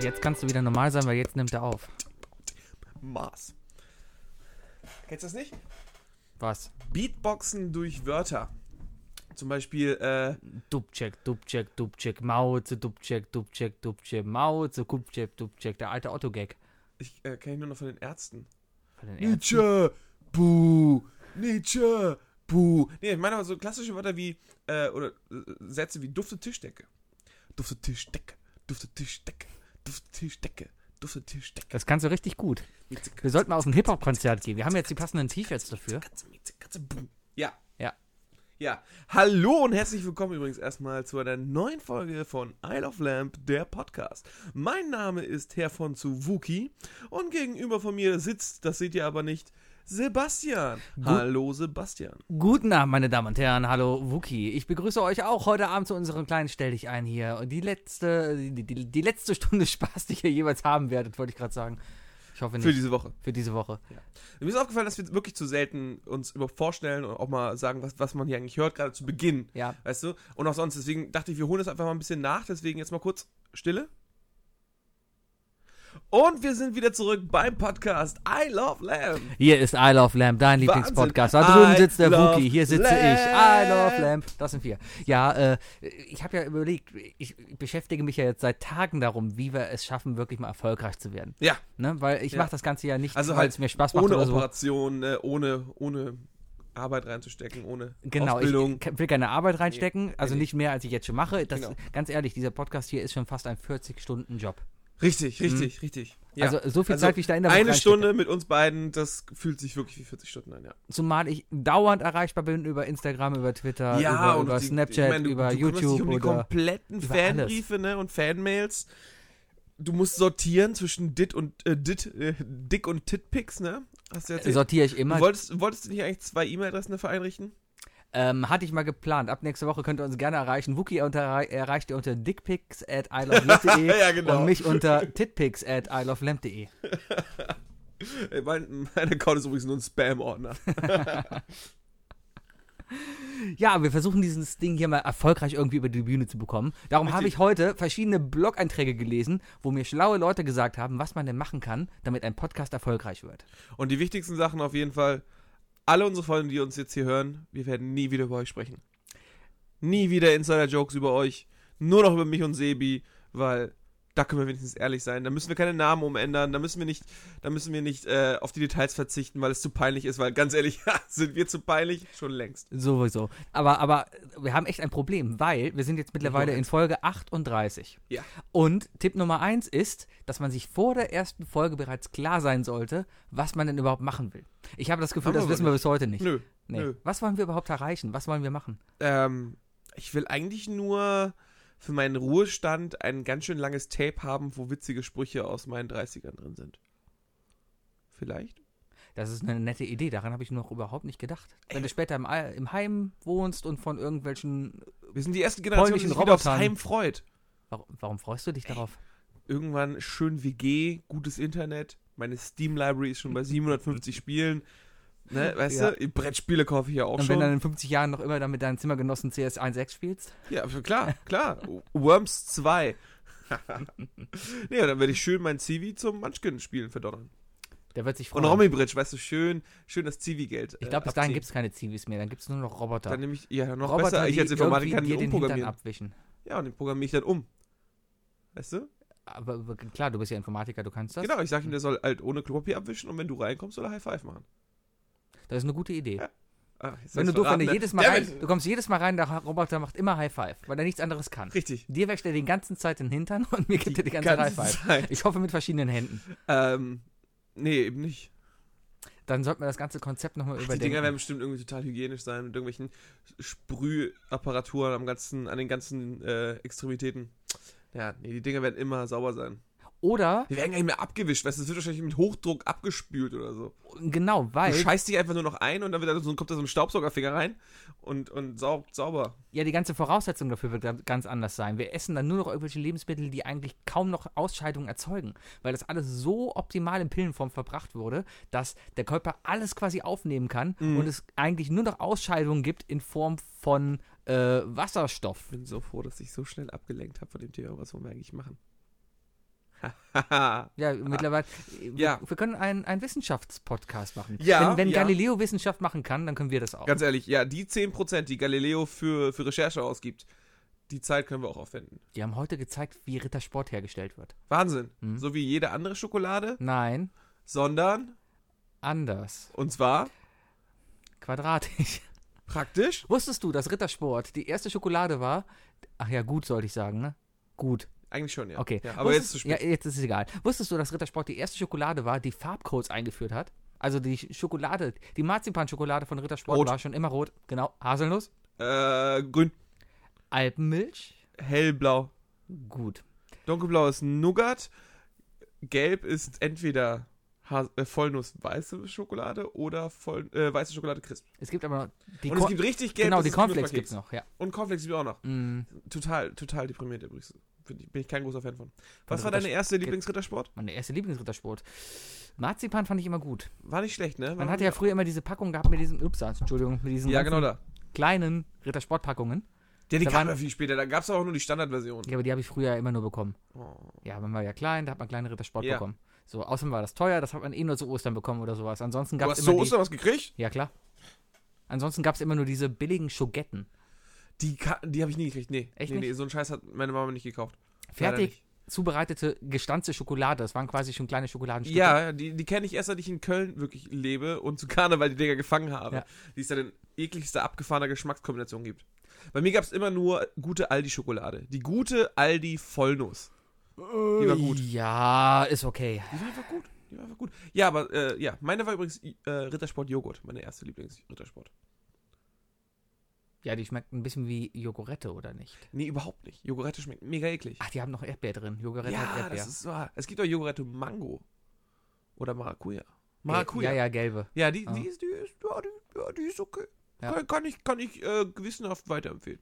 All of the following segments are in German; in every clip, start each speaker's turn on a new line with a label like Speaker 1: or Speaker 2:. Speaker 1: jetzt kannst du wieder normal sein, weil jetzt nimmt er auf.
Speaker 2: Mars. Kennst du das nicht?
Speaker 1: Was?
Speaker 2: Beatboxen durch Wörter. Zum Beispiel, äh,
Speaker 1: Dubček, Dubček, Dubček, Mauze, Dubček, Dubček, Dubček, Mauze, Kupček, Dubček, der alte Otto-Gag.
Speaker 2: ich äh, kenne ihn nur noch von den Ärzten.
Speaker 1: Von den Ärzten.
Speaker 2: Nietzsche, buh, Nietzsche, buh. Nee, ich meine aber so klassische Wörter wie, äh, oder äh, Sätze wie dufte Tischdecke. Dufte Tischdecke, dufte Tischdecke, dufte Tischdecke, dufte Tischdecke.
Speaker 1: Das kannst du richtig gut. Wir sollten mal auf ein Hip-Hop-Konzert gehen. Wir haben jetzt die passenden T-Shirts dafür.
Speaker 2: Katze, Mieze, Katze, buh. Ja.
Speaker 1: Ja.
Speaker 2: Ja. Hallo und herzlich willkommen übrigens erstmal zu einer neuen Folge von Isle of Lamp, der Podcast. Mein Name ist Herr von Zuwuki und gegenüber von mir sitzt, das seht ihr aber nicht, Sebastian. Hallo Sebastian.
Speaker 1: Guten Abend, meine Damen und Herren. Hallo, Wookie. Ich begrüße euch auch heute Abend zu unserem kleinen Stell dich ein hier. Und die letzte, die, die, die letzte Stunde Spaß, die ihr jeweils haben werdet, wollte ich gerade sagen. Ich hoffe nicht.
Speaker 2: Für diese Woche.
Speaker 1: Für diese Woche.
Speaker 2: Mir ist aufgefallen, dass wir wirklich zu selten uns überhaupt vorstellen und auch mal sagen, was, was man hier eigentlich hört, gerade zu Beginn.
Speaker 1: Ja.
Speaker 2: Weißt du? Und auch sonst. Deswegen dachte ich, wir holen das einfach mal ein bisschen nach. Deswegen jetzt mal kurz Stille. Und wir sind wieder zurück beim Podcast I Love Lamb.
Speaker 1: Hier ist I Love Lamp, dein
Speaker 2: Wahnsinn.
Speaker 1: Lieblingspodcast. Da drüben
Speaker 2: I
Speaker 1: sitzt der
Speaker 2: love
Speaker 1: Wookie, hier sitze ich. I Love
Speaker 2: Lamp.
Speaker 1: Lamp. Das sind wir. Ja, äh, ich habe ja überlegt, ich beschäftige mich ja jetzt seit Tagen darum, wie wir es schaffen, wirklich mal erfolgreich zu werden.
Speaker 2: Ja,
Speaker 1: Ne? Weil ich
Speaker 2: Ja.
Speaker 1: mache das Ganze ja nicht,
Speaker 2: also
Speaker 1: weil
Speaker 2: halt
Speaker 1: es mir Spaß macht
Speaker 2: ohne
Speaker 1: oder so.
Speaker 2: Operation, äh, ohne, ohne Arbeit reinzustecken, ohne
Speaker 1: Genau, ich
Speaker 2: Ausbildung.
Speaker 1: ke- will keine Arbeit reinstecken, also
Speaker 2: nee.
Speaker 1: nicht mehr, als ich jetzt schon mache. Das,
Speaker 2: Genau.
Speaker 1: Ganz ehrlich, dieser Podcast hier ist schon fast ein 40-Stunden-Job.
Speaker 2: richtig, richtig, richtig. Ja.
Speaker 1: Hm. Also so viel Zeit, wie ich da in der Woche
Speaker 2: Eine
Speaker 1: reinstecke.
Speaker 2: Stunde mit uns beiden, das fühlt sich wirklich wie 40 Stunden an, ja.
Speaker 1: Zumal ich dauernd erreichbar bin über Instagram, über Twitter, über, über
Speaker 2: die-
Speaker 1: Snapchat,
Speaker 2: ich meine, du-
Speaker 1: über
Speaker 2: du kümmerst dich
Speaker 1: YouTube
Speaker 2: um die
Speaker 1: oder...
Speaker 2: kompletten
Speaker 1: über
Speaker 2: Fanbriefe ne, und Fanmails. Du musst sortieren zwischen Dit und äh, Dit, äh, Dick und Titpics, ne? Hast du jetzt
Speaker 1: Sortiere ich immer.
Speaker 2: du wolltest, wolltest du nicht eigentlich zwei E-Mail-Adressen dafür einrichten?
Speaker 1: Ähm, hatte ich mal geplant. Ab nächste Woche könnt ihr uns gerne erreichen. Wookie unter, erreicht ihr unter dickpics at ilovelamp.de
Speaker 2: Ja, genau.
Speaker 1: und mich unter titpics at ilovelamp.de.
Speaker 2: Äh, Mein, mein Account ist übrigens nur ein Spam-Ordner.
Speaker 1: Ja, wir versuchen dieses Ding hier mal erfolgreich irgendwie über die Bühne zu bekommen. Darum habe ich heute verschiedene Blog-Einträge gelesen, wo mir schlaue Leute gesagt haben, was man denn machen kann, damit ein Podcast erfolgreich wird.
Speaker 2: Und die wichtigsten Sachen auf jeden Fall, alle unsere Freunde, die uns jetzt hier hören, wir werden nie wieder über euch sprechen. Nie wieder Insider-Jokes über euch. Nur noch über mich und Sebi, weil da können wir wenigstens ehrlich sein. Da müssen wir keine Namen umändern, da müssen wir nicht, da müssen wir nicht äh, auf die Details verzichten, weil es zu peinlich ist, weil ganz ehrlich, sind wir zu peinlich? Schon längst.
Speaker 1: Sowieso. Aber, aber wir haben echt ein Problem, weil wir sind jetzt mittlerweile in Folge 38.
Speaker 2: Ja.
Speaker 1: Und Tipp Nummer 1 ist, dass man sich vor der ersten Folge bereits klar sein sollte, was man denn überhaupt machen will. Ich habe das Gefühl,
Speaker 2: Haben wir
Speaker 1: das
Speaker 2: aber
Speaker 1: wissen wir bis heute nicht.
Speaker 2: Nö.
Speaker 1: Nee.
Speaker 2: nö.
Speaker 1: Was wollen wir überhaupt erreichen? Was wollen wir machen?
Speaker 2: Ähm, ich will eigentlich nur für meinen Ruhestand ein ganz schön langes Tape haben, wo witzige Sprüche aus meinen 30ern drin sind. Vielleicht?
Speaker 1: Das ist eine nette Idee, daran habe ich noch überhaupt nicht gedacht. Wenn du später im, Al- im Heim wohnst und von irgendwelchen.
Speaker 2: Wir sind die erste Generation, die
Speaker 1: Polnischen
Speaker 2: sich wieder aufs
Speaker 1: Robotern.
Speaker 2: Heim freut.
Speaker 1: Warum, warum freust du dich darauf?
Speaker 2: Irgendwann schön WG, gutes Internet. Meine Steam-Library ist schon bei 750 Spielen. Ne, weißt
Speaker 1: Ja.
Speaker 2: du, Brettspiele kaufe ich ja auch
Speaker 1: und wenn
Speaker 2: schon.
Speaker 1: du dann in 50 Jahren noch immer dann mit deinen Zimmergenossen CS 1.6 spielst?
Speaker 2: Ja, für- klar, klar. Worms 2. nee, und dann werde ich schön mein Civi zum Munchkin-Spielen verdonnern.
Speaker 1: Der wird sich
Speaker 2: Und
Speaker 1: freuen.
Speaker 2: Romy-Bridge, weißt du, schön, schön das Civi-Geld.
Speaker 1: Oh. ich glaube, bis dahin gibt
Speaker 2: gibt's.
Speaker 1: es keine Zivis mehr, dann gibt es nur noch Roboter.
Speaker 2: Dann nehme ich, ja, noch
Speaker 1: Roboter,
Speaker 2: besser. Ich
Speaker 1: die
Speaker 2: als Informatiker kann
Speaker 1: irgendwie
Speaker 2: den
Speaker 1: dir den Hintern
Speaker 2: umprogrammieren.
Speaker 1: abwischen.
Speaker 2: Ja, und den programmiere ich dann um. Weißt du?
Speaker 1: Aber, aber klar, du bist ja Informatiker, du kannst das.
Speaker 2: Genau, ich sage ihm, der soll halt ohne Klopapier abwischen und wenn du reinkommst, soll er High Five machen.
Speaker 1: Das ist eine gute Idee.
Speaker 2: Ja, Ah, jetzt
Speaker 1: wenn
Speaker 2: hast
Speaker 1: du doof, wenn
Speaker 2: verraten,
Speaker 1: du
Speaker 2: ne?
Speaker 1: jedes Mal
Speaker 2: Ja,
Speaker 1: rein,
Speaker 2: wenn-
Speaker 1: du kommst jedes Mal rein, der Roboter macht immer High Five, weil er nichts anderes kann.
Speaker 2: Richtig.
Speaker 1: Dir wäscht er den ganzen Zeit den Hintern und mir gibt er die ganze, High Five.
Speaker 2: Zeit.
Speaker 1: Ich hoffe mit verschiedenen Händen.
Speaker 2: Ähm, nee, eben nicht.
Speaker 1: Dann sollten wir das ganze Konzept nochmal
Speaker 2: Die Dinger werden
Speaker 1: überdenken.
Speaker 2: bestimmt irgendwie total hygienisch sein mit irgendwelchen Sprühapparaturen am ganzen, an den ganzen äh, Extremitäten. Ja, nee, die Dinger werden immer sauber sein.
Speaker 1: Oder,
Speaker 2: Die werden gar nicht mehr abgewischt, weißt du, es wird wahrscheinlich mit Hochdruck abgespült oder so.
Speaker 1: genau,
Speaker 2: Du
Speaker 1: weil
Speaker 2: scheißt dich einfach nur noch ein und dann wird da so, kommt da so ein Staubsaugerfinger rein und, und saugt sauber.
Speaker 1: ja die ganze Voraussetzung dafür wird ganz- ganz anders sein. Wir essen dann nur noch irgendwelche Lebensmittel, die eigentlich kaum noch Ausscheidungen erzeugen, weil das alles so optimal in Pillenform verbracht wurde, dass der Körper alles quasi aufnehmen kann
Speaker 2: Mhm.
Speaker 1: und es eigentlich nur noch Ausscheidungen gibt in Form von äh, Wasserstoff.
Speaker 2: bin so froh, dass ich so schnell abgelenkt habe von dem Thema, was wollen wir eigentlich machen.
Speaker 1: Ja, mittlerweile. äh,
Speaker 2: Ja.
Speaker 1: Wir, wir können einen, einen Wissenschaftspodcast machen.
Speaker 2: Ja,
Speaker 1: Wenn, wenn
Speaker 2: ja.
Speaker 1: Galileo Wissenschaft machen kann, dann können wir das auch.
Speaker 2: Ganz ehrlich, ja, die 10%, die Galileo für, für Recherche ausgibt, die Zeit können wir auch aufwenden.
Speaker 1: Die haben heute gezeigt, wie Rittersport hergestellt wird.
Speaker 2: Wahnsinn.
Speaker 1: Mhm.
Speaker 2: So wie jede andere Schokolade,
Speaker 1: Nein,
Speaker 2: sondern,
Speaker 1: anders.
Speaker 2: und zwar
Speaker 1: Quadratisch.
Speaker 2: praktisch
Speaker 1: Wusstest du, dass Rittersport die erste Schokolade war? Ach ja, gut sollte ich sagen, ne? Gut.
Speaker 2: eigentlich schon, ja.
Speaker 1: Okay.
Speaker 2: Ja, aber jetzt
Speaker 1: Wusstest-
Speaker 2: zu spät.
Speaker 1: Ja, jetzt ist es egal. Wusstest du, dass Rittersport die erste Schokolade war, die Farbcodes eingeführt hat? Also die Schokolade, die Marzipanschokolade von Rittersport
Speaker 2: Rot.
Speaker 1: war schon immer rot. Genau. Haselnuss,
Speaker 2: Äh, grün,
Speaker 1: Alpenmilch,
Speaker 2: hellblau.
Speaker 1: gut.
Speaker 2: Dunkelblau ist Nougat. Gelb ist entweder ha äh, Vollnuss weiße Schokolade oder voll, äh, weiße Schokolade Crisp.
Speaker 1: Es gibt aber noch die
Speaker 2: und es
Speaker 1: Ko-
Speaker 2: gibt richtig gelb.
Speaker 1: genau,
Speaker 2: das
Speaker 1: die
Speaker 2: ist ein
Speaker 1: Cornflakes
Speaker 2: Knusperkeks.
Speaker 1: gibt's noch, ja.
Speaker 2: Und Cornflakes gibt es auch noch.
Speaker 1: Mm,
Speaker 2: Total, total deprimiert übrigens. Bin ich, bin ich kein großer Fan von. Was
Speaker 1: Von
Speaker 2: war deine
Speaker 1: Ritters-
Speaker 2: erste Lieblingsrittersport?
Speaker 1: meine erste Lieblingsrittersport. Marzipan fand ich immer gut.
Speaker 2: War nicht schlecht, ne? War
Speaker 1: Man hatte ja früher immer diese Packung gehabt mit diesen, ups, Entschuldigung, mit diesen
Speaker 2: ja,
Speaker 1: ganzen
Speaker 2: genau da.
Speaker 1: kleinen Rittersportpackungen.
Speaker 2: Ja, die
Speaker 1: Da
Speaker 2: kam
Speaker 1: waren-
Speaker 2: ja viel später. Da gab es auch nur die Standardversion.
Speaker 1: Ja, aber die habe ich früher immer nur bekommen.
Speaker 2: Oh.
Speaker 1: Ja, man war ja klein, da hat man kleine Rittersport
Speaker 2: Ja.
Speaker 1: bekommen. So, außerdem war das teuer, das hat man eh nur zu Ostern bekommen oder sowas. Ansonsten
Speaker 2: Du
Speaker 1: gab es
Speaker 2: hast
Speaker 1: immer
Speaker 2: so
Speaker 1: die,
Speaker 2: Ostern was gekriegt?
Speaker 1: Ja, klar. Ansonsten gab es immer nur diese billigen Schogetten.
Speaker 2: Die, ka- die habe ich nie gekriegt. Nee.
Speaker 1: Echt
Speaker 2: nee,
Speaker 1: nicht?
Speaker 2: nee, so einen Scheiß hat meine Mama nicht gekauft. Leider
Speaker 1: Fertig
Speaker 2: nicht.
Speaker 1: zubereitete, gestanzte Schokolade. Das waren quasi schon kleine Schokoladenstücke.
Speaker 2: Ja, die, die kenne ich erst, seit ich in Köln wirklich lebe und zu Karneval die Dinger gefangen habe.
Speaker 1: Ja.
Speaker 2: Die es dann in ekligster, abgefahrener Geschmackskombination gibt. Bei mir gab es immer nur gute Aldi-Schokolade. Die gute Aldi-Vollnuss.
Speaker 1: die
Speaker 2: war gut.
Speaker 1: Ja, ist okay.
Speaker 2: Die war einfach gut. Die war einfach gut. Ja, aber äh, ja, meine war übrigens äh, Rittersport-Joghurt. Meine erste Lieblings-Rittersport.
Speaker 1: Ja, die schmeckt ein bisschen wie Jogurette, oder nicht?
Speaker 2: Nee, überhaupt nicht. Jogurette schmeckt mega eklig.
Speaker 1: Ach, die haben noch Erdbeer drin. Jogurette hat
Speaker 2: ja,
Speaker 1: Erdbeer.
Speaker 2: das ist so. Es gibt auch Jogurette Mango. Oder Maracuja.
Speaker 1: Äh,
Speaker 2: Maracuja.
Speaker 1: Ja, ja, gelbe.
Speaker 2: Ja, die,
Speaker 1: Ah.
Speaker 2: die, ist, die, ist, ja, die, ja, die ist okay.
Speaker 1: Ja.
Speaker 2: Kann, kann ich, kann ich äh, gewissenhaft weiterempfehlen.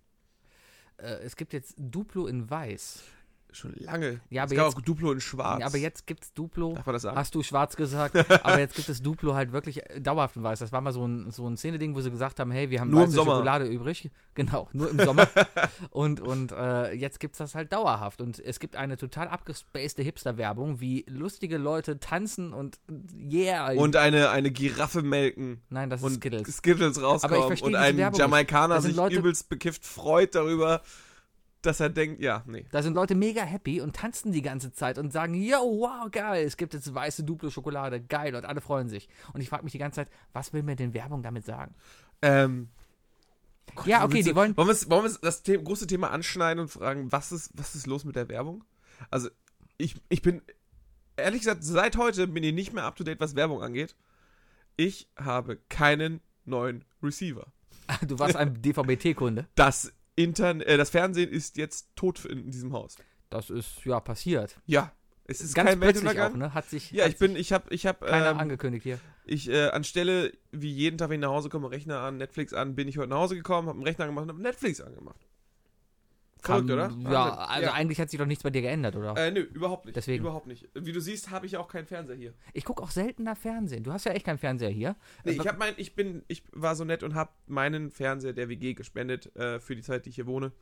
Speaker 1: Äh, es gibt jetzt Duplo in weiß.
Speaker 2: Schon lange.
Speaker 1: Ja,
Speaker 2: es
Speaker 1: aber
Speaker 2: gab
Speaker 1: jetzt-
Speaker 2: auch Duplo in Schwarz.
Speaker 1: Ja, aber jetzt gibt's Duplo.
Speaker 2: Darf man das sagen?
Speaker 1: Hast du schwarz gesagt, aber jetzt gibt es Duplo halt wirklich äh, dauerhaft in weiß. Das war mal so ein, so ein Szene-Ding, wo sie gesagt haben, hey, wir haben
Speaker 2: Nur im
Speaker 1: weiße
Speaker 2: Sommer.
Speaker 1: Schokolade übrig. Genau, nur im Sommer. und und äh, jetzt gibt es das halt dauerhaft. Und es gibt eine total abgespacede Hipster-Werbung, wie lustige Leute tanzen und yeah.
Speaker 2: Und eine, eine Giraffe melken.
Speaker 1: Nein, das ist
Speaker 2: Und
Speaker 1: Skittles.
Speaker 2: Skittles, rauskommen
Speaker 1: Aber ich verstehe
Speaker 2: und
Speaker 1: diese
Speaker 2: ein
Speaker 1: Werbung nicht.
Speaker 2: Jamaikaner
Speaker 1: Da sind
Speaker 2: sich
Speaker 1: Leute-
Speaker 2: übelst bekifft freut darüber, dass er denkt, ja, nee.
Speaker 1: Da sind Leute mega happy und tanzen die ganze Zeit und sagen, yo, wow, geil, es gibt jetzt weiße Duplo-Schokolade, geil, und alle freuen sich. Und ich frage mich die ganze Zeit, was will mir denn Werbung damit sagen?
Speaker 2: Ähm, Gott,
Speaker 1: Ja,
Speaker 2: wo
Speaker 1: okay,
Speaker 2: willst
Speaker 1: die
Speaker 2: du-
Speaker 1: wollen-
Speaker 2: Also Wollen wir, wollen wir das The große Thema anschneiden und fragen, was ist, was ist los mit der Werbung? Also, ich, ich bin, ehrlich gesagt, seit heute bin ich nicht mehr up to date, was Werbung angeht. Ich habe keinen neuen Receiver.
Speaker 1: Du warst ein DVB-T-Kunde.
Speaker 2: Das, Intern äh, das Fernsehen ist jetzt tot in diesem Haus.
Speaker 1: Das ist ja passiert.
Speaker 2: Ja, es ist
Speaker 1: Ganz
Speaker 2: kein
Speaker 1: plötzlich auch,
Speaker 2: Weltuntergang.
Speaker 1: ne? Hat sich
Speaker 2: Ja,
Speaker 1: hat
Speaker 2: ich bin, ich habe, ich habe,
Speaker 1: keiner
Speaker 2: ähm,
Speaker 1: angekündigt hier.
Speaker 2: ich äh, anstelle wie jeden Tag, wenn ich nach Hause komme, Rechner an, Netflix an, bin ich heute nach Hause gekommen, habe einen Rechner angemacht und habe Netflix angemacht. Verrückt, oder?
Speaker 1: Kam- Ja,
Speaker 2: Wahnsinn.
Speaker 1: also eigentlich hat sich doch nichts bei dir geändert, oder?
Speaker 2: Äh, nö, überhaupt nicht.
Speaker 1: Deswegen.
Speaker 2: Überhaupt nicht. Wie du siehst, habe ich auch keinen Fernseher hier.
Speaker 1: Ich gucke auch seltener Fernsehen. Du hast ja echt keinen Fernseher hier.
Speaker 2: Nee,
Speaker 1: Also,
Speaker 2: ich hab mein, ich bin, ich war so nett und habe meinen Fernseher der WG gespendet äh, für die Zeit, die ich hier wohne. Und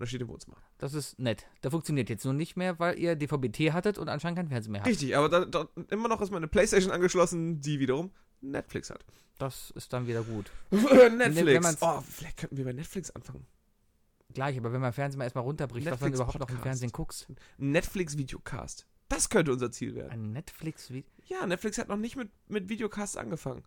Speaker 2: da steht im Wohnzimmer.
Speaker 1: das ist nett. Der funktioniert jetzt nur nicht mehr, weil ihr DVB-T hattet und anscheinend keinen Fernseher mehr habt.
Speaker 2: Richtig, aber da, da, immer noch ist meine Playstation angeschlossen, die wiederum Netflix hat.
Speaker 1: Das ist dann wieder gut. Wenn
Speaker 2: Netflix.
Speaker 1: man's-
Speaker 2: Oh, vielleicht könnten wir bei Netflix anfangen.
Speaker 1: Gleich, aber wenn man Fernsehen mal erstmal runterbricht, was man
Speaker 2: Netflix
Speaker 1: überhaupt noch im
Speaker 2: Podcast.
Speaker 1: Fernsehen guckst.
Speaker 2: Netflix Videocast. Das könnte unser Ziel werden.
Speaker 1: Ein Netflix wie
Speaker 2: Ja, Netflix hat noch nicht mit, mit Videocasts angefangen.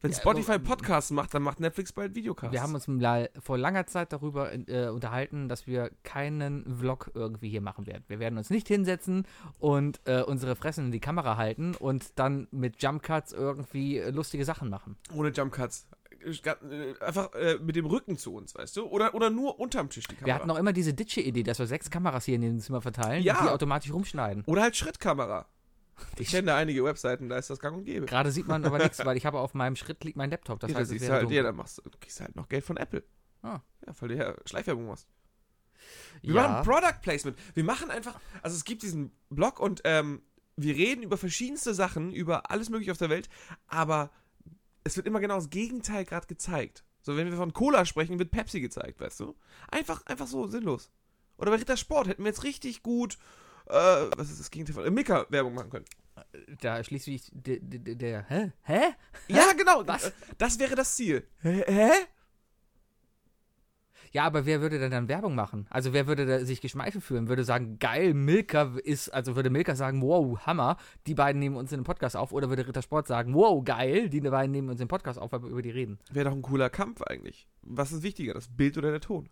Speaker 2: Wenn
Speaker 1: Ja,
Speaker 2: Spotify
Speaker 1: aber-
Speaker 2: Podcasts macht, dann macht Netflix bald Videocasts.
Speaker 1: Wir haben uns mal vor langer Zeit darüber äh, unterhalten, dass wir keinen Vlog irgendwie hier machen werden. Wir werden uns nicht hinsetzen und äh, unsere Fressen in die Kamera halten und dann mit Jumpcuts irgendwie äh, lustige Sachen machen.
Speaker 2: Ohne Jumpcuts. Ist gar- äh, Einfach äh, mit dem Rücken zu uns, weißt du? Oder, oder nur unterm Tisch die
Speaker 1: Wir
Speaker 2: Kamera.
Speaker 1: hatten auch immer diese Ditsche-Idee, dass wir sechs Kameras hier in dem Zimmer verteilen
Speaker 2: Ja.
Speaker 1: und die automatisch rumschneiden.
Speaker 2: oder halt Schrittkamera. Ich kenne da einige Webseiten, da ist das gang und gäbe.
Speaker 1: Gerade sieht man aber nichts, weil ich habe auf meinem Schritt liegt mein Laptop. Das
Speaker 2: ja, da
Speaker 1: heißt, es
Speaker 2: siehst du
Speaker 1: wäre
Speaker 2: halt,
Speaker 1: dumm.
Speaker 2: ja, dann machst du, kriegst du halt noch Geld von Apple.
Speaker 1: Ah.
Speaker 2: Ja, weil du ja Schleichwerbung machst. Wir
Speaker 1: ja.
Speaker 2: machen Product Placement. Wir machen einfach, also es gibt diesen Blog und ähm, wir reden über verschiedenste Sachen, über alles mögliche auf der Welt, aber es wird immer genau das Gegenteil gerade gezeigt. So, wenn wir von Cola sprechen, wird Pepsi gezeigt, weißt du? Einfach, einfach so sinnlos. Oder bei Ritter Sport hätten wir jetzt richtig gut äh, was ist das Gegenteil von, äh, Mika Werbung machen können.
Speaker 1: Da schließlich der, der, der hä? Hä?
Speaker 2: Ja, genau.
Speaker 1: Was?
Speaker 2: Das wäre das Ziel. Hä? Hä?
Speaker 1: Ja, aber wer würde denn dann Werbung machen? Also wer würde da sich geschmeichelt fühlen? Würde sagen, geil, Milka ist, also würde Milka sagen, wow, Hammer, die beiden nehmen uns in den Podcast auf. Oder würde Rittersport sagen, wow, geil, die beiden nehmen uns in den Podcast auf, weil wir über die reden.
Speaker 2: Wäre doch ein cooler Kampf eigentlich. Was ist wichtiger, das Bild oder der Ton?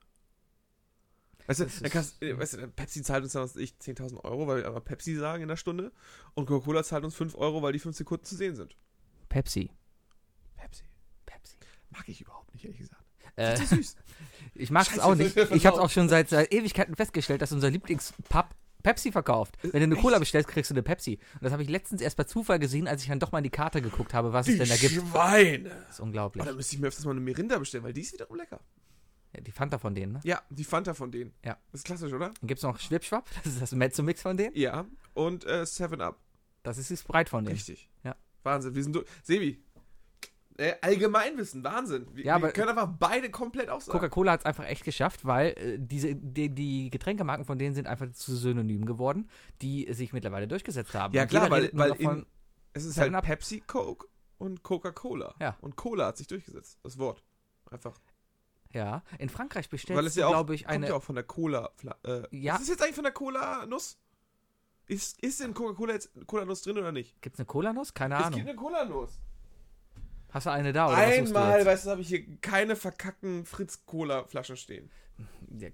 Speaker 2: Weißt du,
Speaker 1: Das
Speaker 2: dann
Speaker 1: ist-
Speaker 2: kannst, äh, weißt du, dann Pepsi zahlt uns dann, was weiß ich, 10.000 Euro, weil wir aber Pepsi sagen in der Stunde. Und Coca-Cola zahlt uns 5 Euro, weil die 5 Sekunden zu sehen sind.
Speaker 1: Pepsi.
Speaker 2: Pepsi.
Speaker 1: Pepsi.
Speaker 2: Mag ich überhaupt nicht, ehrlich gesagt.
Speaker 1: Äh,
Speaker 2: Ist so süß.
Speaker 1: ich mag es
Speaker 2: Scheiße,
Speaker 1: auch nicht.
Speaker 2: wir- wir
Speaker 1: Ich habe es auch schon seit, seit Ewigkeiten festgestellt, dass unser Lieblingspub Pepsi verkauft. Wenn du eine
Speaker 2: Echt?
Speaker 1: Cola bestellst, kriegst du eine Pepsi. Und das habe ich letztens erst bei Zufall gesehen, als ich dann doch mal in die Karte geguckt habe, was es denn da gibt.
Speaker 2: Schweine.
Speaker 1: Das ist unglaublich.
Speaker 2: Oh, dann müsste ich mir öfters mal eine Mirinda bestellen, weil die ist wiederum lecker.
Speaker 1: Ja, die Fanta von denen, ne?
Speaker 2: Ja, die Fanta von denen.
Speaker 1: Ja.
Speaker 2: Das ist klassisch, oder?
Speaker 1: Dann gibt es noch Schwipschwapp, das ist das Mezzo-Mix von denen.
Speaker 2: Ja. Und äh, Seven Up.
Speaker 1: Das ist die Sprite von denen.
Speaker 2: Richtig.
Speaker 1: Ja.
Speaker 2: Wahnsinn. Wir sind durch. Sebi. Äh, Allgemeinwissen, Wahnsinn. Wir,
Speaker 1: Ja,
Speaker 2: wir
Speaker 1: aber-
Speaker 2: können einfach beide komplett aussagen.
Speaker 1: Coca-Cola hat es einfach echt geschafft, weil äh, diese, die, die Getränkemarken von denen sind einfach zu Synonymen geworden, die sich mittlerweile durchgesetzt haben.
Speaker 2: Ja,
Speaker 1: Und
Speaker 2: klar,
Speaker 1: jeder
Speaker 2: weil,
Speaker 1: redet nur
Speaker 2: weil
Speaker 1: noch von-
Speaker 2: in, es ist
Speaker 1: Seven Up.
Speaker 2: halt Pepsi, Coke und Coca-Cola.
Speaker 1: Ja.
Speaker 2: Und Cola hat sich durchgesetzt, das Wort. Einfach.
Speaker 1: ja, in Frankreich
Speaker 2: Weil es
Speaker 1: bestellst
Speaker 2: ja
Speaker 1: du,
Speaker 2: auch-
Speaker 1: glaube ich,
Speaker 2: Kommt
Speaker 1: eine.
Speaker 2: ja auch von der Cola. Fla- Äh,
Speaker 1: Ja.
Speaker 2: Was ist jetzt eigentlich von der Cola-Nuss? Ist, ist in Coca-Cola jetzt Cola-Nuss drin oder nicht?
Speaker 1: Gibt es eine Cola-Nuss? Keine
Speaker 2: Es gibt
Speaker 1: Ahnung. Oh,
Speaker 2: eine Cola-Nuss.
Speaker 1: Hast du eine da? Oder was suchst du
Speaker 2: Einmal,
Speaker 1: jetzt?
Speaker 2: weißt du, habe ich hier keine verkackten Fritz-Cola-Flaschen stehen.
Speaker 1: Ja,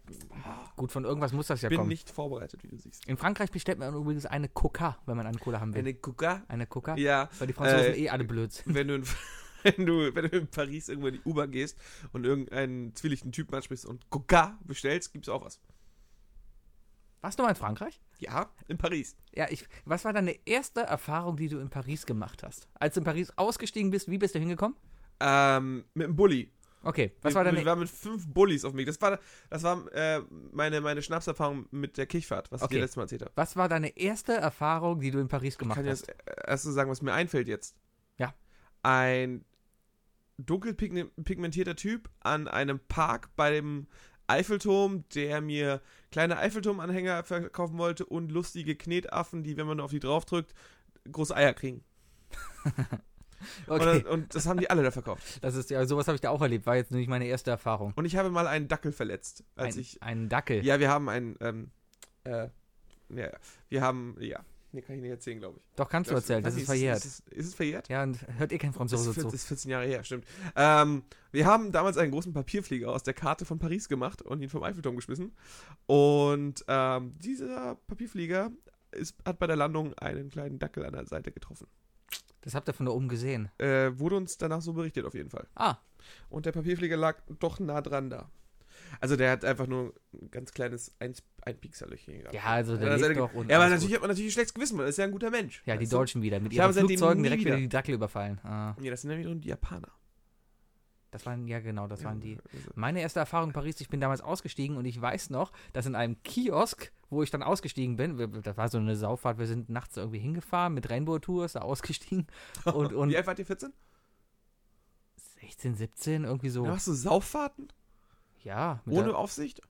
Speaker 1: gut, von irgendwas muss das ja
Speaker 2: Bin
Speaker 1: kommen.
Speaker 2: nicht vorbereitet, wie du siehst.
Speaker 1: In Frankreich bestellt man übrigens eine Coca, wenn man eine Cola haben will. Eine,
Speaker 2: Eine Coca?
Speaker 1: Coca?
Speaker 2: Ja.
Speaker 1: Weil die Franzosen
Speaker 2: Äh,
Speaker 1: eh alle blöd sind.
Speaker 2: wenn du, in, wenn, du, wenn du in Paris irgendwo in die U-Bahn gehst und irgendeinen zwielichten Typen ansprichst und Coca bestellst, gibt's auch was.
Speaker 1: Warst du mal in Frankreich?
Speaker 2: Ja, in Paris.
Speaker 1: Ja, ich, was war deine erste Erfahrung, die du in Paris gemacht hast? Als du in Paris ausgestiegen bist, wie bist du hingekommen?
Speaker 2: Ähm, mit einem Bulli.
Speaker 1: Okay, was
Speaker 2: wir,
Speaker 1: war
Speaker 2: Wir
Speaker 1: deine...
Speaker 2: waren mit fünf Bullies auf dem Weg. Das war, das war äh, meine, meine Schnapserfahrung mit der Kichfahrt, was ich
Speaker 1: Okay.
Speaker 2: dir letztes Mal erzählt habe.
Speaker 1: Was war deine erste Erfahrung, die du in Paris
Speaker 2: Ich
Speaker 1: gemacht
Speaker 2: kann dir
Speaker 1: hast?
Speaker 2: das äh, erst so sagen, was mir einfällt jetzt.
Speaker 1: Ja.
Speaker 2: Ein dunkel pigmen- pigmentierter Typ an einem Park bei dem Eiffelturm, der mir kleine Eiffelturm-Anhänger verkaufen wollte und lustige Knetaffen, die, wenn man nur auf die draufdrückt, große Eier kriegen.
Speaker 1: Okay,
Speaker 2: Und, und das haben die alle da verkauft.
Speaker 1: das ist ja sowas habe ich da auch erlebt. War jetzt nicht meine erste Erfahrung.
Speaker 2: Und ich habe mal einen Dackel verletzt, als
Speaker 1: ein,
Speaker 2: ich
Speaker 1: ein Dackel.
Speaker 2: Ja, wir haben ein, ähm, äh, ja, ja. wir haben, ja, nee, kann ich nicht erzählen, glaube ich.
Speaker 1: Doch kannst du erzählen. Das
Speaker 2: Weiß
Speaker 1: ist
Speaker 2: nicht,
Speaker 1: verjährt.
Speaker 2: Ist, ist, ist es verjährt?
Speaker 1: Ja, und hört eh kein
Speaker 2: Das
Speaker 1: Franzose
Speaker 2: ist, 14,
Speaker 1: zu.
Speaker 2: ist 14 Jahre her, stimmt. Ähm, wir haben damals einen großen Papierflieger aus der Karte von Paris gemacht und ihn vom Eiffelturm geschmissen. Und ähm, dieser Papierflieger ist, hat bei der Landung einen kleinen Dackel an der Seite getroffen.
Speaker 1: Das habt ihr von da oben gesehen.
Speaker 2: Äh, wurde uns danach so berichtet, auf jeden Fall.
Speaker 1: Ah,
Speaker 2: Und der Papierflieger lag doch nah dran da. Also der hat einfach nur ein ganz kleines ein, ein Piekserlöchchen gehabt.
Speaker 1: ja, also
Speaker 2: Ja,
Speaker 1: der
Speaker 2: das
Speaker 1: lebt
Speaker 2: ist
Speaker 1: doch. Und
Speaker 2: Ja, aber
Speaker 1: alles
Speaker 2: natürlich hat man natürlich ein schlechtes Gewissen, weil das ist ja ein guter Mensch.
Speaker 1: gut. Ja, die
Speaker 2: weißt du?
Speaker 1: Deutschen wieder. Mit
Speaker 2: Ich
Speaker 1: ihren
Speaker 2: habe seitdem
Speaker 1: Flugzeugen
Speaker 2: nie
Speaker 1: direkt wieder
Speaker 2: wieder-
Speaker 1: die Dackel überfallen. Ah,
Speaker 2: Ja, das sind dann wiederum die Japaner.
Speaker 1: das waren, ja genau, das waren die.
Speaker 2: Also,
Speaker 1: Meine erste Erfahrung in Paris, ich bin damals ausgestiegen und ich weiß noch, dass in einem Kiosk, wo ich dann ausgestiegen bin, wir- das war so eine Sauffahrt, wir sind nachts irgendwie hingefahren mit Rainbow Tours, da ausgestiegen und, und
Speaker 2: Wie alt wart ihr 14?
Speaker 1: 16, 17, irgendwie so.
Speaker 2: Da
Speaker 1: Ja,
Speaker 2: machst du Sauffahrten?
Speaker 1: mit
Speaker 2: Ohne
Speaker 1: der,
Speaker 2: Aufsicht?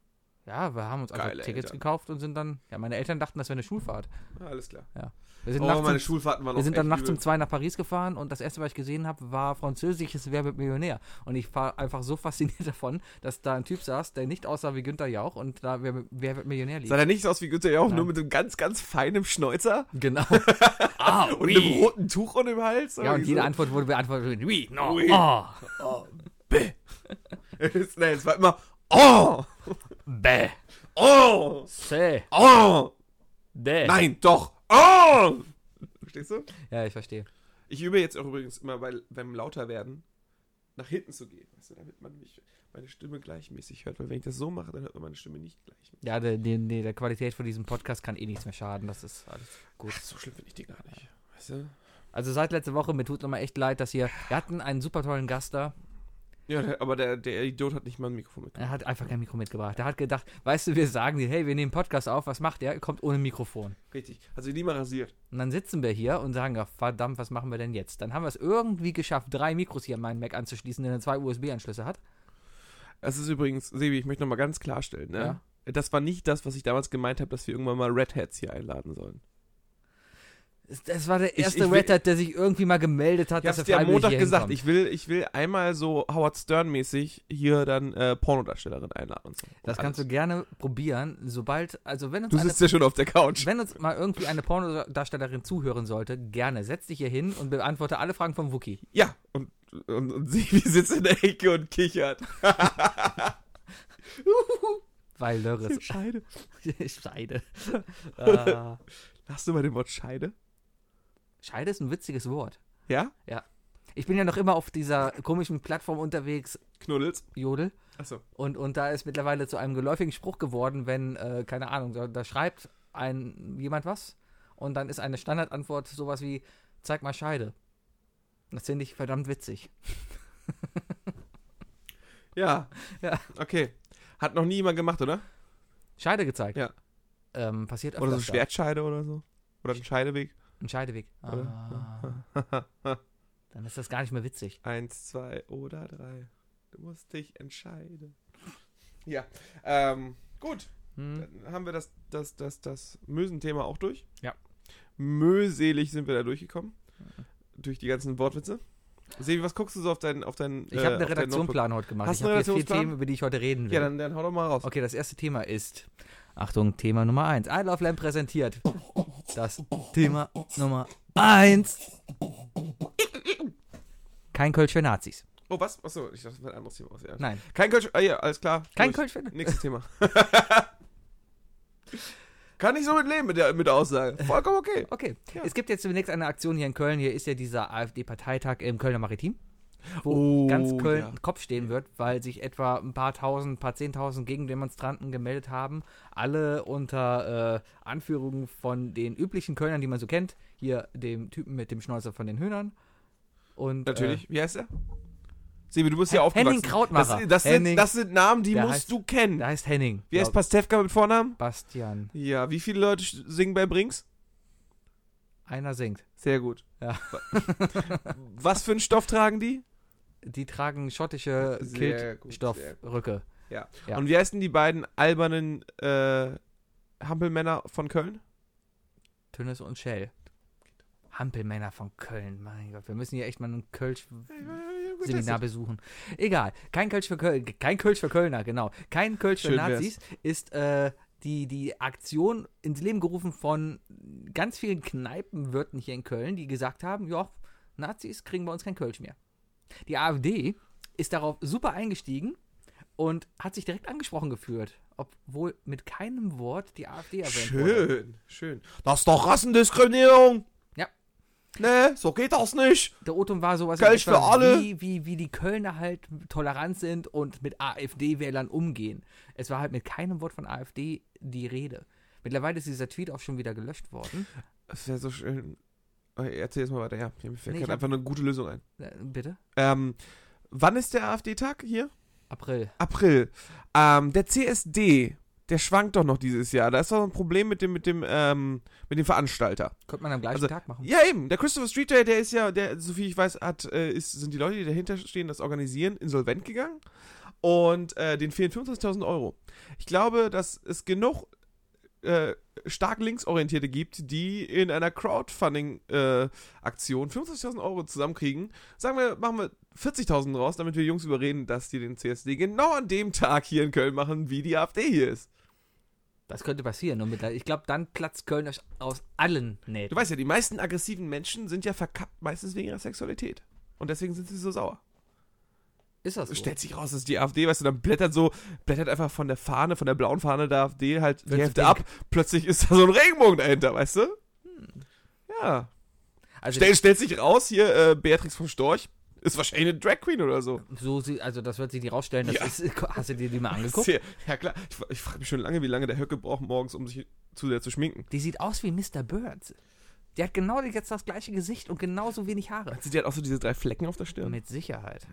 Speaker 1: ja wir haben uns einfach
Speaker 2: Geile
Speaker 1: Tickets
Speaker 2: Eltern.
Speaker 1: gekauft und sind dann, ja, meine Eltern dachten, das wäre eine Schulfahrt.
Speaker 2: Ah, alles klar.
Speaker 1: Wir sind,
Speaker 2: Oh,
Speaker 1: nachts,
Speaker 2: meine
Speaker 1: um,
Speaker 2: Schulfahrten waren
Speaker 1: wir
Speaker 2: auch
Speaker 1: sind dann
Speaker 2: echt
Speaker 1: nachts um
Speaker 2: übel.
Speaker 1: zwei nach Paris gefahren und das erste, was ich gesehen habe, war französisches Wer wird Millionär. Und ich war einfach so fasziniert davon, dass da ein Typ saß, der nicht aussah wie Günther Jauch und da Wer, Wer wird Millionär lief.
Speaker 2: Sah er nicht aus wie Günther Jauch, nur
Speaker 1: Nein.
Speaker 2: mit einem ganz, ganz feinem Schnäuzer
Speaker 1: Genau. ah,
Speaker 2: und einem roten Tuch um dem Hals?
Speaker 1: Ja, und
Speaker 2: Irgendwie
Speaker 1: jede
Speaker 2: so.
Speaker 1: Antwort wurde beantwortet mit oui, no,
Speaker 2: Oui.
Speaker 1: oh,
Speaker 2: Nein, es war immer Oh!
Speaker 1: bäh,
Speaker 2: Oh!
Speaker 1: se,
Speaker 2: Oh!
Speaker 1: de.
Speaker 2: Nein, doch! Oh! Verstehst du?
Speaker 1: Ja, ich verstehe.
Speaker 2: Ich übe jetzt auch übrigens immer bei, beim Lauterwerden nach hinten zu gehen, weißt du, damit man mich, meine Stimme gleichmäßig hört, weil wenn ich das so mache, dann hört man meine Stimme nicht gleichmäßig.
Speaker 1: Ja, der, der, der der Qualität von diesem Podcast kann eh nichts mehr schaden. Das ist alles gut.
Speaker 2: So schlimm finde ich die gar nicht. Weißt du?
Speaker 1: Also seit letzte Woche, mir tut nochmal echt leid, dass hier, wir hatten einen super tollen Gast da.
Speaker 2: Ja, der- aber der, der Idiot hat nicht mal ein Mikrofon mit.
Speaker 1: Er hat einfach kein Mikro mitgebracht. Er hat gedacht, weißt du, wir sagen dir, hey, wir nehmen Podcast auf, was macht er? Er kommt ohne Mikrofon.
Speaker 2: Richtig. Also die mal rasiert.
Speaker 1: Und dann sitzen wir hier und sagen, ja, verdammt, was machen wir denn jetzt? Dann haben wir es irgendwie geschafft, drei Mikros hier an meinen Mac anzuschließen, der zwei USB-Anschlüsse hat.
Speaker 2: Das ist übrigens, Sebi, ich möchte nochmal ganz klarstellen, ne?
Speaker 1: Ja.
Speaker 2: das war nicht das, was ich damals gemeint habe, dass wir irgendwann mal Red Hats hier einladen sollen.
Speaker 1: Das war der
Speaker 2: Ich-
Speaker 1: erste
Speaker 2: ich will-
Speaker 1: Red Hat, der sich irgendwie mal gemeldet hat,
Speaker 2: Ich hab's
Speaker 1: er
Speaker 2: dir am
Speaker 1: freiwillig
Speaker 2: Montag
Speaker 1: hier
Speaker 2: gesagt,
Speaker 1: hinkommt.
Speaker 2: ich will, ich will einmal so Howard Stern-mäßig hier dann äh, Pornodarstellerin einladen und so.
Speaker 1: Das kannst du
Speaker 2: Alles.
Speaker 1: gerne probieren, sobald, also wenn uns,
Speaker 2: Du
Speaker 1: eine,
Speaker 2: sitzt ja schon auf der Couch.
Speaker 1: wenn uns mal irgendwie eine Pornodarstellerin zuhören sollte, gerne, setz dich hier hin und beantworte alle Fragen von Wookie.
Speaker 2: Ja, und, und, und sie wie sitzt in der Ecke und kichert.
Speaker 1: Weil Lörres
Speaker 2: Scheide.
Speaker 1: Scheide. äh,
Speaker 2: Hast du bei dem Wort Scheide?
Speaker 1: Scheide ist ein witziges Wort.
Speaker 2: Ja?
Speaker 1: Ich bin ja noch immer auf dieser komischen Plattform unterwegs,
Speaker 2: Knuddels.
Speaker 1: Jodel.
Speaker 2: Achso.
Speaker 1: Und, und da ist mittlerweile zu einem geläufigen Spruch geworden, wenn, äh, keine Ahnung, da, da schreibt ein, jemand was und dann ist eine Standardantwort sowas wie, zeig mal Scheide. Das finde ich verdammt witzig.
Speaker 2: Ja.
Speaker 1: Ja.
Speaker 2: Okay. Hat noch nie jemand gemacht, oder?
Speaker 1: Scheide gezeigt.
Speaker 2: Ja.
Speaker 1: Ähm, passiert
Speaker 2: Oder so
Speaker 1: öfters da.
Speaker 2: Schwertscheide oder so. Oder ein Scheideweg.
Speaker 1: Ein Scheideweg. Ah, dann ist das gar nicht mehr witzig.
Speaker 2: Eins, zwei oder drei. Du musst dich entscheiden. Ja. Ähm, gut.
Speaker 1: Hm.
Speaker 2: Dann haben wir das, das, das, das Mösen-Thema auch durch.
Speaker 1: Ja. Mhm.
Speaker 2: Mühselig sind wir da durchgekommen. Durch die ganzen Wortwitze. Sebi, was guckst du so auf deinen. Auf deinen
Speaker 1: Ich habe einen
Speaker 2: äh, auf deinen Notebook?
Speaker 1: Redaktionsplan heute gemacht.
Speaker 2: Hast
Speaker 1: ich
Speaker 2: du einen
Speaker 1: habe hier vier
Speaker 2: Redaktionsplan?
Speaker 1: Themen, über die ich heute reden will.
Speaker 2: Ja, dann, dann hau doch mal raus.
Speaker 1: Okay, das erste Thema ist, Achtung, Thema Nummer 1. I Love Lamp präsentiert das Thema Nummer 1. Kein Kölsch für Nazis.
Speaker 2: Oh, was? Achso, ich dachte, das war ein anderes Thema. Was, ja.
Speaker 1: Nein,
Speaker 2: Kein Kölsch. Ah, ja, alles klar.
Speaker 1: kein
Speaker 2: Durch.
Speaker 1: Kölsch für Nazis.
Speaker 2: Nächstes Thema. Kann ich so mit leben mit der, mit der Aussage. Vollkommen okay.
Speaker 1: Okay,
Speaker 2: Ja.
Speaker 1: es gibt jetzt demnächst eine Aktion hier in Köln. Hier ist ja dieser AfD-Parteitag im Kölner Maritim, wo
Speaker 2: Oh,
Speaker 1: ganz Köln
Speaker 2: ja.
Speaker 1: Kopf stehen wird, weil sich etwa ein paar tausend, ein paar zehntausend Gegendemonstranten gemeldet haben. Alle unter äh, Anführung von den üblichen Kölnern, die man so kennt. Hier dem Typen mit dem Schnäuzer von den Hühnern. Und,
Speaker 2: Natürlich. Wie heißt er? Sebi, du bist ja
Speaker 1: Hen-
Speaker 2: aufgewachsen.
Speaker 1: Henning Krautmacher.
Speaker 2: Das, das,
Speaker 1: Henning-
Speaker 2: sind, das sind Namen, die
Speaker 1: Der
Speaker 2: musst
Speaker 1: heißt-
Speaker 2: du
Speaker 1: Äh,
Speaker 2: kennen.
Speaker 1: der heißt Henning.
Speaker 2: Wie heißt
Speaker 1: glaub-
Speaker 2: Pastewka mit Vornamen?
Speaker 1: Bastian.
Speaker 2: Ja, wie viele Leute sch- singen bei Brings?
Speaker 1: Einer singt.
Speaker 2: Sehr gut.
Speaker 1: Ja.
Speaker 2: Was für einen Stoff tragen die?
Speaker 1: Die tragen schottische
Speaker 2: Sehr gut, sehr
Speaker 1: Kiltstoffrücke. Äh, Ja.
Speaker 2: Und wie heißen die beiden albernen äh, Hampelmänner von Köln?
Speaker 1: Tönnes und Shell. Hampelmänner von Köln. Mein Gott, wir müssen hier echt mal einen Kölsch Seminar besuchen. Egal. Kein Kölsch für Köln, kein Kölsch für Kölner, genau. Kein Kölsch für
Speaker 2: Schön wär's.
Speaker 1: Nazis ist äh, die, die Aktion ins Leben gerufen von ganz vielen Kneipenwirten hier in Köln, die gesagt haben, ja, Nazis kriegen bei uns kein Kölsch mehr. Die AfD ist darauf super eingestiegen und hat sich direkt angesprochen geführt, obwohl mit keinem Wort die AfD erwähnt wurde.
Speaker 2: Schön, schön. Das ist doch Rassendiskriminierung.
Speaker 1: Ja.
Speaker 2: Ne, so geht das nicht.
Speaker 1: Der Otum war sowas in
Speaker 2: Kölsch für
Speaker 1: etwa
Speaker 2: alle.
Speaker 1: Wie, wie, wie die Kölner halt tolerant sind und mit AfD-Wählern umgehen. Es war halt mit keinem Wort von AfD die Rede. Mittlerweile ist dieser Tweet auch schon wieder gelöscht worden.
Speaker 2: Das wäre so schön. Okay, erzähl jetzt mal weiter. Ja, mir
Speaker 1: Nee,
Speaker 2: fällt
Speaker 1: ich
Speaker 2: gerade
Speaker 1: hab-
Speaker 2: einfach eine gute Lösung ein.
Speaker 1: Äh, bitte?
Speaker 2: Ähm, wann ist der AfD-Tag hier?
Speaker 1: April.
Speaker 2: April. Ähm, der CSD, der schwankt doch noch dieses Jahr. Da ist doch ein Problem mit dem, mit dem, ähm, mit dem Veranstalter.
Speaker 1: Könnte man am gleichen
Speaker 2: Also,
Speaker 1: Tag machen.
Speaker 2: Ja, eben. Der Christopher Street Day, der ist ja, der, so viel ich weiß, hat, äh, ist, sind die Leute, die dahinter stehen, das organisieren, insolvent gegangen. Und äh, den fehlen 25.000 Euro. Ich glaube, dass es genug äh, stark linksorientierte gibt, die in einer Crowdfunding-Aktion 25.000 Euro zusammenkriegen. Sagen wir, machen wir 40.000 raus, damit wir Jungs überreden, dass die den CSD genau an dem Tag hier in Köln machen, wie die AfD hier ist.
Speaker 1: Das könnte passieren. Und mit, ich glaube, dann platzt Köln aus- aus allen
Speaker 2: Du
Speaker 1: Nähten.
Speaker 2: weißt ja, die meisten aggressiven Menschen sind ja verkappt, meistens wegen ihrer Sexualität. Und deswegen sind sie so sauer.
Speaker 1: Ist das so?
Speaker 2: stellt sich raus, dass die AfD, weißt du, dann blättert so, blättert einfach von der Fahne, von der blauen Fahne der AfD halt die
Speaker 1: Wird's
Speaker 2: Hälfte
Speaker 1: pink.
Speaker 2: ab. Plötzlich ist da so ein Regenbogen dahinter, weißt du?
Speaker 1: Hm.
Speaker 2: Ja.
Speaker 1: Also,
Speaker 2: Stell, stellt sich raus, hier äh, Beatrix von Storch ist wahrscheinlich eine Drag Queen oder so.
Speaker 1: so sie, also das wird sich nicht rausstellen. Das
Speaker 2: Ja.
Speaker 1: ist, hast du dir die mal angeguckt?
Speaker 2: Sehr- Ja, klar. Ich, fra- ich frage mich schon lange, wie lange der Höcke braucht morgens, um sich zu sehr zu schminken.
Speaker 1: Die sieht aus wie Mr. Bird. Die hat genau jetzt das gleiche Gesicht und genauso wenig Haare.
Speaker 2: Sie hat auch so diese drei Flecken auf der Stirn.
Speaker 1: Mit Sicherheit.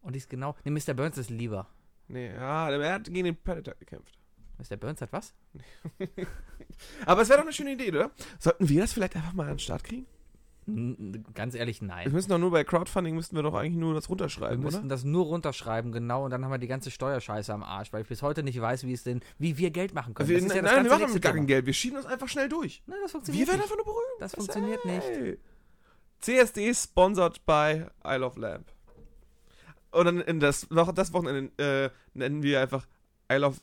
Speaker 1: Und die ist genau. Ne, Mr. Burns ist lieber.
Speaker 2: Nee, ja, er hat gegen den Predator gekämpft.
Speaker 1: Mr. Burns hat was?
Speaker 2: Aber es wäre doch eine schöne Idee, oder? Sollten wir das vielleicht einfach mal an den Start kriegen?
Speaker 1: N- Ganz ehrlich,
Speaker 2: Wir
Speaker 1: nein.
Speaker 2: müssen doch nur bei Crowdfunding müssten wir doch eigentlich nur das
Speaker 1: Wir
Speaker 2: runterschreiben, oder?
Speaker 1: müssten das nur runterschreiben, genau, und dann haben wir die ganze Steuerscheiße am Arsch, weil ich bis heute nicht weiß, wie es denn, wie wir Geld machen können.
Speaker 2: Wir,
Speaker 1: das ist ja das
Speaker 2: nein, wir
Speaker 1: ganze
Speaker 2: machen
Speaker 1: nächste
Speaker 2: mit gar kein
Speaker 1: Thema.
Speaker 2: Geld. Wir schieben das einfach schnell durch.
Speaker 1: Nein, das
Speaker 2: Wir
Speaker 1: funktioniert
Speaker 2: werden
Speaker 1: nicht.
Speaker 2: einfach nur berühmt.
Speaker 1: Das funktioniert nicht.
Speaker 2: Hey. CSD sponsored by Isle of Lamp. Und dann in das, noch das Wochenende äh, nennen wir einfach Isle of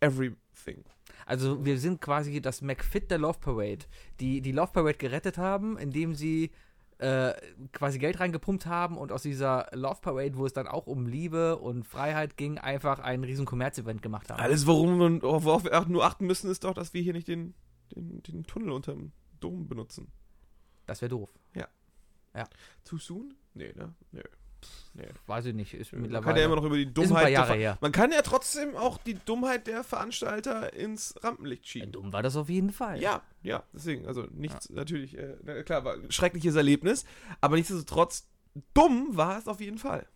Speaker 2: Everything.
Speaker 1: Also wir sind quasi das McFit der Love Parade, die die Love Parade gerettet haben, indem sie äh, quasi Geld reingepumpt haben und aus dieser Love Parade, wo es dann auch um Liebe und Freiheit ging, einfach ein riesen Kommerzevent gemacht haben.
Speaker 2: Alles, worum wir, worauf wir ach- nur achten müssen, ist doch, dass wir hier nicht den, den, den Tunnel unterm Dom benutzen.
Speaker 1: Das wäre doof.
Speaker 2: Too soon? Nee, ne? Nee.
Speaker 1: Weiß ich nicht. Ist
Speaker 2: Man
Speaker 1: mittlerweile
Speaker 2: Äh, kann ja immer noch über die
Speaker 1: ist ein paar
Speaker 2: Dummheit.
Speaker 1: Jahre
Speaker 2: Der Ver-
Speaker 1: her.
Speaker 2: man kann ja trotzdem auch die Dummheit der Veranstalter ins Rampenlicht
Speaker 1: Ja,
Speaker 2: schieben.
Speaker 1: Äh, dumm war das auf jeden Fall.
Speaker 2: Ja, ja, deswegen, also nichts, natürlich, äh, na klar, war ein schreckliches Erlebnis, aber nichtsdestotrotz, dumm war es auf jeden Fall.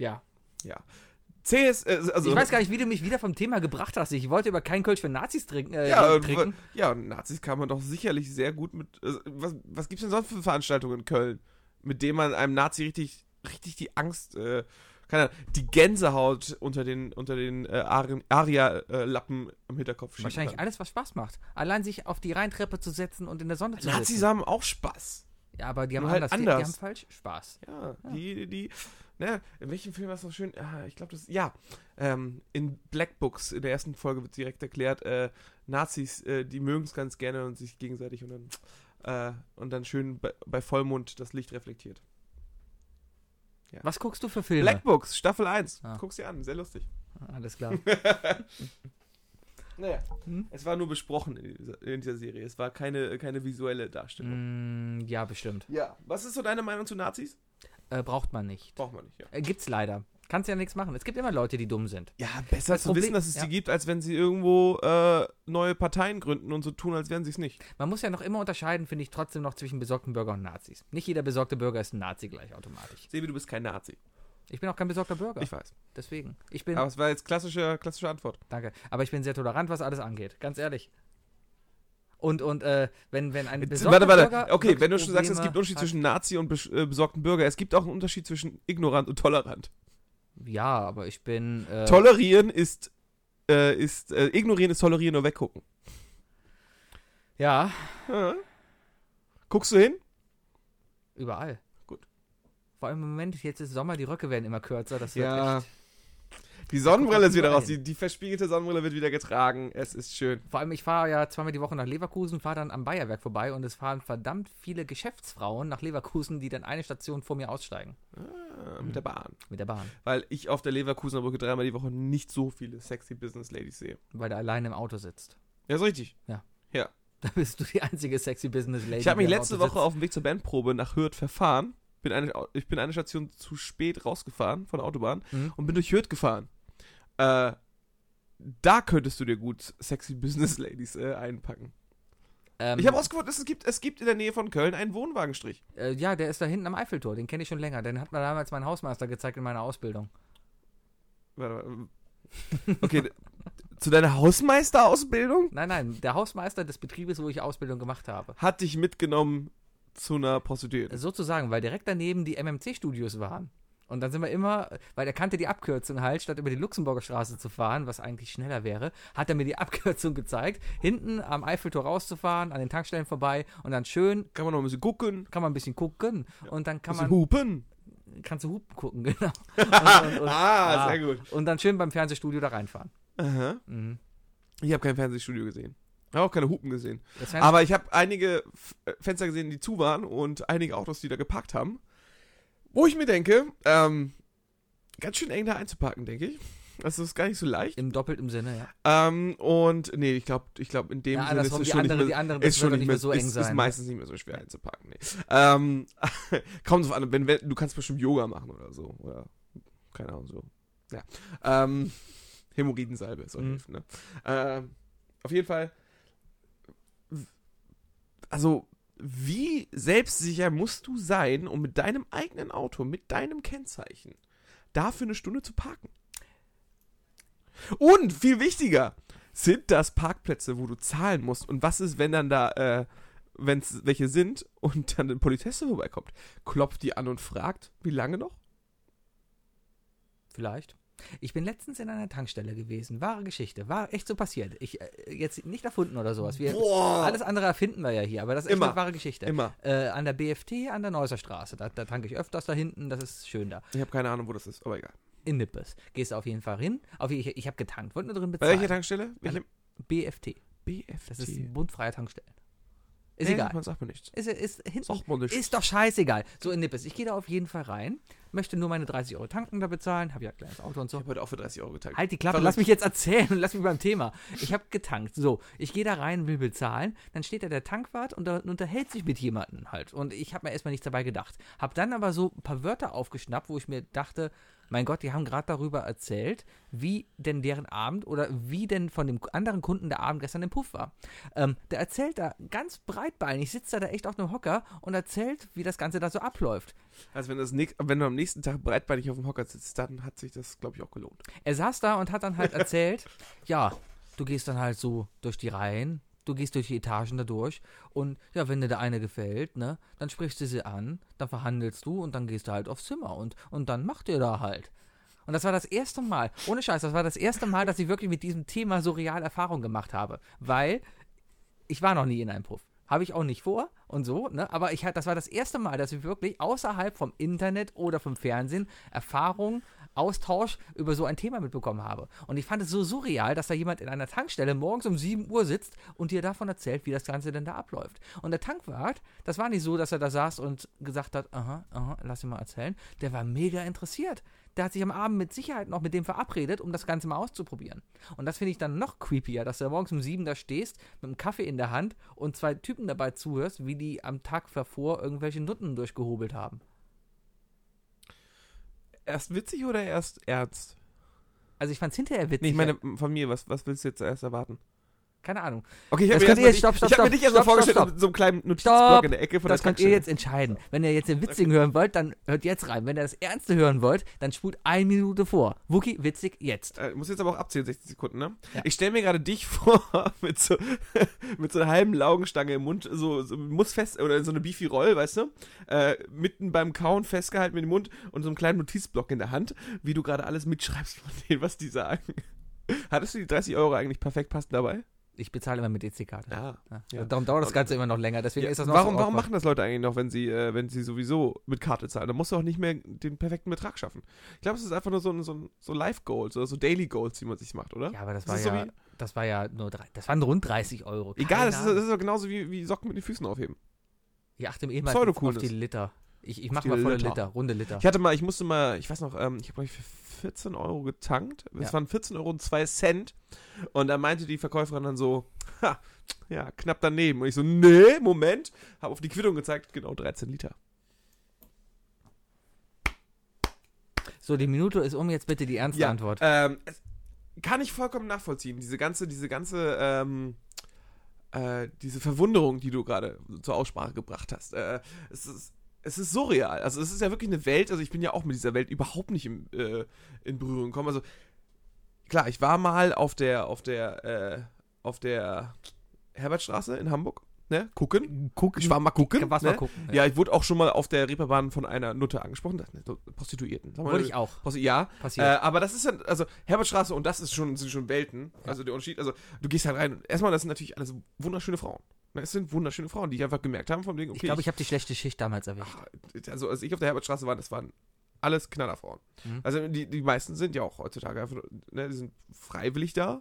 Speaker 1: Ja.
Speaker 2: CS, äh, also,
Speaker 1: ich weiß gar nicht, wie du mich wieder vom Thema gebracht hast. Ich wollte über keinen Kölsch für Nazis trinken. Äh,
Speaker 2: ja,
Speaker 1: reden,
Speaker 2: und wa-
Speaker 1: trinken.
Speaker 2: ja, und Nazis kann man doch sicherlich sehr gut mit, also, was, was gibt's denn sonst für Veranstaltungen in Köln, mit denen man einem Nazi richtig, richtig die Angst, äh, keine Ahnung, die Gänsehaut unter den, unter den äh, Ari- Aria-Lappen im Hinterkopf schieben
Speaker 1: Wahrscheinlich
Speaker 2: kann.
Speaker 1: alles, was Spaß macht. Allein sich auf die Rheintreppe zu setzen und in der Sonne zu
Speaker 2: Nazis
Speaker 1: sitzen.
Speaker 2: haben auch Spaß.
Speaker 1: Ja, aber die haben
Speaker 2: Nur halt
Speaker 1: anders. Die, die
Speaker 2: anders.
Speaker 1: haben falsch Spaß.
Speaker 2: Ja,
Speaker 1: Ja.
Speaker 2: die, die, die, ne, in welchem Film war es noch schön? Ah, ich glaube, das, ja, ähm, in Black Books, in der ersten Folge wird direkt erklärt, äh, Nazis, äh, die mögen es ganz gerne und sich gegenseitig und dann, äh, und dann schön bei, bei Vollmond das Licht reflektiert.
Speaker 1: Was guckst du für Filme?
Speaker 2: Black Books, Staffel 1,
Speaker 1: Ah.
Speaker 2: guck's dir an, sehr lustig.
Speaker 1: Alles klar.
Speaker 2: Naja,
Speaker 1: Hm?
Speaker 2: es war nur besprochen in dieser, in dieser Serie, es war keine, keine visuelle Darstellung.
Speaker 1: mm, ja, bestimmt.
Speaker 2: Ja, was ist so deine Meinung zu Nazis?
Speaker 1: Äh, braucht man nicht.
Speaker 2: Braucht man nicht, ja.
Speaker 1: Äh, gibt's leider. Kannst ja nichts machen. Es gibt immer Leute, die dumm sind.
Speaker 2: Ja, besser
Speaker 1: Das
Speaker 2: zu
Speaker 1: Problem-
Speaker 2: wissen, dass es
Speaker 1: ja.
Speaker 2: die gibt, als wenn sie irgendwo äh, neue Parteien gründen und so tun, als wären sie es nicht.
Speaker 1: Man muss ja noch immer unterscheiden, finde ich, trotzdem noch zwischen besorgten Bürger und Nazis. Nicht jeder besorgte Bürger ist ein Nazi gleich automatisch.
Speaker 2: Sebi, du bist kein Nazi.
Speaker 1: Ich bin auch kein besorgter Bürger.
Speaker 2: Ich weiß.
Speaker 1: Deswegen. Ich bin.
Speaker 2: Aber es war jetzt klassische, klassische Antwort.
Speaker 1: danke. Aber ich bin sehr tolerant, was alles angeht. Ganz ehrlich. Und, und äh, wenn, wenn ein
Speaker 2: Jetzt,
Speaker 1: besorgter
Speaker 2: warte, warte.
Speaker 1: Bürger
Speaker 2: okay,
Speaker 1: wirklich
Speaker 2: wenn du schon sagst, es
Speaker 1: Probleme
Speaker 2: gibt einen Unterschied
Speaker 1: hat-
Speaker 2: zwischen Nazi und bes- äh, besorgten Bürger, es gibt auch einen Unterschied zwischen ignorant und tolerant.
Speaker 1: Ja, aber ich bin. Äh,
Speaker 2: Tolerieren ist, äh, ist äh, ignorieren ist tolerieren nur weggucken.
Speaker 1: Ja,
Speaker 2: Ja. Guckst du hin?
Speaker 1: überall.
Speaker 2: Gut.
Speaker 1: Vor allem im Moment, jetzt ist Sommer, die Röcke werden immer kürzer. Das wird echt.
Speaker 2: Die Sonnenbrille ist wieder
Speaker 1: Überall
Speaker 2: raus. Die, die verspiegelte Sonnenbrille wird wieder getragen. Es ist schön.
Speaker 1: Vor allem, ich fahre ja zweimal die Woche nach Leverkusen, fahre dann am Bayerwerk vorbei und es fahren verdammt viele Geschäftsfrauen nach Leverkusen, die dann eine Station vor mir aussteigen.
Speaker 2: Ah, mit der Bahn.
Speaker 1: Mit der Bahn.
Speaker 2: weil ich auf der Leverkusener Brücke dreimal die Woche nicht so viele sexy Business Ladies sehe.
Speaker 1: Weil du alleine im Auto sitzt.
Speaker 2: Ja, ist richtig.
Speaker 1: Da bist du die einzige sexy Business Lady.
Speaker 2: Ich habe mich
Speaker 1: die am
Speaker 2: letzte
Speaker 1: Auto
Speaker 2: Woche auf dem Weg zur Bandprobe nach Hürth verfahren. Bin eine, ich bin eine Station zu spät rausgefahren von der Autobahn
Speaker 1: sitzt. Mhm.
Speaker 2: und bin durch Hürth gefahren. Äh, da könntest du dir gut sexy Business Ladies äh, einpacken.
Speaker 1: Ähm,
Speaker 2: Ich habe ausgefunden, es gibt, es gibt in der Nähe von Köln einen Wohnwagenstrich.
Speaker 1: äh, ja, der ist da hinten am Eiffeltor. Den kenne ich schon länger. Den hat mir damals mein Hausmeister gezeigt in meiner Ausbildung.
Speaker 2: Warte, warte. Okay, d- zu deiner Hausmeisterausbildung
Speaker 1: Nein, nein, der Hausmeister des Betriebes, wo ich Ausbildung gemacht habe.
Speaker 2: hat dich mitgenommen zu einer Prostituierten.
Speaker 1: Äh, Sozusagen, weil direkt daneben die MMC-Studios waren. Und dann sind wir immer, weil er kannte die Abkürzung halt, statt über die Luxemburger Straße zu fahren, was eigentlich schneller wäre, hat er mir die Abkürzung gezeigt, hinten am Eiffeltor rauszufahren, an den Tankstellen vorbei und dann schön
Speaker 2: Kann man noch ein bisschen gucken,
Speaker 1: kann man ein bisschen gucken und dann
Speaker 2: ein
Speaker 1: kann
Speaker 2: bisschen
Speaker 1: man,
Speaker 2: hupen.
Speaker 1: kannst du Hupen gucken, genau. Und, und, und,
Speaker 2: ah,
Speaker 1: ah.
Speaker 2: sehr gut.
Speaker 1: und dann schön beim Fernsehstudio da reinfahren.
Speaker 2: Aha.
Speaker 1: Mhm.
Speaker 2: Ich habe kein Fernsehstudio gesehen. habe auch keine Hupen gesehen.
Speaker 1: Das Fernseh-
Speaker 2: Aber ich habe einige F äh, Fenster gesehen, die zu waren und einige Autos, die da geparkt haben. Wo ich mir denke, ähm, ganz schön eng da einzuparken, denke ich. Das ist gar nicht so leicht.
Speaker 1: Im doppelten Sinne, ja.
Speaker 2: Ähm, und nee, ich glaube, ich glaub, in dem
Speaker 1: ja
Speaker 2: Sinne ist
Speaker 1: andersrum,
Speaker 2: es
Speaker 1: die
Speaker 2: schon
Speaker 1: andere,
Speaker 2: nicht
Speaker 1: die
Speaker 2: mehr,
Speaker 1: andere, das
Speaker 2: ist schon
Speaker 1: wird
Speaker 2: nicht
Speaker 1: doch
Speaker 2: mehr,
Speaker 1: so
Speaker 2: ist,
Speaker 1: eng
Speaker 2: ist
Speaker 1: sein.
Speaker 2: meistens nicht mehr so schwer einzuparken. Nee. Ähm, kommt drauf an, wenn, wenn, du kannst bestimmt Yoga machen oder so. Oder, keine Ahnung, so. Ja. Ähm, Hämorrhoidensalbe soll
Speaker 1: Mhm.
Speaker 2: helfen, ne? Ähm, auf jeden Fall. w- Also, wie selbstsicher musst du sein, um mit deinem eigenen Auto, mit deinem Kennzeichen, dafür eine Stunde zu parken? Und viel wichtiger, sind das Parkplätze, wo du zahlen musst? Und was ist, wenn dann da, äh, wenn es welche sind und dann eine Politesse vorbeikommt? Klopft die an und fragt, wie lange noch?
Speaker 1: Vielleicht. Ich bin letztens in einer Tankstelle gewesen. Wahre Geschichte. War echt so passiert. Ich äh, jetzt nicht erfunden oder sowas. Wir,
Speaker 2: Boah!
Speaker 1: alles andere erfinden wir ja hier, aber das ist echt
Speaker 2: Immer.
Speaker 1: eine wahre Geschichte.
Speaker 2: Immer.
Speaker 1: Äh, an der BFT, an der Neusser Straße. Da, da tanke ich öfters da hinten, das ist schön da.
Speaker 2: Ich habe keine Ahnung, wo das ist, aber egal.
Speaker 1: In Nippes. Gehst du auf jeden Fall hin. Auf, ich ich habe getankt, wollte nur drin
Speaker 2: Bei
Speaker 1: bezahlen.
Speaker 2: welcher Tankstelle? Welche?
Speaker 1: BFT.
Speaker 2: BFT.
Speaker 1: Das ist ein bundfreier Tankstellen. Ist
Speaker 2: Nee,
Speaker 1: egal.
Speaker 2: Man sagt mir nichts.
Speaker 1: Ist, ist hinten
Speaker 2: Sagt man nichts.
Speaker 1: Ist doch scheißegal. So in Nippes. Ich gehe da auf jeden Fall rein, möchte nur meine 30 Euro tanken da bezahlen, habe ja ein kleines Auto und
Speaker 2: ich
Speaker 1: so.
Speaker 2: habe heute auch für 30 Euro getankt.
Speaker 1: Halt die Klappe,
Speaker 2: Verrückt.
Speaker 1: lass mich jetzt erzählen und lass mich beim Thema. Ich habe getankt. So, ich gehe da rein, will bezahlen, dann steht da der Tankwart und, da, und unterhält sich mit jemandem halt. Und ich habe mir erstmal nichts dabei gedacht. Habe dann aber so ein paar Wörter aufgeschnappt, wo ich mir dachte, mein Gott, die haben gerade darüber erzählt, wie denn deren Abend oder wie denn von dem anderen Kunden der Abend gestern im Puff war. Ähm, der erzählt da ganz breitbeinig, sitzt da, da echt auf einem Hocker und erzählt, wie das Ganze da so abläuft.
Speaker 2: Also wenn, das nix, wenn du am nächsten Tag breitbeinig auf dem Hocker sitzt, dann hat sich das, glaube ich, auch gelohnt.
Speaker 1: er saß da und hat dann halt erzählt, ja, du gehst dann halt so durch die Reihen, du gehst durch die Etagen da durch und ja, wenn dir der eine gefällt, ne, dann sprichst du sie an, dann verhandelst du und dann gehst du halt aufs Zimmer und, und dann macht ihr da halt. Und das war das erste Mal, ohne Scheiß, das war das erste Mal, dass ich wirklich mit diesem Thema so real Erfahrung gemacht habe, weil ich war noch nie in einem Puff. Habe ich auch nicht vor und so, ne? Aber ich hat, das war das erste Mal, dass ich wirklich außerhalb vom Internet oder vom Fernsehen Erfahrung, Austausch über so ein Thema mitbekommen habe. Und ich fand es so surreal, dass da jemand in einer Tankstelle morgens um 7 Uhr sitzt und dir davon erzählt, wie das Ganze denn da abläuft. Und der Tankwart, das war nicht so, dass er da saß und gesagt hat, aha, aha, lass ihn mal erzählen. Der war mega interessiert. Der hat sich am Abend mit Sicherheit noch mit dem verabredet, um das Ganze mal auszuprobieren. Und das finde ich dann noch creepier, dass du da morgens um sieben da stehst, mit einem Kaffee in der Hand und zwei Typen dabei zuhörst, wie die am Tag davor irgendwelche Nutten durchgehobelt haben.
Speaker 2: Erst witzig oder erst ernst?
Speaker 1: Also ich fand es hinterher witzig.
Speaker 2: Nee, ich meine, von mir, was, was willst du jetzt erst erwarten?
Speaker 1: keine Ahnung.
Speaker 2: Okay, ich
Speaker 1: Das
Speaker 2: habe mir,
Speaker 1: könnt
Speaker 2: erst
Speaker 1: ihr
Speaker 2: mal
Speaker 1: jetzt-
Speaker 2: dich-
Speaker 1: stopp, stopp,
Speaker 2: ich hab mir
Speaker 1: stopp,
Speaker 2: dich erstmal
Speaker 1: stopp,
Speaker 2: vorgestellt
Speaker 1: stopp,
Speaker 2: mit so einem kleinen Notizblock
Speaker 1: Stopp!
Speaker 2: in der Ecke von
Speaker 1: Das
Speaker 2: der
Speaker 1: könnt ihr
Speaker 2: Tankstelle.
Speaker 1: jetzt entscheiden. Wenn ihr jetzt den Witzigen hören wollt, dann hört jetzt rein. Wenn ihr das Ernste hören wollt, dann spult eine Minute vor. Wookie, witzig, jetzt.
Speaker 2: Äh, muss jetzt aber auch abzählen, 60 Sekunden, ne?
Speaker 1: Ja.
Speaker 2: Ich stelle mir gerade dich vor, mit so, mit so einer halben Laugenstange im Mund, so, so muss fest, oder so eine Beefy-Roll, weißt du? Äh, mitten beim Kauen festgehalten mit dem Mund und so einem kleinen Notizblock in der Hand, wie du gerade alles mitschreibst von denen, was die sagen. Hattest du die 30 Euro eigentlich perfekt passend dabei?
Speaker 1: Ich bezahle immer mit EC-Karte.
Speaker 2: Ja.
Speaker 1: Ja.
Speaker 2: Ja.
Speaker 1: Darum dauert das Ganze immer noch länger. Deswegen ist das noch
Speaker 2: warum,
Speaker 1: so
Speaker 2: warum
Speaker 1: awkward.
Speaker 2: machen das Leute eigentlich noch, wenn sie, äh, wenn sie sowieso mit Karte zahlen? Dann musst du auch nicht mehr den perfekten Betrag schaffen. Ich glaube, es ist einfach nur so, ein- so, ein- so Life-Goals oder so Daily-Goals, die man sich macht, oder?
Speaker 1: Ja, aber das
Speaker 2: Das
Speaker 1: war
Speaker 2: ist so
Speaker 1: ja,
Speaker 2: wie-
Speaker 1: das war ja nur drei, das waren rund 30 Euro.
Speaker 2: Egal,
Speaker 1: Keine
Speaker 2: das ist,
Speaker 1: Ahnung.
Speaker 2: das ist doch genauso wie, wie Socken mit den Füßen aufheben.
Speaker 1: Ich achte eh mal
Speaker 2: Pseudo
Speaker 1: auf
Speaker 2: cooles.
Speaker 1: die Liter. Ich, ich mach
Speaker 2: die
Speaker 1: mal volle
Speaker 2: Liter.
Speaker 1: Liter, runde Liter.
Speaker 2: Ich hatte mal, ich musste mal, ich weiß noch, ähm, ich habe ich für 14 Euro getankt. Es
Speaker 1: Ja.
Speaker 2: waren 14 Euro und 2 Cent. Und da meinte die Verkäuferin dann so, ha, ja, knapp daneben. Und ich so, nee, Moment. Habe auf die Quittung gezeigt, genau 13 Liter.
Speaker 1: So, die Minute ist um, jetzt bitte die ernste Antwort.
Speaker 2: Ähm, es- kann ich vollkommen nachvollziehen. Diese ganze, diese ganze, ähm, äh, diese Verwunderung, die du gerade zur Aussprache gebracht hast. Äh, es ist es ist surreal. Also es ist ja wirklich eine Welt, also ich bin ja auch mit dieser Welt überhaupt nicht im, äh, in Berührung gekommen. Also klar, ich war mal auf der, auf der, äh, auf der Herbertstraße in Hamburg, ne? Gucken.
Speaker 1: Guck,
Speaker 2: Ich war mal gucken.
Speaker 1: was
Speaker 2: ne?
Speaker 1: mal gucken.
Speaker 2: Ja, ich wurde auch schon mal auf der Reeperbahn von einer Nutte angesprochen. Das- ne, so Prostituierten. Sag mal,
Speaker 1: Wurde ich auch.
Speaker 2: Prosti ja, äh,
Speaker 1: Passiert.
Speaker 2: aber das ist dann, also Herbertstraße und das ist schon, sind schon Welten. Also der Unterschied, also du gehst halt rein und erstmal, das sind natürlich alles wunderschöne Frauen. Na, Es sind wunderschöne Frauen, die einfach gemerkt haben, von wegen, okay.
Speaker 1: ich glaube, ich habe die schlechte Schicht damals erwischt.
Speaker 2: ach, also als ich auf der Herbertstraße war, das waren alles Knallerfrauen.
Speaker 1: Mhm.
Speaker 2: Also die, die meisten sind ja auch heutzutage einfach, ne, die sind freiwillig da,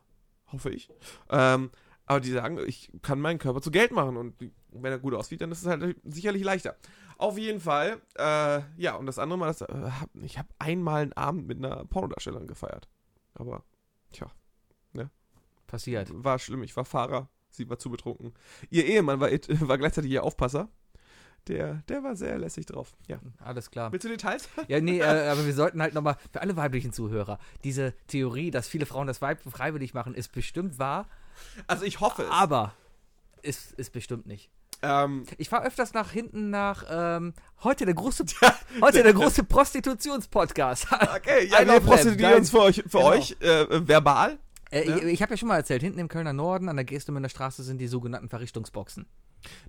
Speaker 2: hoffe ich. Ähm, aber die sagen, ich kann meinen Körper zu Geld machen und die- wenn er gut aussieht, dann ist es halt sicherlich leichter. Auf jeden Fall, äh, ja, und das andere Mal, das, äh, hab, ich habe einmal einen Abend mit einer Pornodarstellerin gefeiert. Aber
Speaker 1: Passiert.
Speaker 2: war schlimm, ich war Fahrer, sie war zu betrunken. Ihr Ehemann war, it- war gleichzeitig ihr Aufpasser. Der, der war sehr lässig drauf. Ja.
Speaker 1: Alles klar.
Speaker 2: Willst du Details?
Speaker 1: Ja, nee, äh, aber wir sollten halt nochmal, für alle weiblichen Zuhörer, diese Theorie, dass viele Frauen das Weib freiwillig machen, ist bestimmt wahr,
Speaker 2: Also ich hoffe es.
Speaker 1: aber ist, ist bestimmt nicht.
Speaker 2: Ähm,
Speaker 1: Ich fahre öfters nach hinten nach, ähm, heute der große, heute der große Prostitutionspodcast.
Speaker 2: okay, ja, genau,
Speaker 1: I
Speaker 2: wir
Speaker 1: love them.
Speaker 2: prostituieren uns für euch, für
Speaker 1: Genau.
Speaker 2: euch äh, verbal
Speaker 1: Äh,
Speaker 2: Ja.
Speaker 1: Ich, ich habe ja schon mal erzählt, hinten im Kölner Norden an der Gestemünder Straße sind die sogenannten Verrichtungsboxen.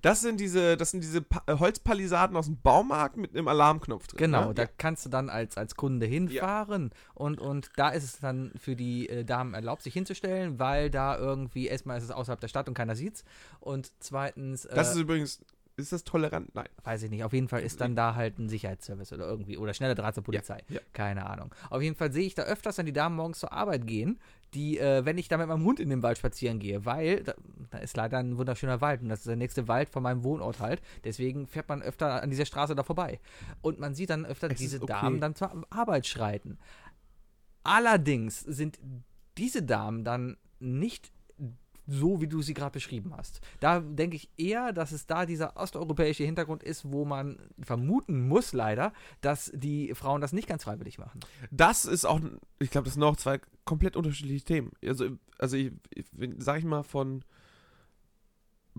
Speaker 2: Das sind diese, das sind diese pa äh, Holzpalisaden aus dem Baumarkt mit einem Alarmknopf drin.
Speaker 1: Genau,
Speaker 2: ne?
Speaker 1: da kannst du dann als, als Kunde hinfahren und, und da ist es dann für die äh, Damen erlaubt, sich hinzustellen, weil da irgendwie erstmal ist es außerhalb der Stadt und keiner sieht's und zweitens, äh,
Speaker 2: Das ist übrigens, ist das tolerant? Nein.
Speaker 1: weiß ich nicht, auf jeden Fall ist dann da halt ein Sicherheitsservice oder irgendwie oder schneller Draht zur Polizei,
Speaker 2: Äh, ja.
Speaker 1: keine Ahnung. Auf jeden Fall sehe ich da öfters dann die Damen morgens zur Arbeit gehen, die, äh, wenn ich da mit meinem Hund in den Wald spazieren gehe, weil da, da ist leider ein wunderschöner Wald und das ist der nächste Wald von meinem Wohnort halt, deswegen fährt man öfter an dieser Straße da vorbei und man sieht dann öfter
Speaker 2: Es
Speaker 1: diese
Speaker 2: ist okay.
Speaker 1: Damen dann zur Arbeit schreiten. Allerdings sind diese Damen dann nicht so, wie du sie gerade beschrieben hast. Da denke ich eher, dass es da dieser osteuropäische Hintergrund ist, wo man vermuten muss leider, dass die Frauen das nicht ganz freiwillig machen.
Speaker 2: Das ist auch, ich glaube, das sind auch zwei komplett unterschiedliche Themen. Also, also ich, ich, sag ich mal, von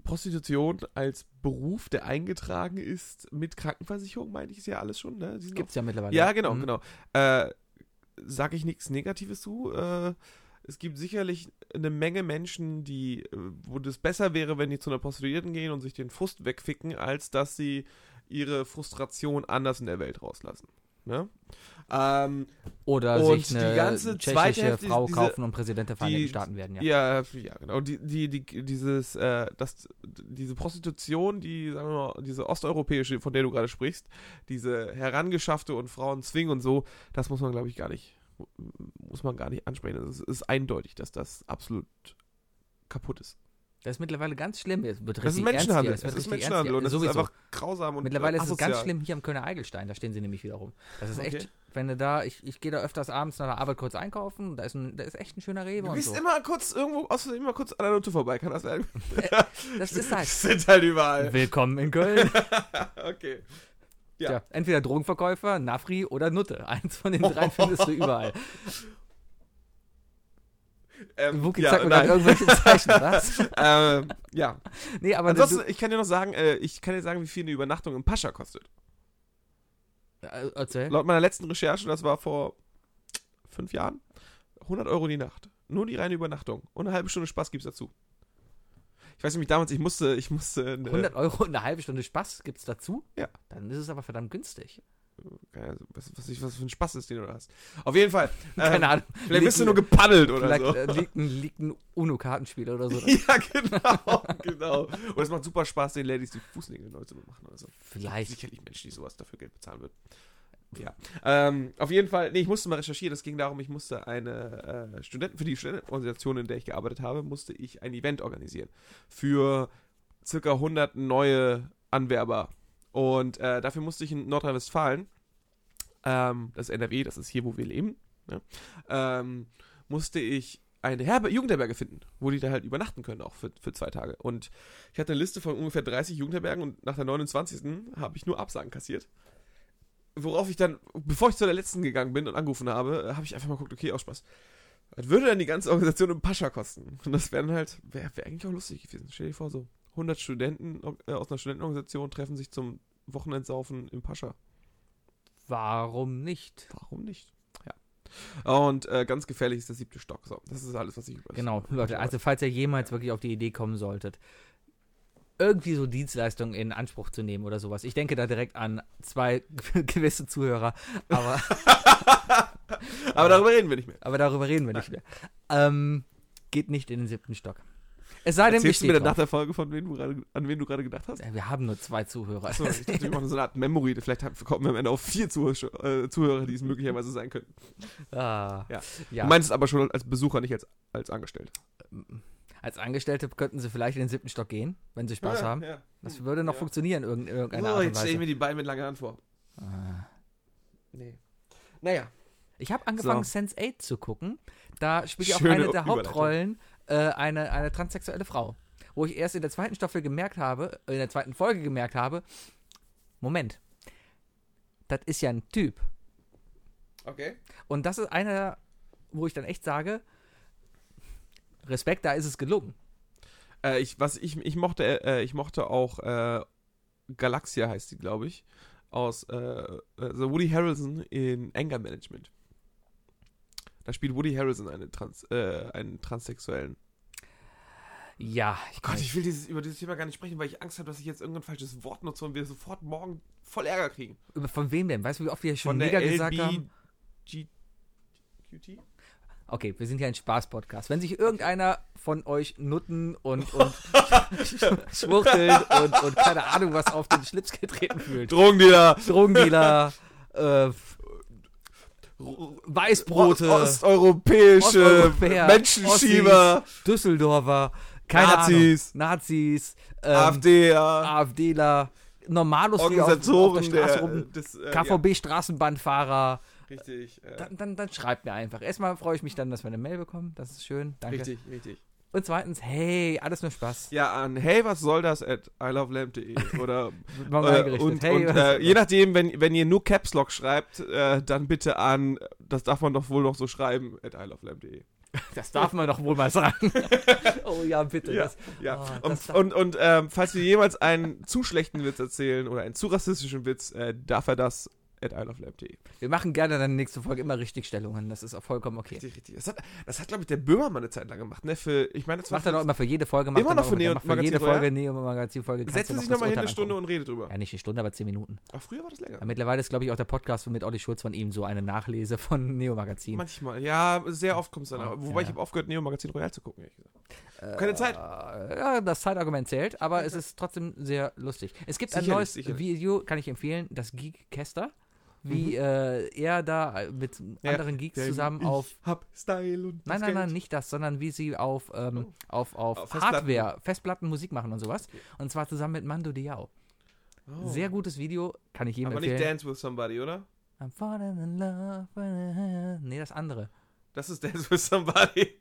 Speaker 2: Prostitution als Beruf, der eingetragen ist mit Krankenversicherung, meine ich, ist ja alles schon, ne? Die sind
Speaker 1: Gibt's ja mittlerweile.
Speaker 2: Ja, genau,
Speaker 1: Mhm.
Speaker 2: genau. Äh, sag ich nichts Negatives zu. Äh, es gibt sicherlich eine Menge Menschen, die, äh, wo das besser wäre, wenn die zu einer Prostituierten gehen und sich den Frust wegficken, als dass sie ihre Frustration anders in der Welt rauslassen. Ne? Ähm,
Speaker 1: Oder
Speaker 2: Und
Speaker 1: sich eine
Speaker 2: die ganze zweite
Speaker 1: tschechische
Speaker 2: Hälfte ist
Speaker 1: Frau
Speaker 2: diese-
Speaker 1: kaufen und Präsident der Vereinigten
Speaker 2: die-
Speaker 1: Staaten werden. Ja.
Speaker 2: ja. ja, genau. Die, die, die, dieses, äh, das, diese Prostitution, die, sagen wir mal, diese osteuropäische, von der du gerade sprichst, diese herangeschaffte und Frauen zwingen und so, das muss man, glaube ich, gar nicht, muss man gar nicht ansprechen. Es ist eindeutig, dass das absolut kaputt ist.
Speaker 1: Das ist mittlerweile ganz schlimm. Das, betrifft
Speaker 2: Das ist
Speaker 1: die
Speaker 2: Menschenhandel.
Speaker 1: Ärzte,
Speaker 2: Es ist
Speaker 1: betrifft die
Speaker 2: Menschenhandel
Speaker 1: Ärzte,
Speaker 2: und das ist
Speaker 1: sowieso.
Speaker 2: einfach grausam und
Speaker 1: Mittlerweile
Speaker 2: äh,
Speaker 1: ist es ganz
Speaker 2: asozial.
Speaker 1: schlimm hier am Kölner Eigelstein, da stehen sie nämlich wieder rum. Das ist
Speaker 2: Okay.
Speaker 1: echt, wenn du da, ich, ich gehe da öfters abends nach der Arbeit kurz einkaufen, da ist, ein, da ist echt ein schöner Rewe
Speaker 2: Du
Speaker 1: und
Speaker 2: bist
Speaker 1: so.
Speaker 2: immer kurz irgendwo, aus Versehen immer kurz an der Note vorbei, kann das sein?
Speaker 1: Das ist halt.
Speaker 2: Sind halt überall.
Speaker 1: Willkommen in Köln.
Speaker 2: Okay.
Speaker 1: Ja.
Speaker 2: Ja.
Speaker 1: entweder Drogenverkäufer, Nafri oder Nutte. Eins von den drei findest du überall.
Speaker 2: Ähm,
Speaker 1: Wuki
Speaker 2: ja,
Speaker 1: zeigt mir gerade
Speaker 2: nein.
Speaker 1: irgendwelche Zeichen, was?
Speaker 2: ähm, ja,
Speaker 1: Nee, aber du,
Speaker 2: Ansonsten, ich kann dir noch sagen, äh, ich kann dir sagen, wie viel eine Übernachtung im Pascha kostet.
Speaker 1: äh, erzähl.
Speaker 2: Laut meiner letzten Recherche, das war vor fünf Jahren, 100 Euro die Nacht. Nur die reine Übernachtung. Und eine halbe Stunde Spaß gibt's dazu. Ich weiß nämlich damals, ich musste, ich musste, eine,
Speaker 1: 100 Euro und eine halbe Stunde Spaß gibt's dazu?
Speaker 2: äh. Ja.
Speaker 1: Dann ist es aber verdammt günstig.
Speaker 2: keine Ahnung, was, was, ich, was für ein Spaß ist, den du da hast. Auf jeden Fall. Äh,
Speaker 1: Keine Ahnung.
Speaker 2: Vielleicht bist du nur
Speaker 1: Liegt-
Speaker 2: gepaddelt oder
Speaker 1: Vielleicht
Speaker 2: so.
Speaker 1: äh, liegt ein, liegt ein UNO-Kartenspiel oder so.
Speaker 2: ja, genau, genau. Und es macht super Spaß, den Ladies die Fußnägel neu zu machen oder so.
Speaker 1: Vielleicht.
Speaker 2: sicherlich Menschen, die sowas dafür Geld bezahlen würden. Ja. Ähm, auf jeden Fall, nee, ich musste mal recherchieren. Es ging darum, ich musste eine äh, Studenten, für die Studentenorganisation, in der ich gearbeitet habe, musste ich ein Event organisieren. Für circa 100 neue Anwerber. Und äh, dafür musste ich in Nordrhein-Westfalen, ähm, das ist NRW, das ist hier, wo wir leben, ne? ähm, musste ich eine Herbe Jugendherberge finden, wo die da halt übernachten können, auch für, für zwei Tage. Und ich hatte eine Liste von ungefähr 30 Jugendherbergen und nach der 29. habe ich nur Absagen kassiert. Worauf ich dann, bevor ich zu der letzten gegangen bin und angerufen habe, äh, habe ich einfach mal geguckt, okay, aus Spaß. Was würde denn die ganze Organisation im Pascha kosten? Und das wären halt, wäre wär eigentlich auch lustig gewesen. Stell dir vor, so 100 Studenten äh, aus einer Studentenorganisation treffen sich zum Wochenendsaufen im Pascha.
Speaker 1: Warum nicht?
Speaker 2: Warum nicht? Ja. Und äh, ganz gefährlich ist der siebte Stock. So, das ist alles, was ich über
Speaker 1: Genau, Leute, also falls ihr jemals wirklich auf die Idee kommen solltet, irgendwie so Dienstleistungen in Anspruch zu nehmen oder sowas. Ich denke da direkt an zwei gewisse Zuhörer, aber,
Speaker 2: Aber darüber reden wir nicht mehr.
Speaker 1: aber darüber reden wir nicht mehr. Ähm, geht nicht in den siebten Stock. Es sei denn, wir,
Speaker 2: Erzählst du mir
Speaker 1: stehen
Speaker 2: dann nach
Speaker 1: drauf.
Speaker 2: der Folge, von wem du gerade, an wen du gerade gedacht hast?
Speaker 1: Ja, wir haben nur zwei Zuhörer.
Speaker 2: Achso, ich dachte, wir machen so eine Art Memory. Vielleicht haben- kommen wir am Ende auf vier Zuhörer, äh, Zuhörer die es möglicherweise sein könnten.
Speaker 1: ah,
Speaker 2: Ja.
Speaker 1: ja.
Speaker 2: Du meinst es aber schon als Besucher, nicht als, als Angestellter.
Speaker 1: Als Angestellte könnten sie vielleicht in den siebten Stock gehen, wenn sie Spaß haben.
Speaker 2: Ja.
Speaker 1: Das würde noch
Speaker 2: Ja.
Speaker 1: funktionieren, irgend- irgendeine
Speaker 2: So,
Speaker 1: Art und
Speaker 2: jetzt stelle ich
Speaker 1: Weise.
Speaker 2: mir die beiden mit langen Haaren vor.
Speaker 1: Ah.
Speaker 2: Nee. Naja.
Speaker 1: Ich habe angefangen,
Speaker 2: So.
Speaker 1: Sense 8 zu gucken. Da spielt ja auch
Speaker 2: Schöne
Speaker 1: eine der
Speaker 2: Überleitung.
Speaker 1: Hauptrollen äh, eine, eine transsexuelle Frau. Wo ich erst in der zweiten Staffel gemerkt habe, äh, in der zweiten Folge gemerkt habe, Moment, das ist ja ein Typ.
Speaker 2: Okay.
Speaker 1: Und das ist einer, wo ich dann echt sage, Respekt, da ist es gelungen.
Speaker 2: Äh, ich, was ich, ich, mochte, äh, ich mochte auch äh, Galaxia heißt sie, glaube ich. Aus äh, also Woody Harrelson in Anger Management. Da spielt Woody Harrison eine Trans, äh, einen Transsexuellen.
Speaker 1: Ja, ich
Speaker 2: Gott,
Speaker 1: weiß.
Speaker 2: ich will dieses, über dieses Thema gar nicht sprechen, weil ich Angst habe, dass ich jetzt irgendein falsches Wort nutze und wir sofort morgen voll Ärger kriegen.
Speaker 1: Über- Von wem denn? Weißt du, wie oft wir schon
Speaker 2: Von
Speaker 1: mega
Speaker 2: der
Speaker 1: gesagt haben?
Speaker 2: LBGQT?
Speaker 1: Okay, wir sind hier ein Spaß-Podcast. Wenn sich irgendeiner von euch Nutten und, und Schwuchteln und, und keine Ahnung was auf den Schlips getreten fühlt,
Speaker 2: Drogendealer.
Speaker 1: Drogendealer, äh, Weißbrote,
Speaker 2: Osteuropäische
Speaker 1: Osteuropäer,
Speaker 2: Menschenschieber,
Speaker 1: Ossis, Düsseldorfer, keine
Speaker 2: Nazis.
Speaker 1: Ahnung, Nazis, ähm,
Speaker 2: AfD,
Speaker 1: AfDler, Normalos, die auf, auf der
Speaker 2: äh, Organisatoren
Speaker 1: Straße rum,
Speaker 2: des, äh, ja,
Speaker 1: KVB-Straßenbahnfahrer.
Speaker 2: richtig, äh,
Speaker 1: Dann, dann, dann schreibt mir einfach. Erstmal freue ich mich dann, dass wir eine Mail bekommen. Das ist schön. Danke.
Speaker 2: richtig, richtig.
Speaker 1: Und zweitens, hey, alles nur Spaß.
Speaker 2: Ja, an hey, was soll das at ilovelamp.de oder
Speaker 1: Wird mal
Speaker 2: äh,
Speaker 1: eingerichtet.
Speaker 2: und,
Speaker 1: hey,
Speaker 2: und
Speaker 1: was-
Speaker 2: äh, je nachdem, wenn, wenn ihr nur Caps Lock schreibt, äh, dann bitte an, das darf man doch wohl noch so schreiben, at ilovelamp.de.
Speaker 1: das darf man doch wohl mal sagen. oh ja, bitte.
Speaker 2: Ja,
Speaker 1: Das,
Speaker 2: ja.
Speaker 1: oh, das
Speaker 2: und und, und ähm, falls wir jemals einen zu schlechten Witz erzählen oder einen zu rassistischen Witz, äh, darf er das at ilovelamp.de.
Speaker 1: wir machen gerne dann nächste Folge immer Richtigstellungen. Das ist auch vollkommen okay.
Speaker 2: Richtig, richtig. Das hat, das hat glaube ich, der Böhmermann eine Zeit lang gemacht, ne? Für, ich meine, das
Speaker 1: Macht er
Speaker 2: für-
Speaker 1: doch immer für jede Folge. Macht
Speaker 2: Immer
Speaker 1: er
Speaker 2: noch
Speaker 1: doch
Speaker 2: für Neo-
Speaker 1: macht für jede
Speaker 2: Magazin, oder?
Speaker 1: Folge, Neo Magazin Folge. kannst
Speaker 2: Setze
Speaker 1: du
Speaker 2: sich
Speaker 1: noch
Speaker 2: nochmal hin
Speaker 1: das
Speaker 2: eine
Speaker 1: Urteil
Speaker 2: Stunde
Speaker 1: angucken.
Speaker 2: und rede drüber.
Speaker 1: Ja, nicht eine Stunde, aber zehn Minuten.
Speaker 2: Aber früher war das länger.
Speaker 1: Ja, mittlerweile ist, glaube ich, auch der Podcast mit Olli Schulz von ebenso eine Nachlese von Neo Magazin.
Speaker 2: Manchmal, ja, sehr oft kommt es dann.
Speaker 1: Ja,
Speaker 2: Wobei
Speaker 1: ja.
Speaker 2: ich habe aufgehört, Neo Magazin Royal zu gucken. Ehrlich gesagt. Keine Zeit.
Speaker 1: Äh, ja, das Zeitargument zählt, aber es ist trotzdem sehr lustig. Es gibt ein
Speaker 2: Sicherlich,
Speaker 1: neues
Speaker 2: sicherlich.
Speaker 1: Video, kann ich empfehlen, das Geek Kester, wie äh, er da äh, mit
Speaker 2: Mhm. Ja,
Speaker 1: anderen Geeks
Speaker 2: Denn
Speaker 1: zusammen
Speaker 2: ich
Speaker 1: auf.
Speaker 2: Hab Style und.
Speaker 1: Nein,
Speaker 2: das
Speaker 1: nein,
Speaker 2: Geld.
Speaker 1: nein, nicht das, sondern wie sie auf, ähm, auf, auf,
Speaker 2: Auf Festplatten.
Speaker 1: Hardware, Festplatten Musik machen und sowas. Und zwar zusammen mit Mando Diao.
Speaker 2: Oh.
Speaker 1: Sehr gutes Video, kann ich jedem
Speaker 2: Aber nicht
Speaker 1: empfehlen.
Speaker 2: Dance with Somebody, oder?
Speaker 1: I'm falling in love. with- Nee, das andere.
Speaker 2: Das ist Dance with Somebody.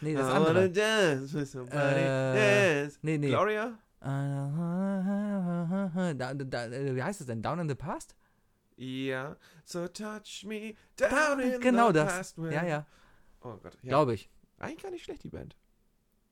Speaker 1: Nee,
Speaker 2: I
Speaker 1: das
Speaker 2: wanna
Speaker 1: andere.
Speaker 2: dance with somebody.
Speaker 1: Äh,
Speaker 2: dance.
Speaker 1: Nee, nee.
Speaker 2: Gloria?
Speaker 1: Da, Äh, da, da, wie heißt es denn? Down in the Past?
Speaker 2: Ja. So touch me down in
Speaker 1: Genau
Speaker 2: the
Speaker 1: das.
Speaker 2: past when-
Speaker 1: Ja, ja,
Speaker 2: Oh Gott. Ja.
Speaker 1: glaube ich.
Speaker 2: Eigentlich gar nicht schlecht, die Band.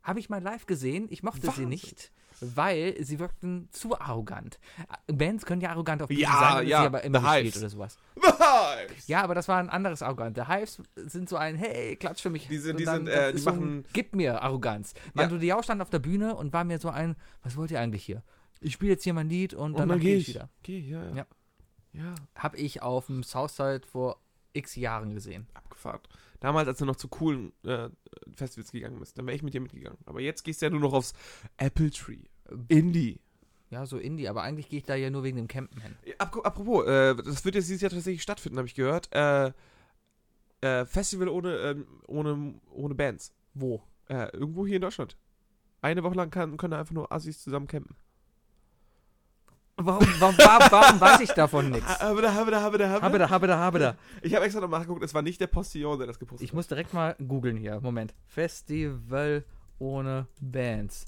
Speaker 1: Habe ich mal live gesehen. Ich mochte
Speaker 2: Wahnsinn.
Speaker 1: sie nicht, weil sie wirkten zu arrogant. Bands können ja arrogant auf Bühnen
Speaker 2: Ja,
Speaker 1: sein, wenn
Speaker 2: ja,
Speaker 1: sie aber immer
Speaker 2: The
Speaker 1: gespielt
Speaker 2: Hives.
Speaker 1: oder sowas.
Speaker 2: Vibes!
Speaker 1: Ja, aber das war ein anderes Arrogant. The Hives sind so ein, hey, klatsch für mich.
Speaker 2: Die sind-
Speaker 1: Und
Speaker 2: die sind,
Speaker 1: das
Speaker 2: äh, die
Speaker 1: ist so ein,
Speaker 2: machen-
Speaker 1: Gib mir Arroganz. Mando Diao stand auf der Bühne und war mir so ein, was wollt ihr eigentlich hier? Ich spiele jetzt hier mein Lied und,
Speaker 2: Und
Speaker 1: dann
Speaker 2: dann
Speaker 1: gehe
Speaker 2: geh
Speaker 1: ich
Speaker 2: ich.
Speaker 1: wieder.
Speaker 2: Okay, ja,
Speaker 1: Ja.
Speaker 2: ja. Ja,
Speaker 1: Habe ich auf dem Southside vor x Jahren gesehen.
Speaker 2: abgefahren. Damals, als du noch zu coolen äh, Festivals gegangen bist, dann wäre ich mit dir mitgegangen. Aber jetzt gehst du ja nur noch aufs Apple Tree. Indie.
Speaker 1: Ja, so Indie, aber eigentlich gehe ich da ja nur wegen dem Campen hin.
Speaker 2: Ap- Apropos, äh, das wird jetzt dieses Jahr tatsächlich stattfinden, habe ich gehört. Äh, äh, Festival ohne, ähm, ohne, ohne Bands.
Speaker 1: Wo?
Speaker 2: Äh, irgendwo hier in Deutschland. Eine Woche lang kann, können einfach nur Assis zusammen campen.
Speaker 1: Warum, warum, warum, warum weiß ich davon nichts?
Speaker 2: Habe da, habe da, habe da,
Speaker 1: Habe da, habe da, habe da.
Speaker 2: Ich habe extra nochmal nachgeguckt, es war nicht der Postillon, der das gepostet
Speaker 1: Ich muss direkt mal googeln hier. Moment. Festival ohne Bands.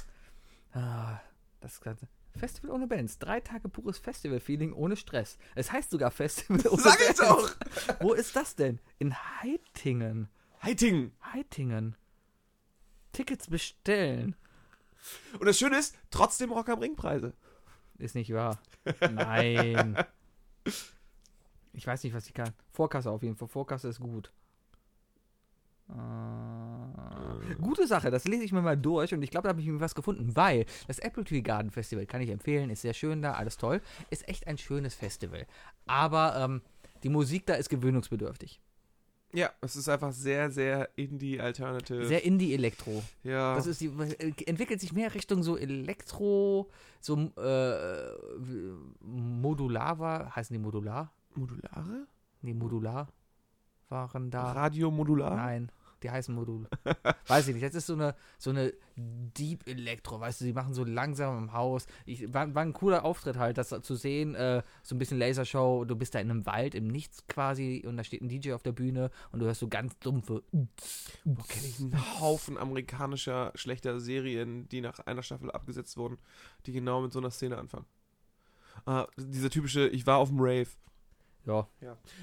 Speaker 1: Ah, das Ganze. Festival ohne Bands. Drei Tage pures Festival-Feeling ohne Stress. Es heißt sogar Festival ohne
Speaker 2: Sag
Speaker 1: Bands.
Speaker 2: ich doch!
Speaker 1: Wo ist das denn? In Heitingen.
Speaker 2: Heiting!
Speaker 1: Heitingen. Tickets bestellen.
Speaker 2: Und das Schöne ist, trotzdem Rock am Ring Preise.
Speaker 1: Ist nicht wahr. Nein. Ich weiß nicht, was ich kann. Vorkasse auf jeden Fall. Vorkasse ist gut. Äh, gute Sache, das lese ich mir mal durch und ich glaube, da habe ich mir was gefunden, weil das Apple Tree Garden Festival kann ich empfehlen, ist sehr schön da, alles toll, ist echt ein schönes Festival. Aber ähm, die Musik da ist gewöhnungsbedürftig.
Speaker 2: Ja, es ist einfach sehr, sehr Indie-Alternative.
Speaker 1: Sehr Indie-Elektro.
Speaker 2: ja.
Speaker 1: Das ist die, äh, entwickelt sich mehr Richtung so Elektro, so äh, Modulava, heißen die Modular?
Speaker 2: Modulare?
Speaker 1: Nee, modular waren da.
Speaker 2: Radio Modular?
Speaker 1: Nein, die heißen Modul. Weiß ich nicht. Das ist so eine, so eine Deep Electro, weißt du, die machen so langsam im Haus. Ich, war, war ein cooler Auftritt halt, das zu sehen. Äh, so ein bisschen Lasershow. Du bist da in einem Wald, im Nichts quasi, und da steht ein DJ auf der Bühne und du hörst so ganz dumpfe.
Speaker 2: Boah, kenne ich einen Haufen amerikanischer schlechter Serien, die nach einer Staffel abgesetzt wurden, die genau mit so einer Szene anfangen. Ah, dieser typische, ich war auf dem Rave.
Speaker 1: Ja.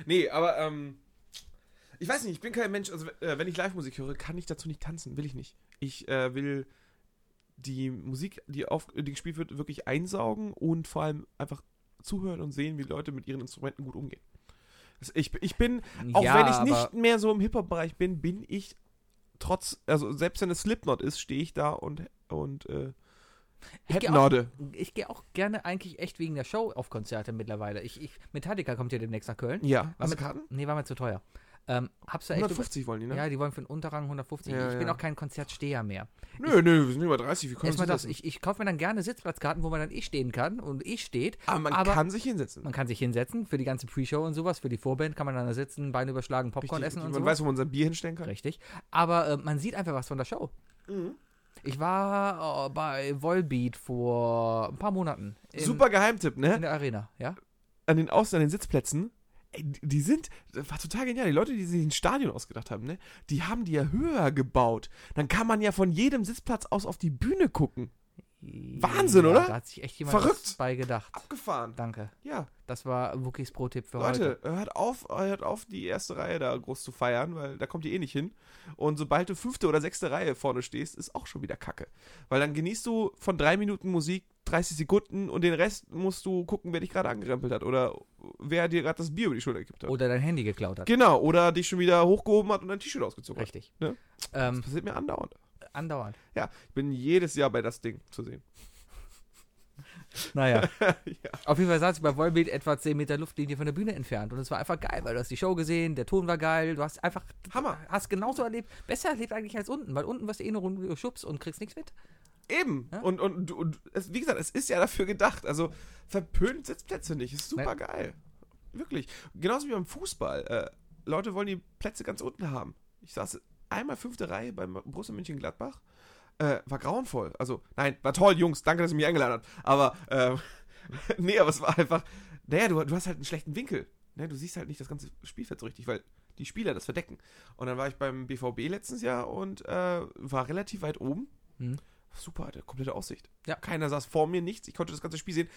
Speaker 2: Nee, aber ähm, ich weiß nicht, ich bin kein Mensch, also äh, wenn ich Live-Musik höre, kann ich dazu nicht tanzen, will ich nicht. Ich äh, will die Musik, die, auf, die gespielt wird, wirklich einsaugen und vor allem einfach zuhören und sehen, wie Leute mit ihren Instrumenten gut umgehen. Ich, ich bin, auch
Speaker 1: ja,
Speaker 2: wenn ich nicht
Speaker 1: aber-
Speaker 2: mehr so im Hip-Hop-Bereich bin, bin ich trotz, also selbst wenn es Slipknot ist, stehe ich da und, und äh,
Speaker 1: Ich geh auch-
Speaker 2: Headnode.
Speaker 1: Ich gehe auch gerne eigentlich echt wegen der Show auf Konzerte mittlerweile. Ich, ich, Metallica kommt ja demnächst nach Köln.
Speaker 2: Ja.
Speaker 1: Was
Speaker 2: Hast du
Speaker 1: mit-
Speaker 2: Karten?
Speaker 1: Nee, war mir zu teuer. Ähm, hab's ja echt. Über,
Speaker 2: 150 wollen die, ne?
Speaker 1: ja, die wollen für den Unterrang 150.
Speaker 2: Ja,
Speaker 1: ich bin
Speaker 2: ja.
Speaker 1: auch kein Konzertsteher mehr.
Speaker 2: nö, nö, wir sind über 30, wir können
Speaker 1: Erstmal
Speaker 2: uns
Speaker 1: das,
Speaker 2: hinsetzen.
Speaker 1: ich, ich kaufe mir dann gerne Sitzplatzkarten, wo man dann eh stehen kann und ich steht.
Speaker 2: aber man
Speaker 1: aber-
Speaker 2: kann sich hinsetzen.
Speaker 1: Man kann sich hinsetzen für die ganze Pre-Show und sowas, für die Vorband kann man dann da sitzen, Beine überschlagen, Popcorn
Speaker 2: Richtig,
Speaker 1: essen und
Speaker 2: man
Speaker 1: so.
Speaker 2: weiß, wo man sein Bier hinstellen kann. Mhm.
Speaker 1: Richtig. Aber äh, man sieht einfach was von der Show. Ich war äh, bei Volbeat vor ein paar Monaten. in-
Speaker 2: Super Geheimtipp, ne?
Speaker 1: In der Arena, ja?
Speaker 2: an den Außen, an den Sitzplätzen, ey, die die sind, das war total genial, die Leute, die sich ein Stadion ausgedacht haben, ne, die haben die ja höher gebaut. Dann kann man ja von jedem Sitzplatz aus auf die Bühne gucken. Wahnsinn,
Speaker 1: ja,
Speaker 2: oder?
Speaker 1: Da hat sich echt jemand
Speaker 2: Verrückt.
Speaker 1: was bei gedacht.
Speaker 2: Abgefahren.
Speaker 1: Danke.
Speaker 2: Ja,
Speaker 1: Das war Wookies Pro-Tipp für heute.
Speaker 2: Leute, hört auf, hört auf, die erste Reihe da groß zu feiern, weil da kommt ihr eh nicht hin. Und sobald du fünfte oder sechste Reihe vorne stehst, ist auch schon wieder Kacke. Weil dann genießt du von drei Minuten Musik 30 Sekunden und den Rest musst du gucken, wer dich gerade angerempelt hat oder wer dir gerade das Bier über die Schulter gekippt hat.
Speaker 1: Oder dein Handy geklaut hat.
Speaker 2: Genau, oder dich schon wieder hochgehoben hat und ein T-Shirt ausgezogen hat.
Speaker 1: Richtig.
Speaker 2: Ne? Das
Speaker 1: Ähm,
Speaker 2: passiert mir andauernd.
Speaker 1: andauernd.
Speaker 2: Ja, ich bin jedes Jahr bei das Ding zu sehen.
Speaker 1: Naja.
Speaker 2: Ja.
Speaker 1: Auf jeden Fall saß ich bei Volbeat etwa 10 Meter Luftlinie von der Bühne entfernt. Und es war einfach geil, weil du hast die Show gesehen, der Ton war geil, du hast einfach.
Speaker 2: Hammer.
Speaker 1: Hast genauso erlebt. Besser erlebt eigentlich als unten, weil unten wirst du eh nur rumgeschubst und kriegst nichts mit.
Speaker 2: Eben.
Speaker 1: Ja.
Speaker 2: Und, und, und es, wie gesagt, es ist ja dafür gedacht. Also verpönt Sitzplätze nicht. Ist super geil. Wirklich. Genauso wie beim Fußball. Äh, Leute wollen die Plätze ganz unten haben. Ich saß einmal fünfte Reihe beim Borussia Mönchengladbach. Äh, war grauenvoll. Also, nein, war toll, Jungs. Danke, dass ihr mich eingeladen habt. Aber, ähm, nee, aber es war einfach. Naja, du, du hast halt einen schlechten Winkel. Ne, du siehst halt nicht das ganze Spielfeld so richtig, weil die Spieler das verdecken. Und dann war ich beim BVB letztes Jahr und äh, war relativ weit oben.
Speaker 1: Mhm.
Speaker 2: Super, hatte komplette Aussicht.
Speaker 1: Ja.
Speaker 2: Keiner saß vor mir, nichts. Ich konnte das ganze Spiel sehen.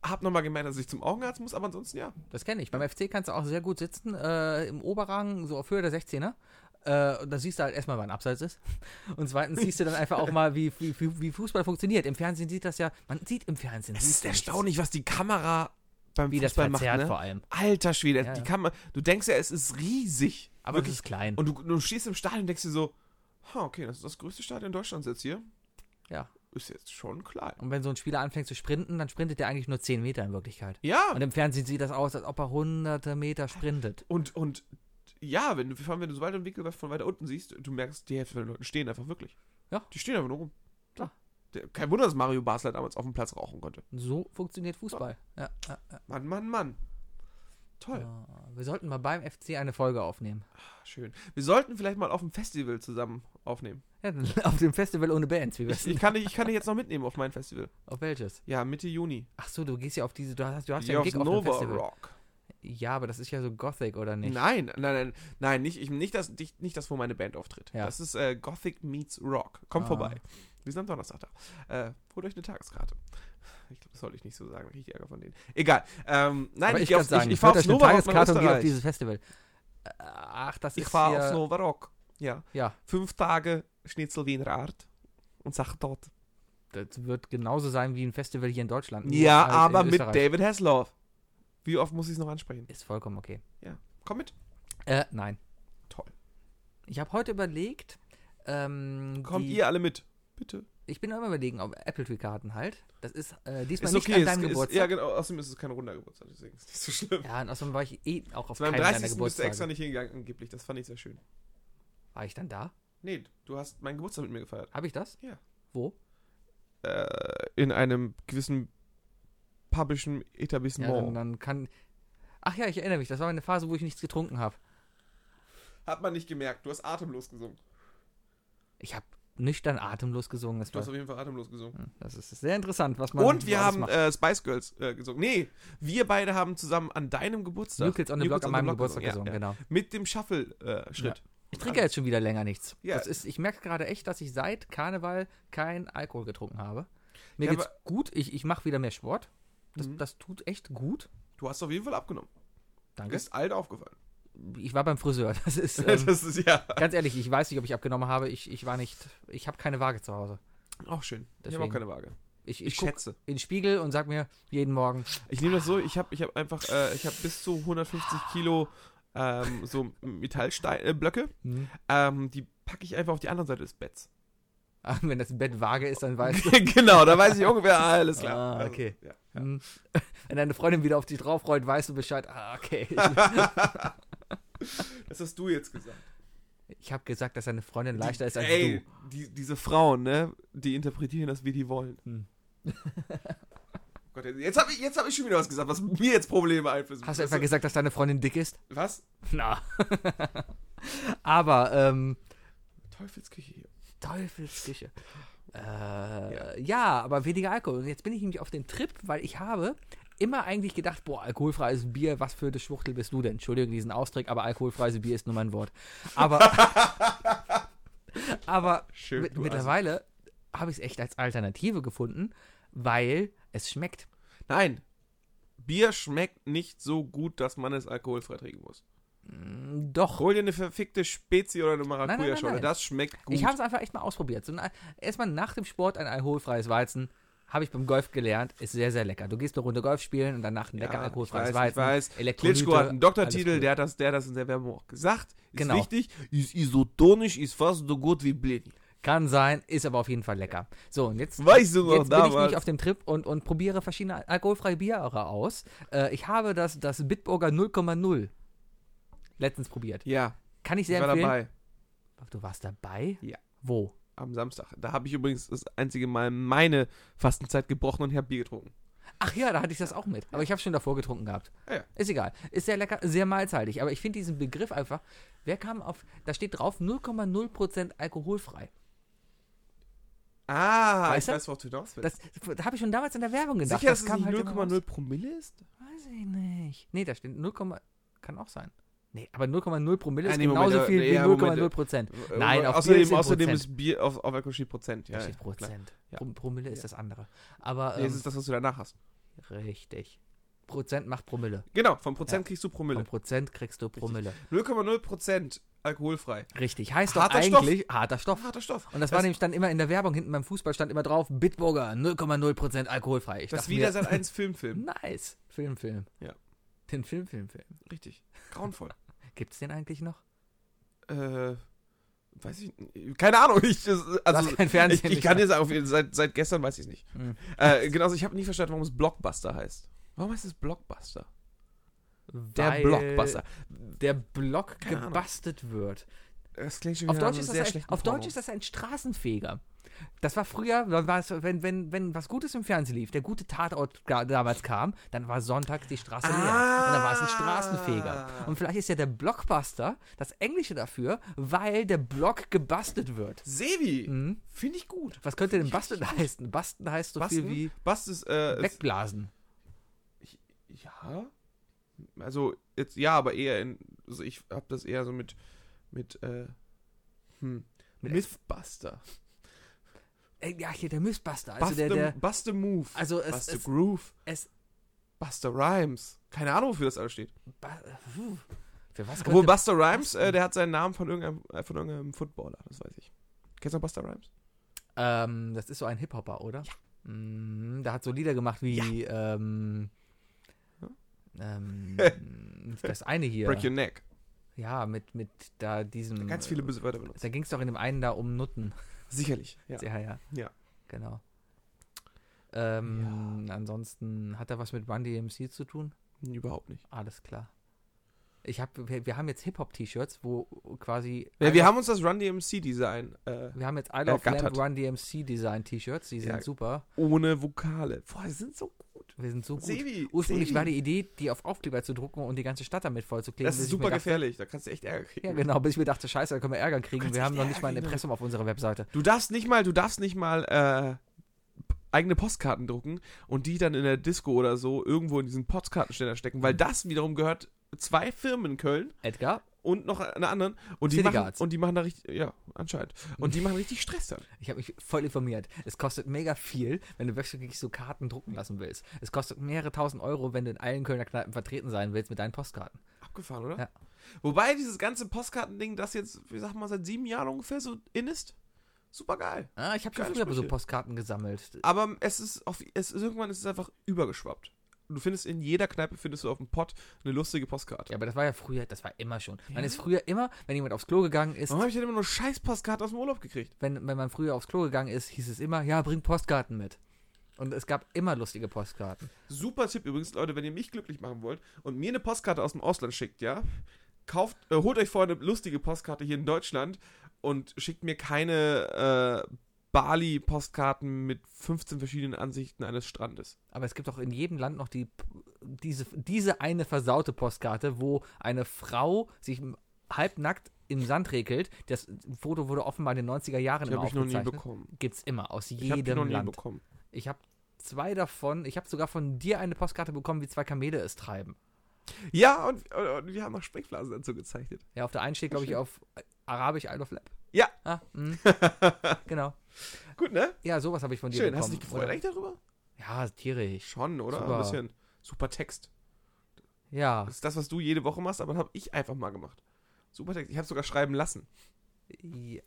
Speaker 2: Hab nochmal gemerkt, dass ich zum Augenarzt muss, aber ansonsten ja.
Speaker 1: Das kenne ich. Beim FC kannst du auch sehr gut sitzen, äh, im Oberrang, so auf Höhe der 16er. Äh, und da siehst du halt erstmal, wann Abseits ist. Und zweitens siehst du dann einfach auch mal, wie, wie, wie wie Fußball funktioniert. Im Fernsehen sieht das ja, man sieht im Fernsehen.
Speaker 2: Es
Speaker 1: siehst
Speaker 2: ist
Speaker 1: du nichts.
Speaker 2: erstaunlich, was die Kamera beim
Speaker 1: Wie das
Speaker 2: Fußball macht.
Speaker 1: verzerrt
Speaker 2: Ne?
Speaker 1: vor allem.
Speaker 2: Alter Schwede,
Speaker 1: Ja,
Speaker 2: die
Speaker 1: ja.
Speaker 2: Kamera. Du denkst ja, es ist riesig.
Speaker 1: Aber
Speaker 2: Wirklich.
Speaker 1: es ist klein.
Speaker 2: Und du, du stehst im Stadion und denkst dir so, ha, okay, das ist das größte Stadion Deutschlands jetzt hier.
Speaker 1: Ja.
Speaker 2: Ist jetzt schon klein.
Speaker 1: Und wenn so ein Spieler anfängt zu sprinten, dann sprintet er eigentlich nur 10 Meter in Wirklichkeit.
Speaker 2: Ja,
Speaker 1: Und im Fernsehen sieht das aus, als ob er hunderte Meter sprintet.
Speaker 2: Und, und ja, wenn du, vor allem, wenn du so weit im Winkel von weiter unten siehst, du merkst, die Hälfte der Leute stehen einfach wirklich.
Speaker 1: Ja.
Speaker 2: Die stehen einfach nur rum.
Speaker 1: Klar.
Speaker 2: Der- Kein Wunder, dass Mario Basler damals auf dem Platz rauchen konnte.
Speaker 1: So funktioniert Fußball. Ja, ja, ja.
Speaker 2: Mann, Mann, Mann. Toll. Ah,
Speaker 1: Ah, Wir sollten mal beim FC eine Folge aufnehmen.
Speaker 2: Schön. Wir sollten vielleicht mal auf dem Festival zusammen aufnehmen.
Speaker 1: Ja, auf dem Festival ohne Bands, wie wir
Speaker 2: Ich,
Speaker 1: wissen.
Speaker 2: ich, kann, dich, ich kann dich jetzt noch mitnehmen auf mein Festival.
Speaker 1: Auf welches?
Speaker 2: Ja, Mitte Juni.
Speaker 1: Ach so, du gehst ja auf diese, du hast, du hast ja einen
Speaker 2: Hier aufs
Speaker 1: Gig auf dem
Speaker 2: Nova
Speaker 1: Festival.
Speaker 2: Rock.
Speaker 1: Ja, aber das ist ja so Gothic, oder nicht?
Speaker 2: Nein, nein, nein, nein, nicht, ich, nicht, das, nicht, nicht das, wo meine Band auftritt.
Speaker 1: Ja.
Speaker 2: Das ist äh, Gothic meets Rock. Kommt
Speaker 1: Ah.
Speaker 2: vorbei. Wir sind am Donnerstag da. Äh, holt euch eine Tageskarte. Ich glaube, das sollte ich nicht so sagen, da kriege ich Ärger von denen. Egal. Ähm, nein,
Speaker 1: aber ich
Speaker 2: geh
Speaker 1: kann
Speaker 2: aufs-
Speaker 1: sagen,
Speaker 2: ich, ich fahre
Speaker 1: holt
Speaker 2: aufs
Speaker 1: euch eine
Speaker 2: Nova Rock nach
Speaker 1: Tageskarte und gehe auf
Speaker 2: Österreich.
Speaker 1: dieses Festival. Äh, Ach, das
Speaker 2: Ich
Speaker 1: ist
Speaker 2: fahre
Speaker 1: hier,
Speaker 2: aufs Nova Rock. Ja.
Speaker 1: Ja,
Speaker 2: Fünf Tage Schnitzel Wiener Art und Sache dort.
Speaker 1: das wird genauso sein wie ein Festival hier in Deutschland. nur
Speaker 2: Ja,
Speaker 1: halt in
Speaker 2: aber mit
Speaker 1: Österreich.
Speaker 2: David Hasselhoff. Wie oft muss ich es noch ansprechen?
Speaker 1: Ist vollkommen okay.
Speaker 2: Komm mit.
Speaker 1: Äh, nein.
Speaker 2: Toll.
Speaker 1: Ich habe heute überlegt, ähm,
Speaker 2: Kommt
Speaker 1: die,
Speaker 2: ihr alle mit. Bitte.
Speaker 1: ich bin immer überlegen, ob Apple Tree Karten halt. Das ist äh, diesmal
Speaker 2: Ist
Speaker 1: nicht
Speaker 2: okay.
Speaker 1: an deinem
Speaker 2: ist, ist, ja,
Speaker 1: Geburtstag.
Speaker 2: genau. Außerdem ist es kein runder Geburtstag, deswegen ist es nicht so schlimm.
Speaker 1: ja, und außerdem war ich eh auch auf
Speaker 2: Zu meinem
Speaker 1: keinem deiner
Speaker 2: 30. bist du extra
Speaker 1: Geburtstage.
Speaker 2: nicht hingegangen, angeblich. Das fand ich sehr schön.
Speaker 1: War ich dann da?
Speaker 2: Nee, du hast meinen Geburtstag mit mir gefeiert.
Speaker 1: Habe ich das?
Speaker 2: Ja.
Speaker 1: Wo?
Speaker 2: Äh, in einem gewissen publischen
Speaker 1: Ja,
Speaker 2: Etablissement.
Speaker 1: dann, dann kann. Ach ja, ich erinnere mich. Das war eine Phase, wo ich nichts getrunken habe.
Speaker 2: Hat man nicht gemerkt. Du hast atemlos gesungen.
Speaker 1: Ich habe nüchtern atemlos gesungen. Das,
Speaker 2: Du hast
Speaker 1: war, Hm,
Speaker 2: auf jeden Fall atemlos gesungen.
Speaker 1: das ist sehr interessant, was man.
Speaker 2: Und wir
Speaker 1: was
Speaker 2: haben
Speaker 1: macht.
Speaker 2: äh, Spice Girls äh, gesungen. Nee, wir beide haben zusammen an deinem Geburtstag.
Speaker 1: New Kids on the Block an meinem Geburtstag gesungen,
Speaker 2: Ja, ja.
Speaker 1: genau.
Speaker 2: Mit dem äh, Shuffle-Schritt.
Speaker 1: Ich trinke jetzt schon wieder länger nichts.
Speaker 2: Ja.
Speaker 1: Das ist, ich merke gerade echt, dass ich seit Karneval keinen Alkohol getrunken habe. Mir
Speaker 2: Ja,
Speaker 1: geht's gut. Ich, ich mache wieder mehr Sport. Das,
Speaker 2: Mhm.
Speaker 1: das tut echt gut.
Speaker 2: du hast auf jeden Fall abgenommen. Du
Speaker 1: Danke.
Speaker 2: bist alt aufgefallen.
Speaker 1: Ich war beim Friseur. Das ist. Ähm,
Speaker 2: das ist ja
Speaker 1: ganz ehrlich, ich weiß nicht, ob ich abgenommen habe. Ich, ich war nicht. Ich habe keine Waage zu Hause.
Speaker 2: auch schön. Ich
Speaker 1: Deswegen.
Speaker 2: habe auch keine Waage.
Speaker 1: Ich, ich,
Speaker 2: Ich
Speaker 1: guck
Speaker 2: schätze.
Speaker 1: in den Spiegel und sag mir jeden Morgen,
Speaker 2: Ich nehme das so, ich habe ich hab einfach, äh, ich habe bis zu 150 Kilo ähm, so Metallblöcke. Äh, Blöcke.
Speaker 1: hm,
Speaker 2: ähm, die packe ich einfach auf die andere Seite des Betts.
Speaker 1: ah, wenn das Bett vage ist, dann weißt du.
Speaker 2: genau, da weiß ich ungefähr, ah, alles klar.
Speaker 1: Ah, okay.
Speaker 2: Also, ja.
Speaker 1: hm. Wenn deine Freundin wieder auf dich drauf rollt, weißt du Bescheid. Ah, okay.
Speaker 2: Das hast du jetzt gesagt.
Speaker 1: Ich, ich habe gesagt, dass deine Freundin leichter ist als
Speaker 2: Ey,
Speaker 1: du.
Speaker 2: die, diese Frauen, ne? Die interpretieren das, wie die wollen. Oh
Speaker 1: Hm.
Speaker 2: Gott, jetzt habe ich, jetzt hab ich schon wieder was gesagt, was mir jetzt Probleme einflößt.
Speaker 1: Hast du etwa gesagt, dass deine Freundin dick ist?
Speaker 2: Was?
Speaker 1: Na. Aber, ähm,
Speaker 2: Teufelsküche hier.
Speaker 1: Teufelsküche. Äh, ja. aber weniger Alkohol. Und jetzt bin ich nämlich auf dem Trip, weil ich habe immer eigentlich gedacht, boah, alkoholfreies Bier, was für eine Schwuchtel bist du denn? Entschuldigung diesen Ausdruck, aber alkoholfreies Bier ist nur mein Wort. Aber, aber
Speaker 2: Schön,
Speaker 1: mit,
Speaker 2: du
Speaker 1: mittlerweile habe ich es echt als Alternative gefunden, weil es schmeckt.
Speaker 2: Nein. Bier schmeckt nicht so gut, dass man es alkoholfrei trinken muss.
Speaker 1: Mm, Doch.
Speaker 2: Hol dir eine verfickte Spezi oder eine
Speaker 1: nein, nein,
Speaker 2: Maracuja-Schorle.
Speaker 1: nein.
Speaker 2: Das schmeckt gut.
Speaker 1: Ich habe es einfach echt mal ausprobiert. So ein, erstmal nach dem Sport ein alkoholfreies Weizen. Habe ich beim Golf gelernt, ist sehr, sehr lecker. Du gehst eine Runde Golf spielen und danach ein lecker
Speaker 2: Ja,
Speaker 1: alkoholfreies
Speaker 2: ich weiß, ich
Speaker 1: Weizen.
Speaker 2: weiß.
Speaker 1: Elektrolyte,
Speaker 2: Klitschko hat einen
Speaker 1: alles
Speaker 2: Doktortitel,
Speaker 1: cool.
Speaker 2: der hat, das, der hat das in der Werbung auch gesagt. Ist
Speaker 1: Genau.
Speaker 2: wichtig. Ist isotonisch, ist fast so gut wie blind.
Speaker 1: Kann sein, ist aber auf jeden Fall lecker. So, und jetzt,
Speaker 2: Weißt du noch
Speaker 1: jetzt bin ich
Speaker 2: damals?
Speaker 1: nämlich auf dem Trip und, und probiere verschiedene alkoholfreie Biere aus. Äh, ich habe das, das Bitburger 0,0 letztens probiert.
Speaker 2: Ja,
Speaker 1: Kann ich
Speaker 2: ich
Speaker 1: sehr
Speaker 2: war
Speaker 1: empfehlen.
Speaker 2: dabei
Speaker 1: Du warst dabei?
Speaker 2: Ja.
Speaker 1: Wo?
Speaker 2: am Samstag. Da habe ich übrigens das einzige Mal meine Fastenzeit gebrochen und ich habe Bier getrunken.
Speaker 1: Ach ja, da hatte ich das auch mit. Aber ich habe schon davor getrunken gehabt.
Speaker 2: Ah, Ja, ja.
Speaker 1: Ist egal. Ist sehr lecker, sehr mahlzeitig. Aber ich finde diesen Begriff einfach, wer kam auf, da steht drauf 0,0% alkoholfrei.
Speaker 2: Äh. Ah,
Speaker 1: Weißt du?
Speaker 2: ich weiß, worauf du hinaus willst.
Speaker 1: Das, das habe ich schon damals in der Werbung gedacht.
Speaker 2: Sicher, dass es
Speaker 1: kam
Speaker 2: nicht
Speaker 1: halt immer
Speaker 2: 0,0
Speaker 1: raus.
Speaker 2: Promille ist?
Speaker 1: Weiß ich nicht. Nee, da steht 0, kann auch sein. Nee, aber 0,0 Promille
Speaker 2: Ah,
Speaker 1: ist
Speaker 2: nee, Moment,
Speaker 1: genauso
Speaker 2: aber-
Speaker 1: viel
Speaker 2: nee,
Speaker 1: wie
Speaker 2: ja,
Speaker 1: 0,0 Prozent. Nein, auf Bier
Speaker 2: Äh, außerdem,
Speaker 1: ist in
Speaker 2: außerdem
Speaker 1: Prozent.
Speaker 2: ist Bier auf, auf Alkohol steht Prozent. Ja,
Speaker 1: Da
Speaker 2: ja,
Speaker 1: steht
Speaker 2: klar.
Speaker 1: Prozent.
Speaker 2: Ja.
Speaker 1: Pro- Promille ist
Speaker 2: Ja.
Speaker 1: das andere. Aber
Speaker 2: Nee,
Speaker 1: ähm,
Speaker 2: das ist das, was du danach hast.
Speaker 1: richtig. Prozent macht Promille.
Speaker 2: Genau, von Prozent kriegst du
Speaker 1: Von
Speaker 2: Promille.
Speaker 1: Prozent kriegst du Promille.
Speaker 2: 0,0 Prozent alkoholfrei.
Speaker 1: Richtig. Heißt
Speaker 2: Harter
Speaker 1: doch
Speaker 2: Stoff.
Speaker 1: eigentlich harter Stoff.
Speaker 2: Harter Stoff.
Speaker 1: Und das war
Speaker 2: Das-
Speaker 1: nämlich dann immer in der Werbung hinten beim Fußball stand immer drauf, Bitburger 0,0% alkoholfrei. Ich
Speaker 2: Das ist
Speaker 1: dachte
Speaker 2: wie
Speaker 1: mir,
Speaker 2: der Sat 1 Filmfilm.
Speaker 1: Nice. Film, Film.
Speaker 2: Ja.
Speaker 1: Den Film, Film, Film.
Speaker 2: Richtig. Grauenvoll.
Speaker 1: Gibt's den eigentlich noch?
Speaker 2: äh, weiß ich n- keine Ahnung. Ich, das- also,
Speaker 1: kein Fernsehen.
Speaker 2: ich, ich kann jetzt auf, seit, seit gestern weiß ich es nicht.
Speaker 1: Mhm.
Speaker 2: Äh, genauso, ich habe nie verstanden, warum es Blockbuster heißt. Warum heißt es Blockbuster? Der
Speaker 1: Weil
Speaker 2: Blockbuster.
Speaker 1: Der Block
Speaker 2: Keine Ahnung.
Speaker 1: gebastelt wird.
Speaker 2: Das klingt schon
Speaker 1: Auf,
Speaker 2: wieder
Speaker 1: Deutsch
Speaker 2: nach
Speaker 1: ist,
Speaker 2: einem sehr
Speaker 1: das ein,
Speaker 2: schlechten
Speaker 1: auf Deutsch
Speaker 2: Porno.
Speaker 1: ist das ein Straßenfeger. Das war früher, da war es, wenn, wenn, wenn was Gutes im Fernsehen lief, der gute Tatort ga- damals kam, dann war Sonntag die Straße leer. Und dann war
Speaker 2: Ah.
Speaker 1: es ein Straßenfeger. Und vielleicht ist ja der Blockbuster das Englische dafür, weil der Block gebastelt wird.
Speaker 2: Sebi,
Speaker 1: Mhm.
Speaker 2: finde ich gut.
Speaker 1: Was könnte denn Basteln heißen? Basten heißt so
Speaker 2: Basten,
Speaker 1: viel wie
Speaker 2: Bast ist, äh, ist,
Speaker 1: wegblasen.
Speaker 2: ja, also jetzt ja, aber eher in, also ich habe das eher so mit mit äh, hm,
Speaker 1: Mit-
Speaker 2: Mythbuster,
Speaker 1: Äh, Ja, hier der Mythbuster. Also
Speaker 2: also
Speaker 1: der, der,
Speaker 2: Buster Move,
Speaker 1: also es,
Speaker 2: Buster
Speaker 1: es,
Speaker 2: Groove,
Speaker 1: es-
Speaker 2: Buster Rhymes. Keine Ahnung, wofür das alles steht.
Speaker 1: ba, äh, puh. für was
Speaker 2: Obwohl
Speaker 1: könnte
Speaker 2: Buster Rhymes, äh, der hat seinen Namen von irgendeinem, äh, von irgendeinem Footballer, das weiß ich. Kennst du noch Buster Rhymes?
Speaker 1: ähm, das ist so ein Hip Hopper, oder? Ja. Mm, der hat so Lieder gemacht wie ähm,
Speaker 2: Ja.
Speaker 1: ähm, das eine hier.
Speaker 2: Break Your Neck.
Speaker 1: Ja, mit mit da diesem.
Speaker 2: Ganz viele böse Wörter benutzt.
Speaker 1: Da ging es doch in dem einen da um Nutten.
Speaker 2: Sicherlich. Ja.
Speaker 1: Ja, ja.
Speaker 2: Ja.
Speaker 1: Genau. Ähm, Ansonsten hat er was mit Run DMC zu tun?
Speaker 2: Hm, Überhaupt nicht.
Speaker 1: Alles klar. Ich hab, wir, wir haben jetzt Hip-Hop-T-Shirts, wo quasi.
Speaker 2: Ja, wir haben uns das Run DMC Design äh,
Speaker 1: wir haben jetzt I Love Lamp
Speaker 2: ergattert.
Speaker 1: Run DMC Design T-Shirts, die sind
Speaker 2: Ja.
Speaker 1: super.
Speaker 2: ohne Vokale. Boah, die sind so gut.
Speaker 1: Wir sind so gut.
Speaker 2: Sebi,
Speaker 1: Ursprünglich
Speaker 2: Sebi.
Speaker 1: war die Idee, die auf Aufkleber zu drucken und die ganze Stadt damit vollzukleben.
Speaker 2: Das
Speaker 1: bis
Speaker 2: ist
Speaker 1: ich mir
Speaker 2: super
Speaker 1: dachte,
Speaker 2: gefährlich, da kannst du echt Ärger kriegen.
Speaker 1: Ja, genau, bis ich mir dachte, scheiße, da können wir Ärger kriegen.
Speaker 2: kannst
Speaker 1: Wir haben
Speaker 2: echt
Speaker 1: noch nicht mal ein
Speaker 2: Ärger kriegen.
Speaker 1: Impressum auf unserer Webseite.
Speaker 2: Du darfst nicht mal, du darfst nicht mal äh, eigene Postkarten drucken und die dann in der Disco oder so irgendwo in diesen Postkartenständer stecken,
Speaker 1: Mhm.
Speaker 2: weil das wiederum gehört zwei Firmen in Köln
Speaker 1: Edgar,
Speaker 2: und noch einer anderen und die
Speaker 1: City
Speaker 2: machen,
Speaker 1: Guards.
Speaker 2: und die machen da richtig ja anscheinend und die machen richtig Stress dann.
Speaker 1: ich habe mich voll informiert. Es kostet mega viel, wenn du wirklich so Karten drucken lassen willst. Es kostet mehrere tausend Euro, wenn du in allen Kölner Kneipen vertreten sein willst mit deinen Postkarten.
Speaker 2: Abgefahren, oder?
Speaker 1: Ja.
Speaker 2: Wobei dieses ganze Postkartending, das jetzt, wie sag mal, seit sieben Jahren ungefähr so in ist. Super geil.
Speaker 1: Ah, ich habe schon
Speaker 2: Geile
Speaker 1: früher so
Speaker 2: Sprüche.
Speaker 1: Postkarten gesammelt.
Speaker 2: Aber es ist auf, es ist, irgendwann ist es einfach übergeschwappt. Du findest in jeder Kneipe findest du auf dem Pott eine lustige Postkarte.
Speaker 1: Ja, aber das war ja früher, das war immer schon. Man ist früher immer, wenn jemand aufs Klo gegangen ist,
Speaker 2: Warum habe ich denn immer nur scheiß Postkarte aus dem Urlaub gekriegt?
Speaker 1: wenn, wenn man früher aufs Klo gegangen ist, hieß es immer, ja, bring Postkarten mit. Und es gab immer lustige Postkarten.
Speaker 2: Super Tipp übrigens, Leute, wenn ihr mich glücklich machen wollt und mir eine Postkarte aus dem Ausland schickt, ja, kauft, äh, holt euch vorher eine lustige Postkarte hier in Deutschland und schickt mir keine äh, Bali-Postkarten mit 15 verschiedenen Ansichten eines Strandes.
Speaker 1: Aber es gibt auch in jedem Land noch die, diese, diese eine versaute Postkarte, wo eine Frau sich halbnackt im Sand regelt. Das Foto wurde offenbar in den 90er Jahren
Speaker 2: Die
Speaker 1: immer
Speaker 2: habe ich noch nie
Speaker 1: aufgezeichnet.
Speaker 2: bekommen.
Speaker 1: Gibt's immer, aus
Speaker 2: Ich habe die
Speaker 1: jedem
Speaker 2: noch nie
Speaker 1: Land.
Speaker 2: bekommen.
Speaker 1: Ich habe zwei davon, ich habe sogar von dir eine Postkarte bekommen, wie zwei Kamele es treiben.
Speaker 2: Ja, und, und wir haben auch Sprechblasen dazu gezeichnet.
Speaker 1: Ja, auf der einen steht, glaube ich,
Speaker 2: Schön.
Speaker 1: auf Arabisch Isle of Lab.
Speaker 2: Ja.
Speaker 1: Ah, mh. genau.
Speaker 2: Gut, ne?
Speaker 1: Ja, sowas habe ich von dir
Speaker 2: Schön,
Speaker 1: bekommen.
Speaker 2: hast du dich gefreut
Speaker 1: oder?
Speaker 2: eigentlich darüber?
Speaker 1: Ja, tierisch.
Speaker 2: Schon, oder?
Speaker 1: Super.
Speaker 2: Ein bisschen. Super Text.
Speaker 1: Ja.
Speaker 2: Das ist das, was du jede Woche machst, aber habe ich einfach mal gemacht. Super Text. Ich habe sogar schreiben lassen.
Speaker 1: ja.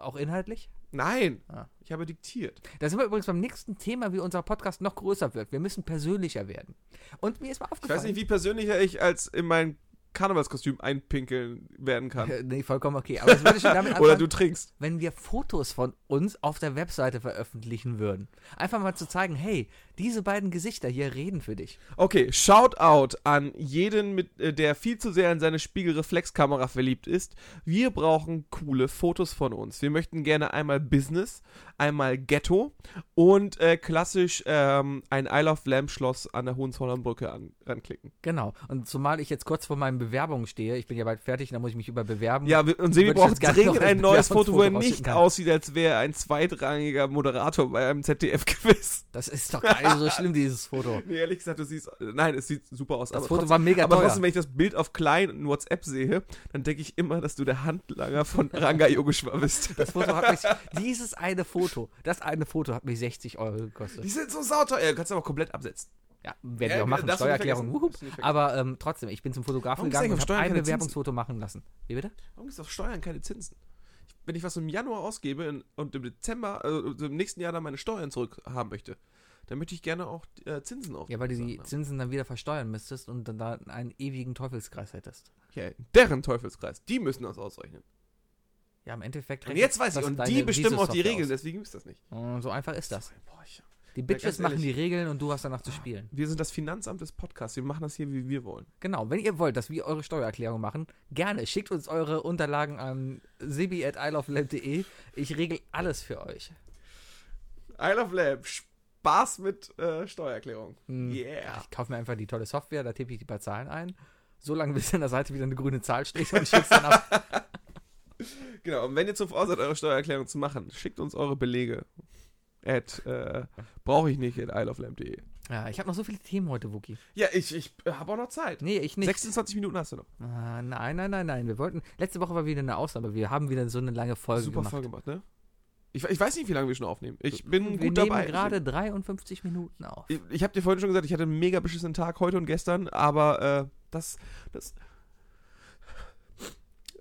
Speaker 1: Auch inhaltlich?
Speaker 2: Nein,
Speaker 1: Ah.
Speaker 2: ich habe diktiert.
Speaker 1: Da sind wir übrigens beim nächsten Thema, wie unser Podcast noch größer wird. Wir müssen persönlicher werden. Und mir ist mal
Speaker 2: Ich
Speaker 1: aufgefallen.
Speaker 2: weiß nicht, wie persönlicher ich als in mein Karnevalskostüm einpinkeln werden kann.
Speaker 1: Äh, Nee, vollkommen okay. Aber es würde schon damit
Speaker 2: Oder
Speaker 1: anfangen,
Speaker 2: du trinkst.
Speaker 1: wenn wir Fotos von uns auf der Webseite veröffentlichen würden. Einfach mal zu zeigen, hey, diese beiden Gesichter hier reden für dich.
Speaker 2: Okay, Shoutout an jeden, mit, äh, der viel zu sehr in seine Spiegelreflexkamera verliebt ist. Wir brauchen coole Fotos von uns. Wir möchten gerne einmal Business, einmal Ghetto und äh, klassisch ähm, ein Isle of Lamb Schloss an der Hohenzollern Brücke an, ranklicken.
Speaker 1: Genau. Und zumal ich jetzt kurz vor meinen Bewerbungen stehe, ich bin ja bald fertig, da muss ich mich überbewerben.
Speaker 2: Ja, wir- und Sebi
Speaker 1: Würde ich jetzt
Speaker 2: braucht
Speaker 1: gerne
Speaker 2: dringend
Speaker 1: noch
Speaker 2: ein
Speaker 1: ein
Speaker 2: neues Foto, wo er
Speaker 1: Bewerbungsfoto
Speaker 2: nicht
Speaker 1: rausschicken kann.
Speaker 2: aussieht, als wäre er ein zweitrangiger Moderator bei einem ZDF-Quiz.
Speaker 1: Das ist doch gar nicht so schlimm, dieses Foto.
Speaker 2: Nee, ehrlich gesagt, du siehst. äh, Nein, es sieht super aus.
Speaker 1: Das
Speaker 2: aber
Speaker 1: Foto
Speaker 2: trotzdem-
Speaker 1: war mega
Speaker 2: Aber
Speaker 1: teuer.
Speaker 2: trotzdem, wenn ich das Bild auf klein in WhatsApp sehe, dann denke ich immer, dass du der Handlanger von Ranga Yogeshwar bist.
Speaker 1: Das Foto hat mich, dieses eine Foto, das eine Foto hat mich 60 Euro gekostet.
Speaker 2: Die sind so sauteuer. Ja, Du kannst aber komplett absetzen.
Speaker 1: Ja, werde ich
Speaker 2: Ja,
Speaker 1: auch machen,
Speaker 2: darfst du nicht
Speaker 1: Steuererklärung.
Speaker 2: vergessen,
Speaker 1: wuhu.
Speaker 2: darfst du nicht vergessen.
Speaker 1: Aber ähm, trotzdem, ich bin zum Fotografen
Speaker 2: Warum gibt's
Speaker 1: gegangen und
Speaker 2: eigentlich auf
Speaker 1: habe
Speaker 2: Steuern
Speaker 1: ein
Speaker 2: keine Zinsen?
Speaker 1: Bewerbungsfoto machen lassen. Wie bitte?
Speaker 2: Warum gibt es auf Steuern keine Zinsen? Ich- Wenn ich was im Januar ausgebe in- und im Dezember, also im nächsten Jahr dann meine Steuern zurückhaben möchte, dann möchte ich gerne auch äh, Zinsen auf.
Speaker 1: Ja, weil du die
Speaker 2: Sachen haben.
Speaker 1: Zinsen dann wieder versteuern müsstest und dann da einen ewigen Teufelskreis hättest.
Speaker 2: Ja, deren Teufelskreis. Die müssen das ausrechnen.
Speaker 1: Ja, im Endeffekt.
Speaker 2: Und jetzt weiß ich,
Speaker 1: das
Speaker 2: und
Speaker 1: deine
Speaker 2: die bestimmen auch die
Speaker 1: Visum-Software
Speaker 2: Regeln, deswegen gibt es das nicht.
Speaker 1: aus. Mm, So einfach ist das.
Speaker 2: Boah, ich-
Speaker 1: Die Bitches
Speaker 2: ganz Ah.
Speaker 1: machen die Regeln und du hast danach zu spielen.
Speaker 2: Wir sind das Finanzamt des Podcasts. Wir machen das hier, wie wir wollen.
Speaker 1: Genau, wenn ihr wollt, dass wir eure Steuererklärung machen, gerne schickt uns eure Unterlagen an sibi.isleoflab.de. Ich regel alles für euch.
Speaker 2: Isle of Lab. Spaß mit äh, Steuererklärung.
Speaker 1: Hm.
Speaker 2: Yeah.
Speaker 1: Ich kaufe mir einfach die tolle Software, da tippe ich die paar Zahlen ein. So lange, bis an der Seite wieder eine grüne Zahl steht und schick's dann ab.
Speaker 2: Genau. Und wenn ihr zu faul seid, eure Steuererklärung zu machen, schickt uns eure Belege. At, äh, brauche ich nicht, at isleoflamp.de.
Speaker 1: Ja, ich habe noch so viele Themen heute, Wookie.
Speaker 2: Ja, ich, ich habe auch noch Zeit.
Speaker 1: Nee, ich nicht.
Speaker 2: 26 Minuten hast du noch.
Speaker 1: Ah, nein, nein, nein, nein. Wir wollten. Letzte Woche war wieder eine Ausnahme. Wir haben wieder so eine lange Folge
Speaker 2: Super
Speaker 1: gemacht.
Speaker 2: voll gemacht, ne? Ich, ich weiß nicht, wie lange wir schon aufnehmen. Ich bin
Speaker 1: Wir
Speaker 2: gut
Speaker 1: nehmen
Speaker 2: dabei.
Speaker 1: gerade 53 Minuten auf.
Speaker 2: Ich, ich habe dir vorhin schon gesagt, ich hatte einen mega beschissenen Tag heute und gestern, aber äh, das, das,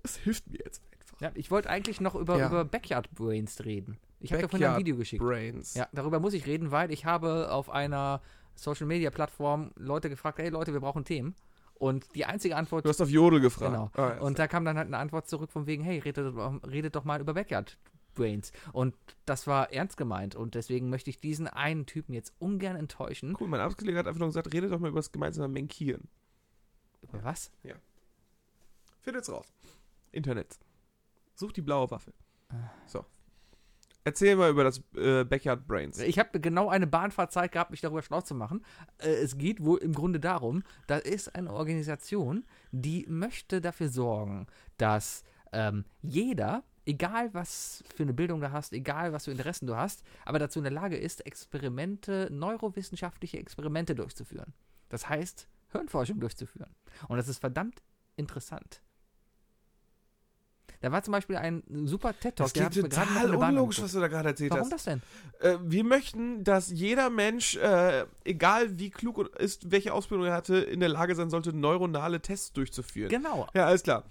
Speaker 2: das hilft mir jetzt einfach.
Speaker 1: Ja, ich wollte eigentlich noch über,
Speaker 2: Ja.
Speaker 1: über Backyard Brains reden. Ich habe davon ein
Speaker 2: Backyard
Speaker 1: Video geschickt.
Speaker 2: Brains.
Speaker 1: Ja, darüber muss ich reden, weil ich habe auf einer Social Media Plattform Leute gefragt, hey Leute, wir brauchen Themen. Und die einzige Antwort
Speaker 2: Du hast auf Jodel gefragt.
Speaker 1: Genau.
Speaker 2: Ah, ja.
Speaker 1: Und da kam dann halt eine Antwort zurück von wegen, hey, redet, doch- redet doch mal über Backyard Brains. Und das war ernst gemeint. Und deswegen möchte ich diesen einen Typen jetzt ungern enttäuschen.
Speaker 2: cool, mein Arbeitskollege hat einfach nur gesagt, rede doch mal über das gemeinsame Menkieren.
Speaker 1: Über was?
Speaker 2: Findet's raus. Internet. Such die blaue Waffe. So. Erzähl mal über das äh, Backyard Brains.
Speaker 1: Ich habe genau eine Bahnfahrtzeit gehabt, mich darüber schlau zu machen. Äh, Es geht wohl im Grunde darum, da ist eine Organisation, die möchte dafür sorgen, dass ähm, jeder, egal was für eine Bildung du hast, egal was für Interessen du hast, aber dazu in der Lage ist, Experimente, neurowissenschaftliche Experimente durchzuführen. Das heißt, Hirnforschung durchzuführen. Und das ist verdammt interessant. Da war zum Beispiel ein super TED-Talk,
Speaker 2: Das geht total unlogisch, was du da gerade erzählt
Speaker 1: Warum
Speaker 2: hast.
Speaker 1: das denn?
Speaker 2: Äh, wir möchten, dass jeder Mensch, äh, egal wie klug er ist, welche Ausbildung er hatte, in der Lage sein sollte, neuronale Tests durchzuführen.
Speaker 1: Genau.
Speaker 2: Ja, alles klar.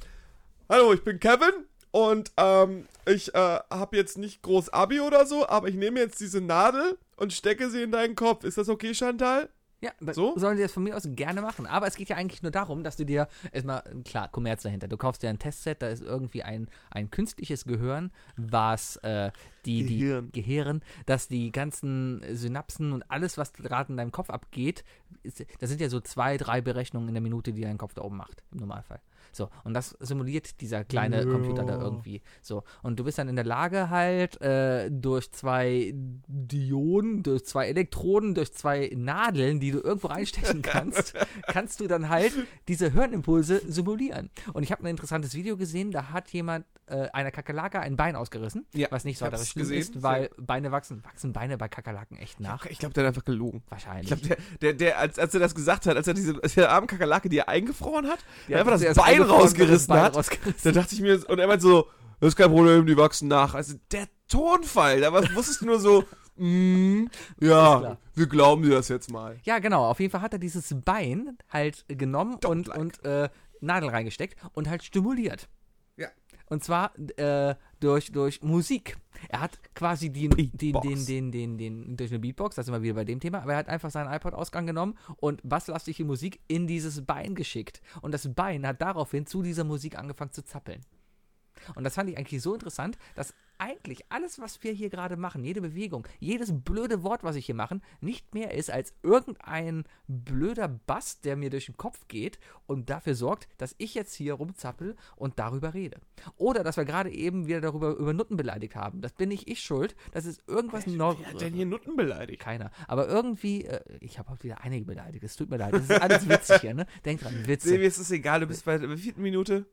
Speaker 2: Hallo, ich bin Kevin
Speaker 3: Und ähm, ich äh, habe jetzt nicht groß Abi oder so, aber ich nehme jetzt diese Nadel und stecke sie in deinen Kopf. Ist das okay, Chantal?
Speaker 1: Ja, aber
Speaker 3: So?
Speaker 1: sollen sie das von mir aus gerne machen. Aber es geht ja eigentlich nur darum, dass du dir erstmal, klar, Kommerz dahinter. Du kaufst dir ein Testset, da ist irgendwie ein, ein künstliches Gehirn, was äh, die, die
Speaker 2: Gehirn.
Speaker 1: Gehirn, dass die ganzen Synapsen und alles, was gerade in deinem Kopf abgeht, ist, das sind ja so zwei, drei Berechnungen in der Minute, die dein Kopf da oben macht, im Normalfall. So, und das simuliert dieser kleine ne, Computer da irgendwie. So, und du bist dann in der Lage halt, äh, durch zwei Dioden, durch zwei Elektroden, durch zwei Nadeln, die du irgendwo reinstechen kannst, kannst du dann halt diese Hirnimpulse simulieren. Und ich habe ein interessantes Video gesehen, da hat jemand äh, einer Kakerlake ein Bein ausgerissen,
Speaker 2: Ja,
Speaker 1: was nicht so
Speaker 2: ich hab's
Speaker 1: das schlimm
Speaker 2: gesehen.
Speaker 1: ist, weil Beine wachsen, wachsen Beine bei Kakerlaken echt nach.
Speaker 2: Ich glaube, der hat einfach gelogen. Ich
Speaker 1: Wahrscheinlich.
Speaker 2: glaube, der, der, der als, als er das gesagt hat, als er diese als der arme Kakerlake, die er eingefroren hat,
Speaker 1: Ja,
Speaker 2: der einfach das
Speaker 1: zuerst
Speaker 2: Bein
Speaker 1: eingefroren, dann das
Speaker 2: rausgerissen
Speaker 1: Bein
Speaker 2: hat,
Speaker 1: rausgerissen.
Speaker 2: da dachte ich mir, und er meinte so, das ist kein Problem, die wachsen nach. Also der Tonfall, da war- wusstest du nur so, mm,
Speaker 1: Ist
Speaker 2: ja,
Speaker 1: klar.
Speaker 2: wir glauben dir das jetzt mal.
Speaker 1: Ja, genau. Auf jeden Fall hat er dieses Bein halt genommen und, und äh, Nadel reingesteckt und halt stimuliert.
Speaker 2: Ja.
Speaker 1: Und zwar äh, durch, durch Musik. Er hat quasi den, den, den,
Speaker 2: Beatbox.
Speaker 1: den, den, den, durch eine Beatbox, das sind wir wieder bei dem Thema, aber er hat einfach seinen iPod-Ausgang genommen und basslastige Musik in dieses Bein geschickt. Und das Bein hat daraufhin zu dieser Musik angefangen zu zappeln. Und das fand ich eigentlich so interessant, dass eigentlich alles, was wir hier gerade machen, jede Bewegung, jedes blöde Wort, was ich hier mache, nicht mehr ist als irgendein blöder Bass, der mir durch den Kopf geht und dafür sorgt, dass ich jetzt hier rumzappel und darüber rede. Oder dass wir gerade eben wieder darüber über Nutten beleidigt haben. Das bin nicht ich schuld. Das ist irgendwas noch.
Speaker 2: Wer hat denn hier Nutten beleidigt?
Speaker 1: Keiner. Aber irgendwie, äh, ich habe auch wieder einige beleidigt. Es tut mir leid. Das ist alles witzig hier, ne? Denk dran,
Speaker 2: Sebi,
Speaker 1: Witze.
Speaker 2: es ist egal, du bist bei der vierten Minute.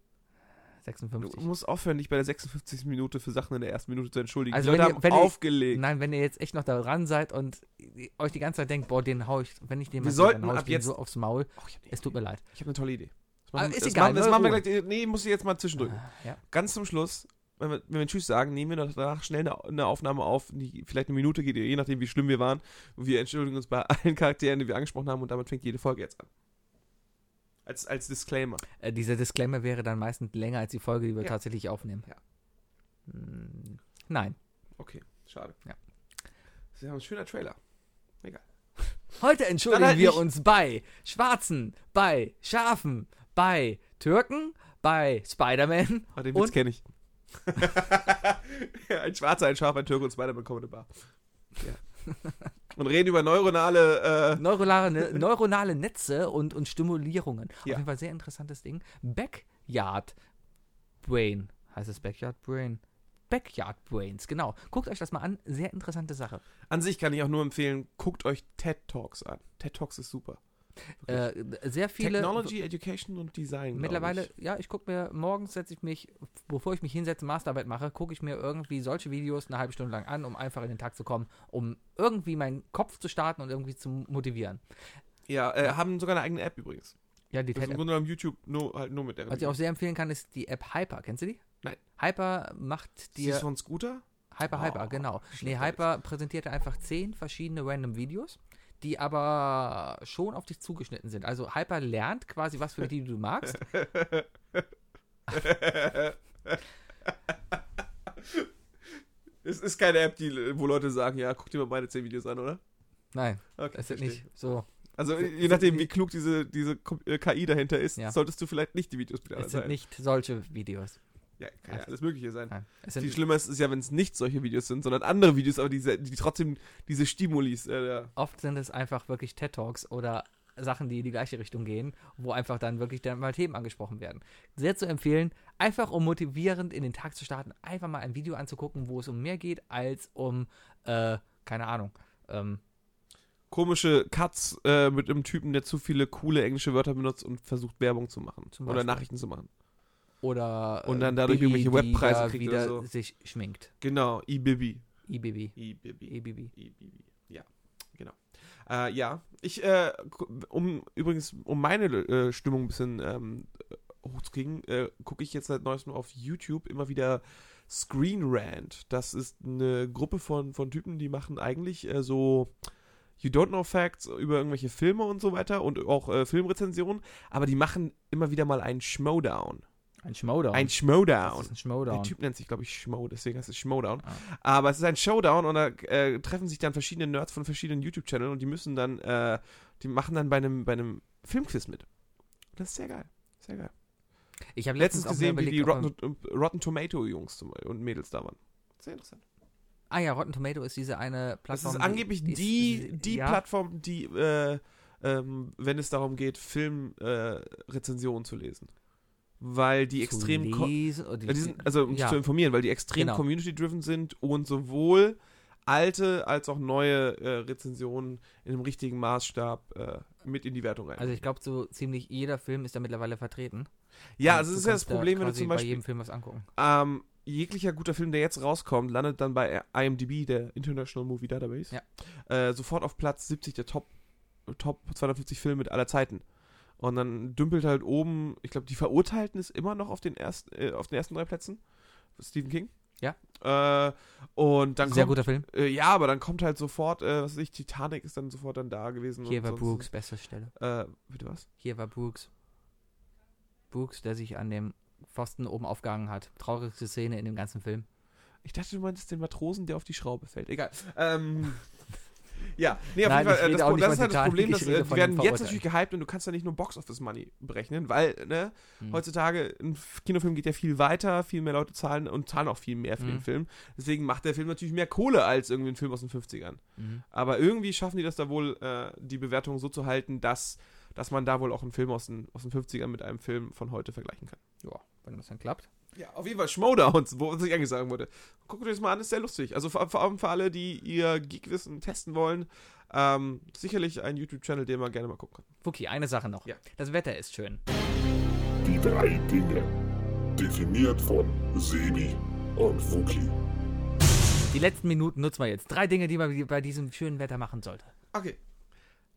Speaker 2: Du
Speaker 1: 56.
Speaker 2: musst aufhören, dich bei der 56. Minute für Sachen in der ersten Minute zu entschuldigen.
Speaker 1: Also
Speaker 2: die
Speaker 1: wenn ihr-
Speaker 2: Leute haben
Speaker 1: wenn ihr-
Speaker 2: aufgelegt.
Speaker 1: Nein, wenn ihr jetzt echt noch da dran seid und euch die ganze Zeit denkt, boah, den hau ich, wenn ich den
Speaker 2: Wir
Speaker 1: mal sehe,
Speaker 2: sollten
Speaker 1: dann hau ich
Speaker 2: ab
Speaker 1: den
Speaker 2: jetzt-
Speaker 1: so aufs Maul.
Speaker 2: Oh, ich habe
Speaker 1: Es tut mir leid.
Speaker 2: hab eine tolle Idee. Das
Speaker 1: Aber
Speaker 2: machen,
Speaker 1: ist
Speaker 2: das
Speaker 1: egal,
Speaker 2: Machen, das
Speaker 1: ne?
Speaker 2: machen wir
Speaker 1: Ruhe.
Speaker 2: gleich. Nee, muss ich jetzt mal zwischendurch.
Speaker 1: Ah, Ja.
Speaker 2: ganz zum Schluss, wenn wir, wenn wir Tschüss sagen, nehmen wir noch danach schnell eine, eine Aufnahme auf, die vielleicht eine Minute geht, je nachdem, wie schlimm wir waren. Und wir entschuldigen uns bei allen Charakteren, die wir angesprochen haben, und damit fängt jede Folge jetzt an. Als, als Disclaimer.
Speaker 1: Äh, dieser Disclaimer wäre dann meistens länger als die Folge, die wir
Speaker 2: Ja.
Speaker 1: tatsächlich aufnehmen.
Speaker 2: Ja.
Speaker 1: Hm, Nein.
Speaker 2: Okay, schade.
Speaker 1: Ja.
Speaker 2: Das ist ja ein schöner Trailer.
Speaker 1: Heute entschuldigen
Speaker 2: Dann halt
Speaker 1: wir
Speaker 2: nicht-
Speaker 1: uns bei Schwarzen, bei Schafen, bei Türken, bei Spider-Man.
Speaker 2: Ah, den
Speaker 1: Und-
Speaker 2: Witz kenne ich. ein Schwarzer, ein Schaf, ein Türke und Spider-Man kommen in eine Bar. Ja. Und reden über neuronale. Äh,
Speaker 1: Neuronale, ne, neuronale Netze und, und Stimulierungen.
Speaker 2: Ja.
Speaker 1: Auf jeden Fall sehr interessantes Ding. Backyard Brain. Heißt es Backyard Brain? Backyard Brains, genau. Guckt euch das mal an. Sehr interessante Sache.
Speaker 2: an sich kann ich auch nur empfehlen, guckt euch TED Talks an. TED Talks ist super.
Speaker 1: Äh, sehr viele.
Speaker 2: Technology, Education und Design. glaub
Speaker 1: Mittlerweile,
Speaker 2: ich.
Speaker 1: ja, ich gucke mir, morgens setze ich mich, bevor ich mich hinsetze, Masterarbeit mache, gucke ich mir irgendwie solche Videos eine halbe Stunde lang an, um einfach in den Tag zu kommen, um irgendwie meinen Kopf zu starten und irgendwie zu motivieren.
Speaker 2: Ja, äh, haben sogar eine eigene App übrigens.
Speaker 1: Ja, die
Speaker 2: Das ist
Speaker 1: Ted-App.
Speaker 2: im Grunde genommen YouTube nur, halt nur mit der
Speaker 1: Was ich auch sehr empfehlen kann, ist die App Hyper. Kennst du die?
Speaker 2: Nein.
Speaker 1: Hyper macht
Speaker 2: Die
Speaker 1: dir.
Speaker 2: ist von Scooter?
Speaker 1: Hyper
Speaker 2: Oh,
Speaker 1: Hyper, genau. Nee,
Speaker 2: schlechter
Speaker 1: Hyper präsentierte einfach zehn verschiedene random Videos, die aber schon auf dich zugeschnitten sind. Also Hyper lernt quasi, was für die du magst.
Speaker 2: Es ist keine App, die, wo Leute sagen, ja, guck dir mal meine 10 Videos an, oder?
Speaker 1: Nein,
Speaker 2: Okay,
Speaker 1: das sind
Speaker 2: verstehe.
Speaker 1: nicht so.
Speaker 2: Also
Speaker 1: sind-
Speaker 2: je
Speaker 1: sind
Speaker 2: nachdem, wie
Speaker 1: nicht-
Speaker 2: klug diese, diese Kom- äh, KI dahinter ist,
Speaker 1: Ja.
Speaker 2: solltest du vielleicht nicht die Videos mit
Speaker 1: Es sind nicht solche Videos.
Speaker 2: Ja, kann ja alles Mögliche sein.
Speaker 1: Nein. Es
Speaker 2: Viel
Speaker 1: sind
Speaker 2: schlimmer ist es ja, wenn es nicht solche Videos sind, sondern andere Videos, aber diese, die trotzdem diese Stimulis. Äh, ja.
Speaker 1: oft sind es einfach wirklich TED Talks oder Sachen, die in die gleiche Richtung gehen, wo einfach dann wirklich dann mal Themen angesprochen werden. Sehr zu empfehlen, einfach um motivierend in den Tag zu starten, einfach mal ein Video anzugucken, wo es um mehr geht als um, äh, keine Ahnung, ähm,
Speaker 2: komische Cuts äh, mit einem Typen, der zu viele coole englische Wörter benutzt und versucht Werbung zu machen
Speaker 1: Zum
Speaker 2: oder
Speaker 1: Beispiel.
Speaker 2: Nachrichten zu machen.
Speaker 1: oder äh,
Speaker 2: Und dann dadurch irgendwelche
Speaker 1: die
Speaker 2: Webpreise
Speaker 1: da
Speaker 2: kriegt
Speaker 1: wieder
Speaker 2: oder so.
Speaker 1: sich schminkt.
Speaker 2: Genau, eBibi.
Speaker 1: IBB.
Speaker 2: eBibi.
Speaker 1: EBB.
Speaker 2: eBibi. Ja, genau. Äh, ja, ich äh, gu- um übrigens um meine äh, Stimmung ein bisschen ähm, hochzukriegen, äh, gucke ich jetzt seit neuestem auf YouTube immer wieder Screen Rant. Das ist eine Gruppe von von Typen, die machen eigentlich äh, so You Don't Know Facts über irgendwelche Filme und so weiter und auch äh, Filmrezensionen, aber die machen immer wieder mal einen Schmodown.
Speaker 1: Ein Schmowdown.
Speaker 2: Ein
Speaker 1: das
Speaker 2: Schmowdown.
Speaker 1: ist ein
Speaker 2: Der
Speaker 1: Schmowdown.
Speaker 2: Typ nennt sich, glaube ich, Schmo, deswegen heißt es Schmowdown.
Speaker 1: Ah.
Speaker 2: Aber es ist ein Showdown und da äh, treffen sich dann verschiedene Nerds von verschiedenen YouTube-Channeln und die müssen dann, äh, die machen dann bei einem, bei einem Filmquiz mit. Das ist sehr geil. Sehr geil.
Speaker 1: Ich habe letztens,
Speaker 2: Letztens
Speaker 1: auch gesehen,
Speaker 2: gesehen, wie
Speaker 1: überlegt,
Speaker 2: die
Speaker 1: ob man-
Speaker 2: Rotten, Rotten Tomato-Jungs zum- und Mädels da waren. Sehr interessant.
Speaker 1: Ah ja, Rotten Tomato ist diese eine
Speaker 2: Das
Speaker 1: Plattform.
Speaker 2: ist angeblich die, die,
Speaker 1: ja,
Speaker 2: Plattform, die, äh, ähm, wenn es darum geht, Filmrezensionen zu lesen. Weil die
Speaker 1: zu
Speaker 2: extrem. ko-
Speaker 1: lesen oder
Speaker 2: Ja, die sind, also um dich
Speaker 1: ja.
Speaker 2: zu informieren, weil die extrem
Speaker 1: Genau.
Speaker 2: community-driven sind und sowohl alte als auch neue äh, Rezensionen in dem richtigen Maßstab äh, mit in die Wertung rein.
Speaker 1: Also ich glaube, so ziemlich jeder Film ist da mittlerweile vertreten.
Speaker 2: ja,
Speaker 1: Und
Speaker 2: also es
Speaker 1: du
Speaker 2: ist ja das
Speaker 1: kannst da
Speaker 2: Problem, wenn du
Speaker 1: quasi
Speaker 2: zum
Speaker 1: bei
Speaker 2: Beispiel
Speaker 1: jedem Film was angucken.
Speaker 2: ähm, jeglicher guter Film, der jetzt rauskommt, landet dann bei IMDb, der International Movie Database, äh, sofort auf Platz 70 der Top, Top 250 Filme mit aller Zeiten. Und dann dümpelt halt oben, ich glaube, die Verurteilten ist immer noch auf den ersten, äh, auf den ersten drei Plätzen. Stephen King.
Speaker 1: Ja.
Speaker 2: Äh, und dann
Speaker 1: Sehr
Speaker 2: kommt,
Speaker 1: guter Film.
Speaker 2: äh, ja, aber dann kommt halt sofort, äh, was weiß ich, Titanic ist dann sofort dann da gewesen.
Speaker 1: Hier war
Speaker 2: sonst-
Speaker 1: Brooks beste Stelle.
Speaker 2: Äh, bitte was?
Speaker 1: Hier war Brooks. Brooks, der sich an dem Pfosten oben aufgehangen hat. Traurigste Szene in dem ganzen Film.
Speaker 2: Ich dachte, du meintest den Matrosen, der auf die Schraube fällt. Egal. Ähm, ja, nee,
Speaker 1: Nein,
Speaker 2: auf jeden
Speaker 1: ich
Speaker 2: Fall. äh,
Speaker 1: rede
Speaker 2: Das,
Speaker 1: auch
Speaker 2: Pro-
Speaker 1: nicht
Speaker 2: das
Speaker 1: von
Speaker 2: ist halt das
Speaker 1: Titanic,
Speaker 2: Problem, dass
Speaker 1: ich rede
Speaker 2: äh, die
Speaker 1: von
Speaker 2: werden
Speaker 1: den
Speaker 2: jetzt natürlich
Speaker 1: Verurteilten.
Speaker 2: gehypt und du kannst ja nicht nur Box-Office-Money berechnen, weil ne,
Speaker 1: Hm.
Speaker 2: heutzutage ein F- Kinofilm geht ja viel weiter, viel mehr Leute zahlen und zahlen auch viel mehr für den
Speaker 1: Mhm.
Speaker 2: Film. Deswegen macht der Film natürlich mehr Kohle als irgendwie ein Film aus den 50ern.
Speaker 1: Mhm.
Speaker 2: Aber irgendwie schaffen die das da wohl, äh, die Bewertung so zu halten, dass, dass man da wohl auch einen Film aus den, aus den 50ern mit einem Film von heute vergleichen kann.
Speaker 1: Ja, wenn das dann klappt.
Speaker 2: Ja, auf jeden Fall Schmowdowns, wo was ich eigentlich sagen wollte. Guckt euch das mal an, ist sehr lustig. Also vor, vor allem für alle, die ihr Geekwissen testen wollen, ähm, sicherlich ein YouTube-Channel, den man gerne mal gucken kann.
Speaker 1: Fuki, eine Sache noch.
Speaker 2: Ja.
Speaker 1: Das Wetter ist schön.
Speaker 4: Die drei Dinge. Definiert von Sebi und Fuki.
Speaker 1: Die letzten Minuten nutzen wir jetzt. Drei Dinge, die man bei diesem schönen Wetter machen sollte.
Speaker 2: Okay.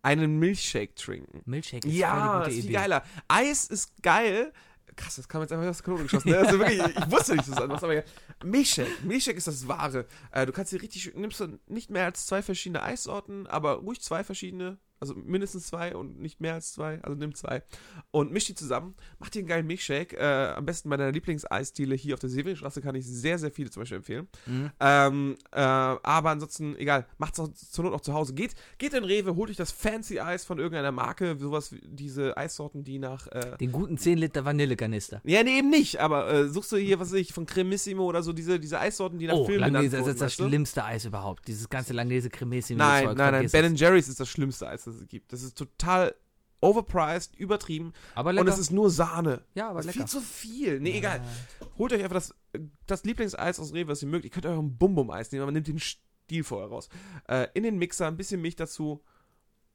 Speaker 2: Einen Milchshake trinken.
Speaker 1: Milchshake ist voll
Speaker 2: Ja,
Speaker 1: eine gute
Speaker 2: ist viel
Speaker 1: Idee.
Speaker 2: geiler. Eis ist geil. Krass, das kam jetzt einfach aus der Kanone geschossen. Ne? Also wirklich, ich wusste nicht, dass du das anmachst, aber ja. Milchshake. Milchshake ist das Wahre. Äh, du kannst dir richtig, schön- nimmst du nicht mehr als zwei verschiedene Eissorten, aber ruhig zwei verschiedene. Also mindestens zwei und nicht mehr als zwei. Also nimm zwei. Und misch die zusammen. Mach dir einen geilen Milchshake. Äh, am besten bei deiner Lieblingseisdiele hier auf der Severingstraße kann ich sehr, sehr viele zum Beispiel empfehlen.
Speaker 1: Mhm.
Speaker 2: Ähm, äh, aber ansonsten, egal, macht's auch zur Not auch zu Hause. Geht, geht in Rewe, holt euch das Fancy Eis von irgendeiner Marke, sowas wie diese Eissorten, die nach. Äh,
Speaker 1: Den guten 10 Liter Vanillekanister.
Speaker 2: ja, nee, eben nicht, aber äh, suchst du hier, was weiß ich, von Cremissimo oder so, diese, diese Eissorten, die nach
Speaker 1: Oh,
Speaker 2: Filmen
Speaker 1: Langnese ist
Speaker 2: wurden,
Speaker 1: jetzt das
Speaker 2: weißt du?
Speaker 1: schlimmste Eis überhaupt. Dieses ganze Langnese cremissimo
Speaker 2: Nein,
Speaker 1: Zeug,
Speaker 2: nein, nein,
Speaker 1: vergiss es.
Speaker 2: Ben Jerry's ist das schlimmste Eis, das es gibt. Das ist total overpriced, übertrieben
Speaker 1: Aber lecker.
Speaker 2: und es ist nur Sahne.
Speaker 1: ja, aber
Speaker 2: Das ist
Speaker 1: lecker.
Speaker 2: viel zu viel. Nee, egal. Holt euch einfach das, das Lieblingseis aus Rewe, was ihr mögt. Ihr könnt euren Bum-Bum-Eis nehmen, aber nehmt den Stiel vorher raus. Äh, in den Mixer, ein bisschen Milch dazu.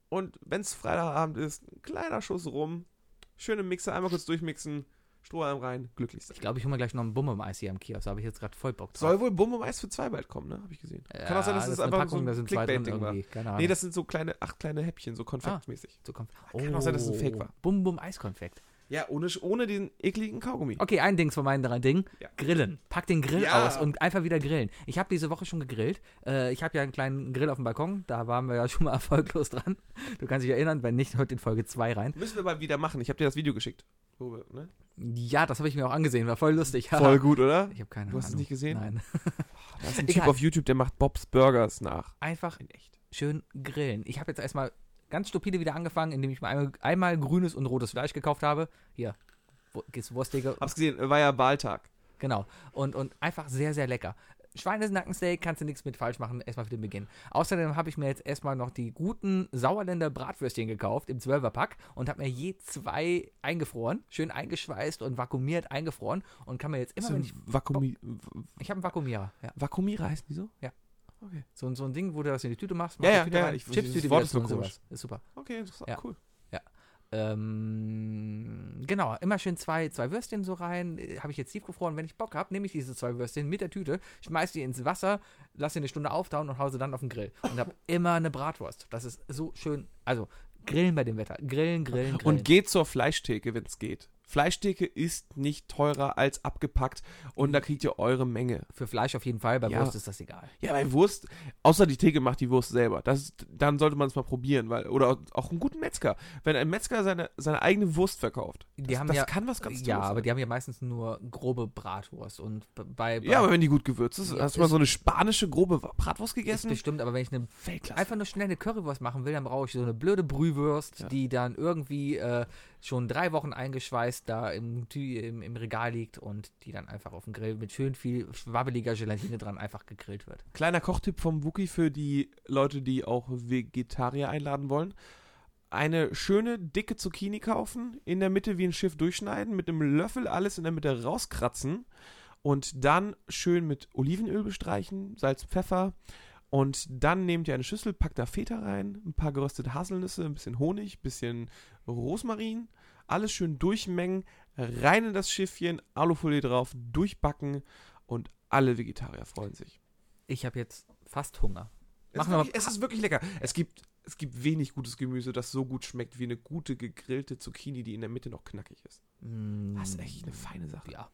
Speaker 2: Und wenn es Freitagabend ist, ein kleiner Schuss rum. Schön im Mixer, einmal kurz durchmixen. Strohhalm rein, glücklich sein.
Speaker 1: Ich glaube, ich hole mir gleich noch einen Bumme im Eis hier am Kiosk. Da habe ich jetzt gerade voll Bock drauf.
Speaker 2: Soll wohl Bum-Bum-Eis für zwei bald kommen, ne? Hab ich gesehen. Kann auch
Speaker 1: Ja,
Speaker 2: sein, dass das,
Speaker 1: ist eine
Speaker 2: einfach
Speaker 1: Packung, da
Speaker 2: so ein
Speaker 1: sind zwei drin
Speaker 2: Clickbait-Ding war.
Speaker 1: irgendwie. Ah. Keine Ahnung.
Speaker 2: Nee, das sind so kleine, acht kleine Häppchen, so konfektmäßig.
Speaker 1: so kommt.
Speaker 2: Kann auch sein, dass es ein Fake war.
Speaker 1: Bum Bum Eiskonfekt.
Speaker 2: Ja, ohne, ohne den ekligen Kaugummi.
Speaker 1: Okay, ein Dings von meinen drei Dingen.
Speaker 2: Ja.
Speaker 1: Grillen. Pack den Grill
Speaker 2: Ja.
Speaker 1: aus und einfach wieder grillen. Ich habe diese Woche schon gegrillt. Äh, ich habe ja einen kleinen Grill auf dem Balkon. Da waren wir ja schon mal erfolglos dran. Du kannst dich erinnern, wenn nicht, heute in Folge 2 rein.
Speaker 2: Müssen wir mal wieder machen. Ich habe dir das Video geschickt. Wo wir- Ne?
Speaker 1: Ja, das habe ich mir auch angesehen. War voll lustig.
Speaker 2: Voll gut, oder?
Speaker 1: Ich habe keine
Speaker 2: Du hast es
Speaker 1: Ahnung.
Speaker 2: nicht gesehen?
Speaker 1: Nein.
Speaker 2: Da ist ein
Speaker 1: Egal.
Speaker 2: Typ auf YouTube, der macht Bobs Burgers nach.
Speaker 1: Einfach
Speaker 2: In echt.
Speaker 1: schön grillen. Ich habe jetzt erstmal ganz stupide wieder angefangen, indem ich mir einmal, einmal grünes und rotes Fleisch gekauft habe. Hier, Wu- gibt's Wurstige.
Speaker 2: Hab's gesehen, äh, war ja Wahltag.
Speaker 1: Genau. Und, und einfach sehr, sehr lecker. Schweinesnackensteak kannst du nichts mit falsch machen, erstmal für den Beginn. Außerdem habe ich mir jetzt erstmal noch die guten Sauerländer Bratwürstchen gekauft im 12er-Pack und habe mir je zwei eingefroren, schön eingeschweißt und vakuumiert eingefroren und kann mir jetzt immer, wenn ich,
Speaker 2: Vakumi w-
Speaker 1: ich habe einen Vakuumierer, ja.
Speaker 2: Vakuumierer heißen die so?
Speaker 1: So, ein- so ein Ding, wo du das in die Tüte machst,
Speaker 2: Ja,
Speaker 1: die
Speaker 2: ja,
Speaker 1: Tüte
Speaker 2: ja,
Speaker 1: rein,
Speaker 2: ich-
Speaker 1: Chips,
Speaker 2: dieses
Speaker 1: Tüte
Speaker 2: Wort
Speaker 1: wieder
Speaker 2: ist
Speaker 1: zu
Speaker 2: mir
Speaker 1: und
Speaker 2: komisch.
Speaker 1: sowas. Ist super.
Speaker 2: Okay, interessant,
Speaker 1: Ja.
Speaker 2: cool.
Speaker 1: Ähm, genau, immer schön zwei, zwei Würstchen so rein. Äh, Habe ich jetzt tiefgefroren. Wenn ich Bock habe, nehme ich diese zwei Würstchen mit der Tüte, schmeiß die ins Wasser, lass sie eine Stunde auftauen und hause dann auf den Grill. Und habe immer eine Bratwurst. Das ist so schön. Also, grillen bei dem Wetter. Grillen, grillen, grillen.
Speaker 2: Und geht zur Fleischtheke, wenn's geht. Fleischtheke ist nicht teurer als abgepackt und da kriegt ihr eure Menge.
Speaker 1: Für Fleisch auf jeden Fall, bei
Speaker 2: Ja.
Speaker 1: Wurst ist das egal.
Speaker 2: Ja, bei Wurst, außer die Theke macht die Wurst selber. Das, ist- dann sollte man es mal probieren, weil, oder auch einen guten Metzger. Wenn ein Metzger seine, seine eigene Wurst verkauft,
Speaker 1: Die
Speaker 2: das,
Speaker 1: haben
Speaker 2: das
Speaker 1: ja-
Speaker 2: kann was ganz
Speaker 1: ja,
Speaker 2: Tolles
Speaker 1: aber
Speaker 2: sein.
Speaker 1: die haben ja meistens nur grobe Bratwurst und b- bei, bei
Speaker 2: Ja, aber wenn die gut gewürzt ist,
Speaker 1: Ja,
Speaker 2: hast du mal
Speaker 1: ist-
Speaker 2: so eine spanische grobe
Speaker 1: ist
Speaker 2: Bratwurst gegessen?
Speaker 1: bestimmt, aber wenn ich eine
Speaker 2: Weltklasse.
Speaker 1: einfach nur schnell eine Currywurst machen will, dann brauche ich so eine blöde Brühwurst,
Speaker 2: Ja.
Speaker 1: die dann irgendwie äh, schon drei Wochen eingeschweißt da im, Tü- im, im Regal liegt und die dann einfach auf dem Grill mit schön viel schwabbeliger Gelatine dran einfach gegrillt wird.
Speaker 2: Kleiner Kochtipp vom Wookie für die Leute, die auch Vegetarier einladen wollen. Eine schöne, dicke Zucchini kaufen, in der Mitte wie ein Schiff durchschneiden, mit einem Löffel alles in der Mitte rauskratzen und dann schön mit Olivenöl bestreichen, Salz, Pfeffer. Und dann nehmt ihr eine Schüssel, packt da Feta rein, ein paar geröstete Haselnüsse, ein bisschen Honig, ein bisschen Rosmarin, alles schön durchmengen, rein in das Schiffchen, Alufolie drauf, durchbacken und alle Vegetarier freuen sich.
Speaker 1: Ich habe jetzt fast Hunger.
Speaker 2: Es
Speaker 1: Machen
Speaker 2: ist,
Speaker 1: wir
Speaker 2: wirklich, es ist wirklich lecker. Es gibt, es gibt wenig gutes Gemüse, das so gut schmeckt wie eine gute gegrillte Zucchini, die in der Mitte noch knackig ist.
Speaker 1: Mm,
Speaker 2: Das ist echt eine feine Sache.
Speaker 1: Ja,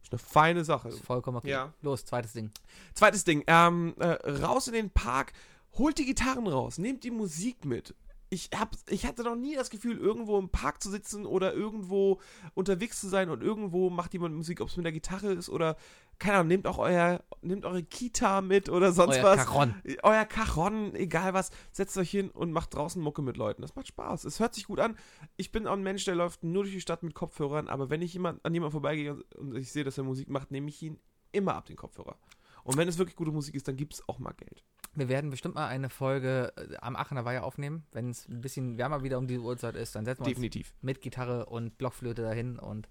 Speaker 2: Das ist eine feine Sache.
Speaker 1: ist vollkommen okay.
Speaker 2: Ja.
Speaker 1: Los, zweites Ding.
Speaker 2: Zweites Ding, ähm, äh, raus in den Park, holt die Gitarren raus, nehmt die Musik mit. Ich, hab, ich hatte noch nie das Gefühl, irgendwo im Park zu sitzen oder irgendwo unterwegs zu sein und irgendwo macht jemand Musik, ob es mit der Gitarre ist oder, keine Ahnung, nehmt auch euer, nehmt eure Kita mit oder sonst
Speaker 1: Euer
Speaker 2: was.
Speaker 1: Caron.
Speaker 2: euer Cajon, egal was, setzt euch hin und macht draußen Mucke mit Leuten. Das macht Spaß. Es hört sich gut an. Ich bin auch ein Mensch, der läuft nur durch die Stadt mit Kopfhörern, aber wenn ich jemand, an jemand vorbeigehe und- und ich sehe, dass er Musik macht, nehme ich ihn immer ab den Kopfhörer. Und wenn es wirklich gute Musik ist, dann gibt es auch mal Geld.
Speaker 1: Wir werden bestimmt mal eine Folge äh, am Aachener Weiher aufnehmen. Wenn es ein bisschen wärmer wieder um die Uhrzeit ist, dann setzen wir uns
Speaker 2: Definitiv.
Speaker 1: mit Gitarre und Blockflöte dahin und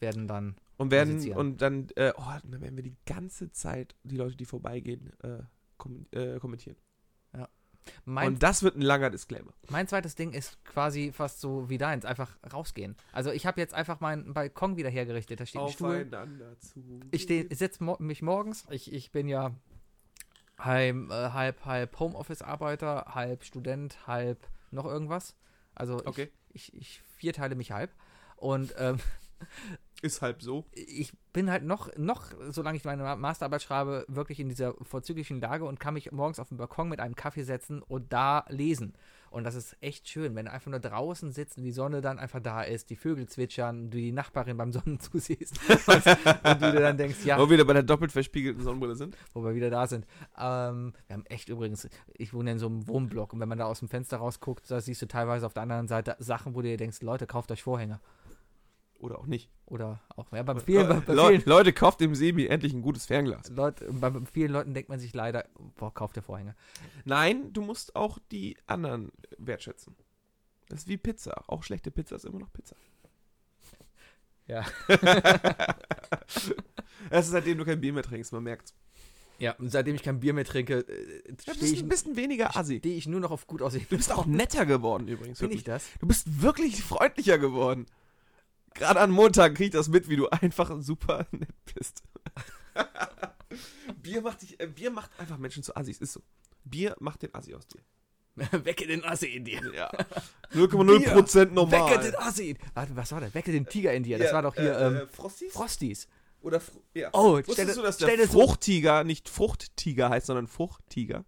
Speaker 1: werden dann
Speaker 2: Und werden
Speaker 1: Musizieren.
Speaker 2: und dann, äh, oh, dann werden wir die ganze Zeit die Leute, die vorbeigehen, äh, kommen- äh, kommentieren.
Speaker 1: mein
Speaker 2: und das wird ein langer Disclaimer.
Speaker 1: Mein zweites Ding ist quasi fast so wie deins, einfach rausgehen. Also ich habe jetzt einfach meinen Balkon wieder hergerichtet. Da steht ein Stuhl.
Speaker 2: zu.
Speaker 1: Ich steh, setze mo mich morgens. Ich, ich bin ja heim, äh, halb, halb Homeoffice-Arbeiter, halb Student, halb noch irgendwas. Also ich,
Speaker 2: Okay.
Speaker 1: ich, ich vierteile mich halb. Und ähm,
Speaker 2: Ist halb so.
Speaker 1: ich bin halt noch, noch, solange ich meine Ma- Masterarbeit schreibe, wirklich in dieser vorzüglichen Lage und kann mich morgens auf den Balkon mit einem Kaffee setzen und da lesen. Und das ist echt schön, wenn du einfach nur draußen sitzt und die Sonne dann einfach da ist, die Vögel zwitschern, du die Nachbarin beim Sonnen zusiehst und du dir dann denkst, ja,
Speaker 2: Wo wir wieder bei der doppelt verspiegelten Sonnenbrille sind.
Speaker 1: wo wir wieder da sind. Ähm, wir haben echt übrigens, ich wohne in so einem Wohnblock und wenn man da aus dem Fenster rausguckt, da siehst du teilweise auf der anderen Seite Sachen, wo du dir denkst, Leute, kauft euch Vorhänge.
Speaker 2: Oder auch nicht.
Speaker 1: Oder auch, ja, bei vielen, bei, bei
Speaker 2: Leu-
Speaker 1: vielen
Speaker 2: Äh, Leute, kauft dem Sebi endlich ein gutes Fernglas.
Speaker 1: Leute, bei vielen Leuten denkt man sich leider, boah, kauft der Vorhänge.
Speaker 2: Nein, du musst auch die anderen wertschätzen. Das ist wie Pizza. Auch schlechte Pizza ist immer noch Pizza.
Speaker 1: Ja.
Speaker 2: Es ist seitdem du kein Bier mehr trinkst, man merkt's.
Speaker 1: Ja, und seitdem ich kein Bier mehr trinke, äh,
Speaker 2: Du
Speaker 1: stehe
Speaker 2: bist
Speaker 1: ich,
Speaker 2: ein bisschen weniger assi.
Speaker 1: steh ich nur noch auf gut aussehen.
Speaker 2: Du bist auch netter geworden übrigens.
Speaker 1: Bin ich
Speaker 2: wirklich.
Speaker 1: das?
Speaker 2: Du bist wirklich freundlicher geworden. Gerade an Montag krieg ich das mit, wie du einfach super nett bist. Bier, macht dich, äh, Bier macht einfach Menschen zu Assis, ist so. Bier macht den Assi aus dir.
Speaker 1: Wecke den Assi in dir.
Speaker 2: Ja.
Speaker 1: Bier.
Speaker 2: 0,0% normal.
Speaker 1: Wecke den Assi in Oh, Warte, was war das? Wecke den Tiger in dir. Das
Speaker 2: Ja,
Speaker 1: war doch hier
Speaker 2: äh, äh,
Speaker 1: ähm,
Speaker 2: Frosties?
Speaker 1: Frosties.
Speaker 2: Oder Fr ja.
Speaker 1: Oh,
Speaker 2: Wusstest du, dass
Speaker 1: stell
Speaker 2: der
Speaker 1: dir so,
Speaker 2: Fruchttiger nicht Fruchttiger heißt, sondern Fruchttiger?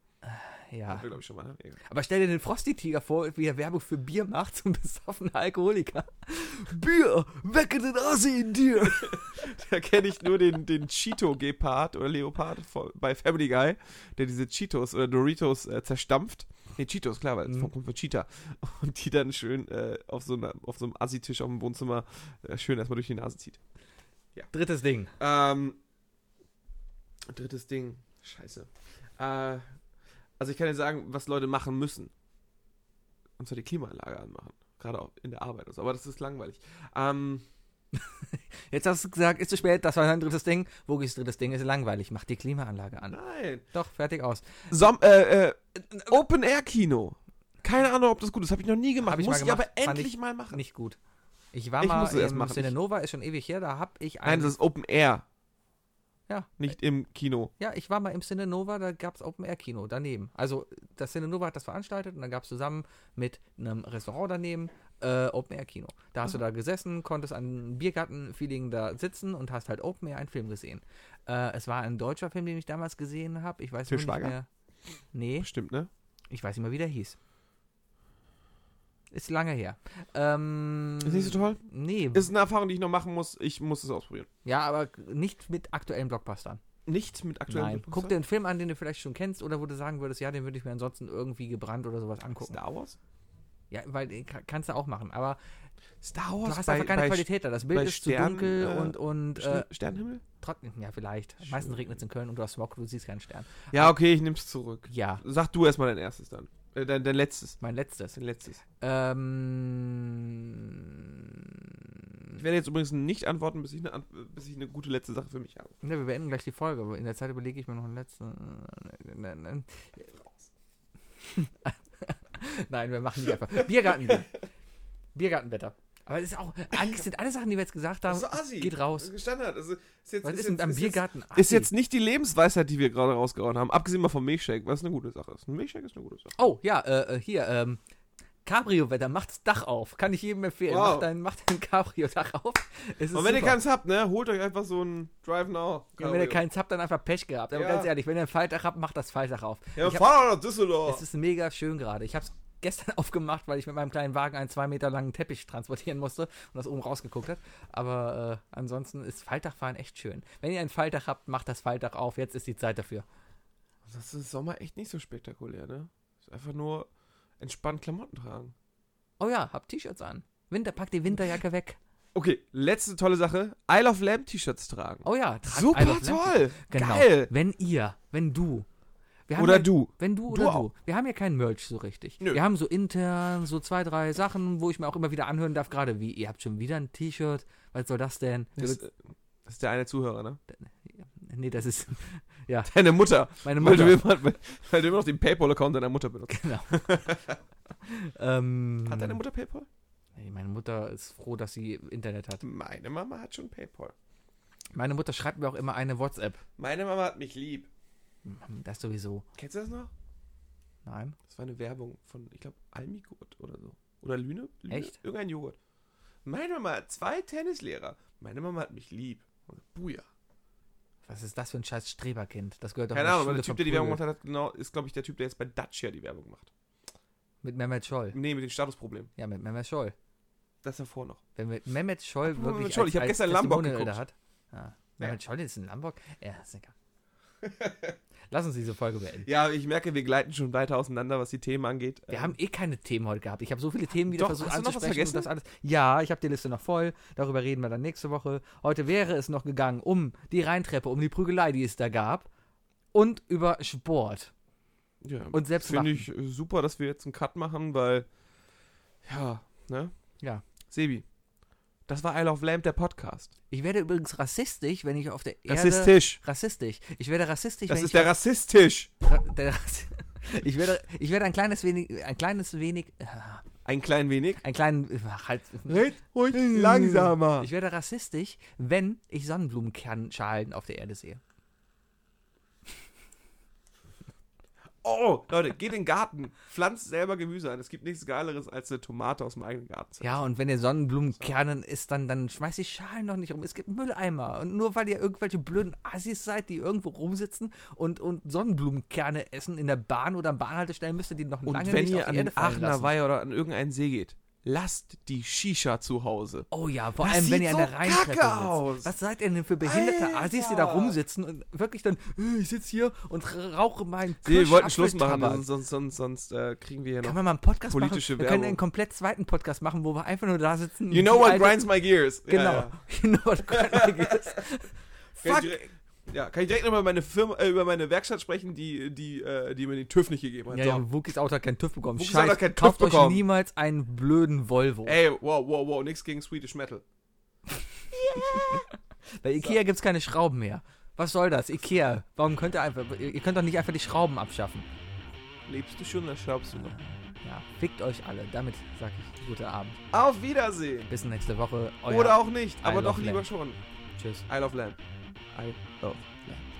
Speaker 1: ja.
Speaker 2: glaube ich schon mal. ne? Egal.
Speaker 1: Aber stell dir den Frosty-Tiger vor, wie er Werbung für Bier macht zum besoffenen Alkoholiker. Bier, wecke den Assi in dir.
Speaker 2: Da kenne ich nur den, den Cheeto-Gepard oder Leopard von- bei Family Guy, der diese Cheetos oder Doritos äh, zerstampft. Ne, Cheetos, klar, weil es
Speaker 1: Mhm.
Speaker 2: kommt von Cheetah. Und die dann schön äh, auf, so einer, auf so einem Assi-Tisch auf dem Wohnzimmer äh, schön erstmal durch die Nase zieht.
Speaker 1: Drittes Ding.
Speaker 2: Ähm, drittes Ding. Scheiße. Äh, also ich kann dir sagen, was Leute machen müssen. Und zwar die Klimaanlage anmachen. Gerade auch in der Arbeit. und so. Aber das ist langweilig. Ähm,
Speaker 1: Jetzt hast du gesagt, ist zu spät, das war dein drittes Ding. Wogis drittes Ding ist langweilig. Mach die Klimaanlage an.
Speaker 2: nein.
Speaker 1: Doch, fertig aus.
Speaker 2: Som äh, äh, Open-Air-Kino. Keine Ahnung, ob das gut ist. Habe ich noch nie gemacht.
Speaker 1: Hab ich mal
Speaker 2: Muss ich
Speaker 1: gemacht.
Speaker 2: aber
Speaker 1: Fand
Speaker 2: endlich
Speaker 1: ich
Speaker 2: mal machen.
Speaker 1: Nicht gut. Ich war
Speaker 2: Ich
Speaker 1: mal
Speaker 2: muss es erst
Speaker 1: im
Speaker 2: machen.
Speaker 1: Cinenova, ist schon ewig her, da hab ich
Speaker 2: Nein,
Speaker 1: einen.
Speaker 2: das ist Open-Air.
Speaker 1: Ja.
Speaker 2: Nicht im Kino.
Speaker 1: ja, ich war mal im Cinenova, da gab's Open-Air-Kino daneben. Also das Cinenova hat das veranstaltet und dann gab's zusammen mit einem Restaurant daneben äh, Open-Air-Kino. Da
Speaker 2: Mhm.
Speaker 1: hast du da gesessen, konntest an Biergarten-Feeling da sitzen und hast halt Open-Air einen Film gesehen. Äh, es war ein deutscher Film, den ich damals gesehen habe. Ich weiß
Speaker 2: Til
Speaker 1: nur
Speaker 2: Schweiger?
Speaker 1: nicht mehr. Nee,
Speaker 2: Bestimmt, ne?
Speaker 1: ich weiß nicht mehr, wie der hieß. Ist lange her. Ähm,
Speaker 2: Ist nicht so toll?
Speaker 1: Nee,
Speaker 2: Ist eine Erfahrung, die ich noch machen muss. Ich muss es ausprobieren.
Speaker 1: ja, aber nicht mit aktuellen Blockbustern.
Speaker 2: Nicht mit aktuellen
Speaker 1: Nein. Guck dir einen Film an, den du vielleicht schon kennst oder wo du sagen würdest, ja, den würde ich mir ansonsten irgendwie gebrannt oder sowas angucken.
Speaker 2: Star Wars?
Speaker 1: Ja, weil äh, ka- kannst du auch machen, aber
Speaker 2: Star
Speaker 1: du
Speaker 2: Wars
Speaker 1: hast
Speaker 2: bei,
Speaker 1: einfach keine
Speaker 2: bei
Speaker 1: Qualität da. Das Bild
Speaker 2: bei
Speaker 1: ist zu
Speaker 2: Stern,
Speaker 1: dunkel
Speaker 2: äh,
Speaker 1: und, und
Speaker 2: Sch-
Speaker 1: äh,
Speaker 2: Sternhimmel?
Speaker 1: trotzdem, ja, vielleicht. Meistens regnet es in Köln und du hast Smog, du siehst keinen Stern.
Speaker 2: Ja, okay, ich nimm's zurück.
Speaker 1: Ja,
Speaker 2: Sag du erstmal dein erstes dann. Äh, dein, dein letztes.
Speaker 1: mein letztes.
Speaker 2: Dein letztes.
Speaker 1: Mhm. Ähm,
Speaker 2: Ich werde jetzt übrigens nicht antworten, bis ich eine, Ant- bis ich eine gute letzte Sache für mich habe.
Speaker 1: ne, wir beenden gleich die Folge, aber in der Zeit überlege ich mir noch einen letzten. äh, ne, Nein, nein. nein wir machen die einfach. Biergarten. Biergartenwetter. Aber es ist auch, eigentlich sind alle Sachen, die wir jetzt gesagt haben,
Speaker 2: assi.
Speaker 1: Äh, geht raus.
Speaker 2: Standard. Also, ist jetzt,
Speaker 1: Was ist, denn am Biergarten?
Speaker 2: Ist jetzt nicht die Lebensweisheit, die wir gerade rausgehauen haben. Abgesehen mal vom Milchshake, was eine gute Sache ist. Ein Milchshake ist eine gute Sache.
Speaker 1: Oh, ja, äh, äh, hier, ähm, Cabrio-Wetter, macht das Dach auf. Kann ich jedem empfehlen.
Speaker 2: Wow.
Speaker 1: Macht dein, macht dein Cabrio-Dach auf. Es ist
Speaker 2: Und wenn ihr
Speaker 1: super.
Speaker 2: keins habt, ne, holt euch einfach so ein Drive Now.
Speaker 1: ja, wenn ihr keins habt, dann einfach Pech gehabt. Aber
Speaker 2: Ja.
Speaker 1: ganz ehrlich, wenn ihr ein Falldach habt, macht das Falldach auf.
Speaker 2: ja,
Speaker 1: ich hab,
Speaker 2: fahr doch nach
Speaker 1: es
Speaker 2: Düsseldorf.
Speaker 1: ist mega schön gerade. Ich habe es gestern aufgemacht, weil ich mit meinem kleinen Wagen einen zwei Meter langen Teppich transportieren musste und das oben rausgeguckt hat. Aber äh, ansonsten ist Falldachfahren echt schön. Wenn ihr ein Falldach habt, macht das Falldach auf. Jetzt ist die Zeit dafür.
Speaker 2: Das ist Sommer echt nicht so spektakulär, ne? Ist einfach nur entspannt Klamotten tragen.
Speaker 1: Oh ja, habt T-Shirts an. Winter, packt die Winterjacke weg.
Speaker 2: Okay, letzte tolle Sache. Isle of Lamb T-Shirts tragen.
Speaker 1: Oh ja, tragt Isle
Speaker 2: Super
Speaker 1: of Lamp-
Speaker 2: toll.
Speaker 1: Genau.
Speaker 2: Geil.
Speaker 1: Wenn ihr, wenn du. Wir haben
Speaker 2: Oder
Speaker 1: ja,
Speaker 2: du.
Speaker 1: Wenn du oder
Speaker 2: Du
Speaker 1: du.
Speaker 2: auch.
Speaker 1: Wir haben ja keinen Merch so richtig.
Speaker 2: Nö.
Speaker 1: Wir haben so intern so zwei, drei Sachen, wo ich mir auch immer wieder anhören darf, gerade wie, ihr habt schon wieder ein T-Shirt, was soll das denn?
Speaker 2: Das, äh, das ist der eine Zuhörer, ne?
Speaker 1: nee, das ist
Speaker 2: Deine Mutter.
Speaker 1: meine
Speaker 2: Weil du,
Speaker 1: Mutter.
Speaker 2: immer, weil, weil du immer noch den Paypal-Account deiner Mutter benutzt.
Speaker 1: Ähm,
Speaker 2: Hat deine Mutter Paypal?
Speaker 1: nee, meine Mutter ist froh, dass sie Internet hat.
Speaker 2: Meine Mama hat schon Paypal.
Speaker 1: Meine Mutter schreibt mir auch immer eine WhatsApp.
Speaker 2: Meine Mama hat mich lieb.
Speaker 1: Das sowieso.
Speaker 2: Kennst du das noch?
Speaker 1: Nein.
Speaker 2: Das war eine Werbung von, ich glaube, Almigurt oder so. Oder Lüne? Lüne?
Speaker 1: Echt?
Speaker 2: Irgendein Joghurt. Meine Mama hat zwei Tennislehrer. Meine Mama hat mich lieb. Und Buja.
Speaker 1: Was ist das für ein scheiß Streberkind? Das gehört doch
Speaker 2: Keine
Speaker 1: in
Speaker 2: Ahnung, aber
Speaker 1: Schule
Speaker 2: der Typ, der die Werbung
Speaker 1: verprügelt.
Speaker 2: gemacht hat, hat, genau, ist, glaube ich, der Typ, der jetzt bei Dacia die Werbung macht.
Speaker 1: Mit Mehmet Scholl.
Speaker 2: Nee, mit dem Statusproblem.
Speaker 1: Ja, mit Mehmet Scholl.
Speaker 2: Das davor noch.
Speaker 1: Wenn wir Mehmet Scholl
Speaker 2: Apropos
Speaker 1: wirklich
Speaker 2: Mehmet Scholl, ich hab gestern Lambok
Speaker 1: Testimonial
Speaker 2: geguckt.
Speaker 1: da hat. Ah, Mehmet Scholl ist in Lambok? Ja, ist egal. Lass uns diese Folge beenden.
Speaker 2: Ja, ich merke, wir gleiten schon weiter auseinander, was die Themen angeht.
Speaker 1: Wir
Speaker 2: Ähm,
Speaker 1: haben eh keine Themen heute gehabt. Ich habe so viele Themen wieder
Speaker 2: Doch,
Speaker 1: versucht
Speaker 2: hast du noch was
Speaker 1: anzusprechen. und
Speaker 2: vergessen?
Speaker 1: Das alles. Ja, ich habe die Liste noch voll. Darüber reden wir dann nächste Woche. Heute wäre es noch gegangen um die Rheintreppe, um die Prügelei, die es da gab. Und über Sport.
Speaker 2: Ähm, ja,
Speaker 1: Und selbst
Speaker 2: Finde ich äh, super, dass wir jetzt einen Cut machen, weil. Ja, ne?
Speaker 1: Ja.
Speaker 2: Sebi, das war Isle of Lamb, der Podcast.
Speaker 1: Ich werde übrigens rassistisch, wenn ich auf der Erde...
Speaker 2: Rassistisch.
Speaker 1: Rassistisch. Ich werde rassistisch,
Speaker 2: Das
Speaker 1: wenn ich
Speaker 2: ist der Rassistisch.
Speaker 1: Ra- der Rass- Ich werde, ich werde ein kleines wenig, ein kleines wenig, äh,
Speaker 2: Ein klein wenig.
Speaker 1: ein kleinen, halt,
Speaker 2: Red ruhig
Speaker 1: Hm.
Speaker 2: langsamer.
Speaker 1: ich werde rassistisch, wenn ich Sonnenblumenkernschalen auf der Erde sehe.
Speaker 2: Oh, Leute, geht in den Garten. Pflanzt selber Gemüse an. Es gibt nichts Geileres als eine Tomate aus dem eigenen Garten. zu
Speaker 1: Ja, und wenn ihr Sonnenblumenkernen isst, dann, dann schmeißt die Schalen noch nicht rum. Es gibt Mülleimer. Und nur weil ihr irgendwelche blöden Assis seid, die irgendwo rumsitzen und, und Sonnenblumenkerne essen in der Bahn oder am Bahnhaltestellen, müsst ihr die noch
Speaker 2: Und
Speaker 1: lange
Speaker 2: wenn
Speaker 1: nicht
Speaker 2: ihr
Speaker 1: auf
Speaker 2: an
Speaker 1: die Erde
Speaker 2: den
Speaker 1: fallen
Speaker 2: Aachener
Speaker 1: lassen.
Speaker 2: Weiher oder an irgendeinen See geht, lasst die Shisha zu Hause.
Speaker 1: Oh ja, vor
Speaker 2: Das
Speaker 1: allem, wenn
Speaker 2: sieht
Speaker 1: ihr an
Speaker 2: so
Speaker 1: der Rheinstrecke
Speaker 2: kacke
Speaker 1: sitzt.
Speaker 2: aus.
Speaker 1: Was seid ihr denn für behinderte
Speaker 2: Alter.
Speaker 1: Assis, die da rumsitzen und wirklich dann, "Äh, ich sitze hier und r- rauche meinen
Speaker 2: Nee, wir wollten
Speaker 1: Kirschapfel-
Speaker 2: Schluss machen,
Speaker 1: Tabak."
Speaker 2: sonst, sonst, sonst, sonst äh, kriegen wir hier
Speaker 1: Kann
Speaker 2: noch.
Speaker 1: man mal einen Podcast
Speaker 2: politische
Speaker 1: machen? Wir können
Speaker 2: Werbung.
Speaker 1: einen komplett zweiten Podcast machen, wo wir einfach nur da sitzen.
Speaker 2: You know
Speaker 1: wie
Speaker 2: what
Speaker 1: alte-
Speaker 2: grinds my gears.
Speaker 1: Genau.
Speaker 2: Ja,
Speaker 1: You know what grinds
Speaker 2: ja. Kann ich
Speaker 1: Fuck.
Speaker 2: direkt- Ja, kann ich direkt noch über meine Firma, äh, über meine Werkstatt sprechen, die, die, äh, die mir den TÜV nicht gegeben hat.
Speaker 1: Ja,
Speaker 2: So.
Speaker 1: ja, Wookies Auto hat keinen TÜV bekommen.
Speaker 2: Wookies Auto hat
Speaker 1: Scheiß,
Speaker 2: keinen
Speaker 1: kauft
Speaker 2: TÜV
Speaker 1: euch
Speaker 2: bekommen.
Speaker 1: niemals einen blöden Volvo.
Speaker 2: Ey, wow, wow, wow, nix gegen Swedish Metal.
Speaker 1: Bei Ikea gibt's keine Schrauben mehr. Was soll das? Ikea, warum könnt ihr einfach, ihr könnt doch nicht einfach die Schrauben abschaffen.
Speaker 2: Lebst du schon oder schraubst du noch?
Speaker 1: Ja, fickt euch alle. Damit sage ich guten Abend.
Speaker 2: Auf Wiedersehen.
Speaker 1: Bis nächste Woche. Euer
Speaker 2: Oder auch nicht,
Speaker 1: Oh I
Speaker 2: aber
Speaker 1: love
Speaker 2: doch lieber
Speaker 1: Lamb.
Speaker 2: schon.
Speaker 1: Tschüss.
Speaker 2: I love Lamb. I love Lamb.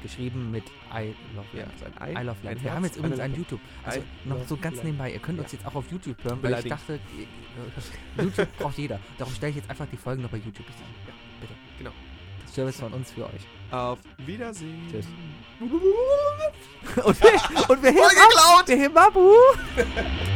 Speaker 1: geschrieben mit I love
Speaker 2: Ja,
Speaker 1: Land.
Speaker 2: sein
Speaker 1: I
Speaker 2: Ei.
Speaker 1: love Land.
Speaker 2: Ein
Speaker 1: Wir haben
Speaker 2: Herz,
Speaker 1: jetzt übrigens
Speaker 2: eine
Speaker 1: ein
Speaker 2: Lampe.
Speaker 1: YouTube. Also
Speaker 2: I
Speaker 1: noch so
Speaker 2: love
Speaker 1: ganz
Speaker 2: Land.
Speaker 1: nebenbei, ihr könnt
Speaker 2: Ja.
Speaker 1: uns jetzt auch auf YouTube hören, weil ich
Speaker 2: Beleidigen.
Speaker 1: dachte, äh, YouTube braucht jeder. Darum stelle ich jetzt einfach die Folgen noch bei YouTube ein. Ja, bitte.
Speaker 2: Genau.
Speaker 1: Das Service von uns für euch.
Speaker 2: Auf Wiedersehen.
Speaker 1: Tschüss. Und wir, und wir heben ab. Wir heben ab. uh.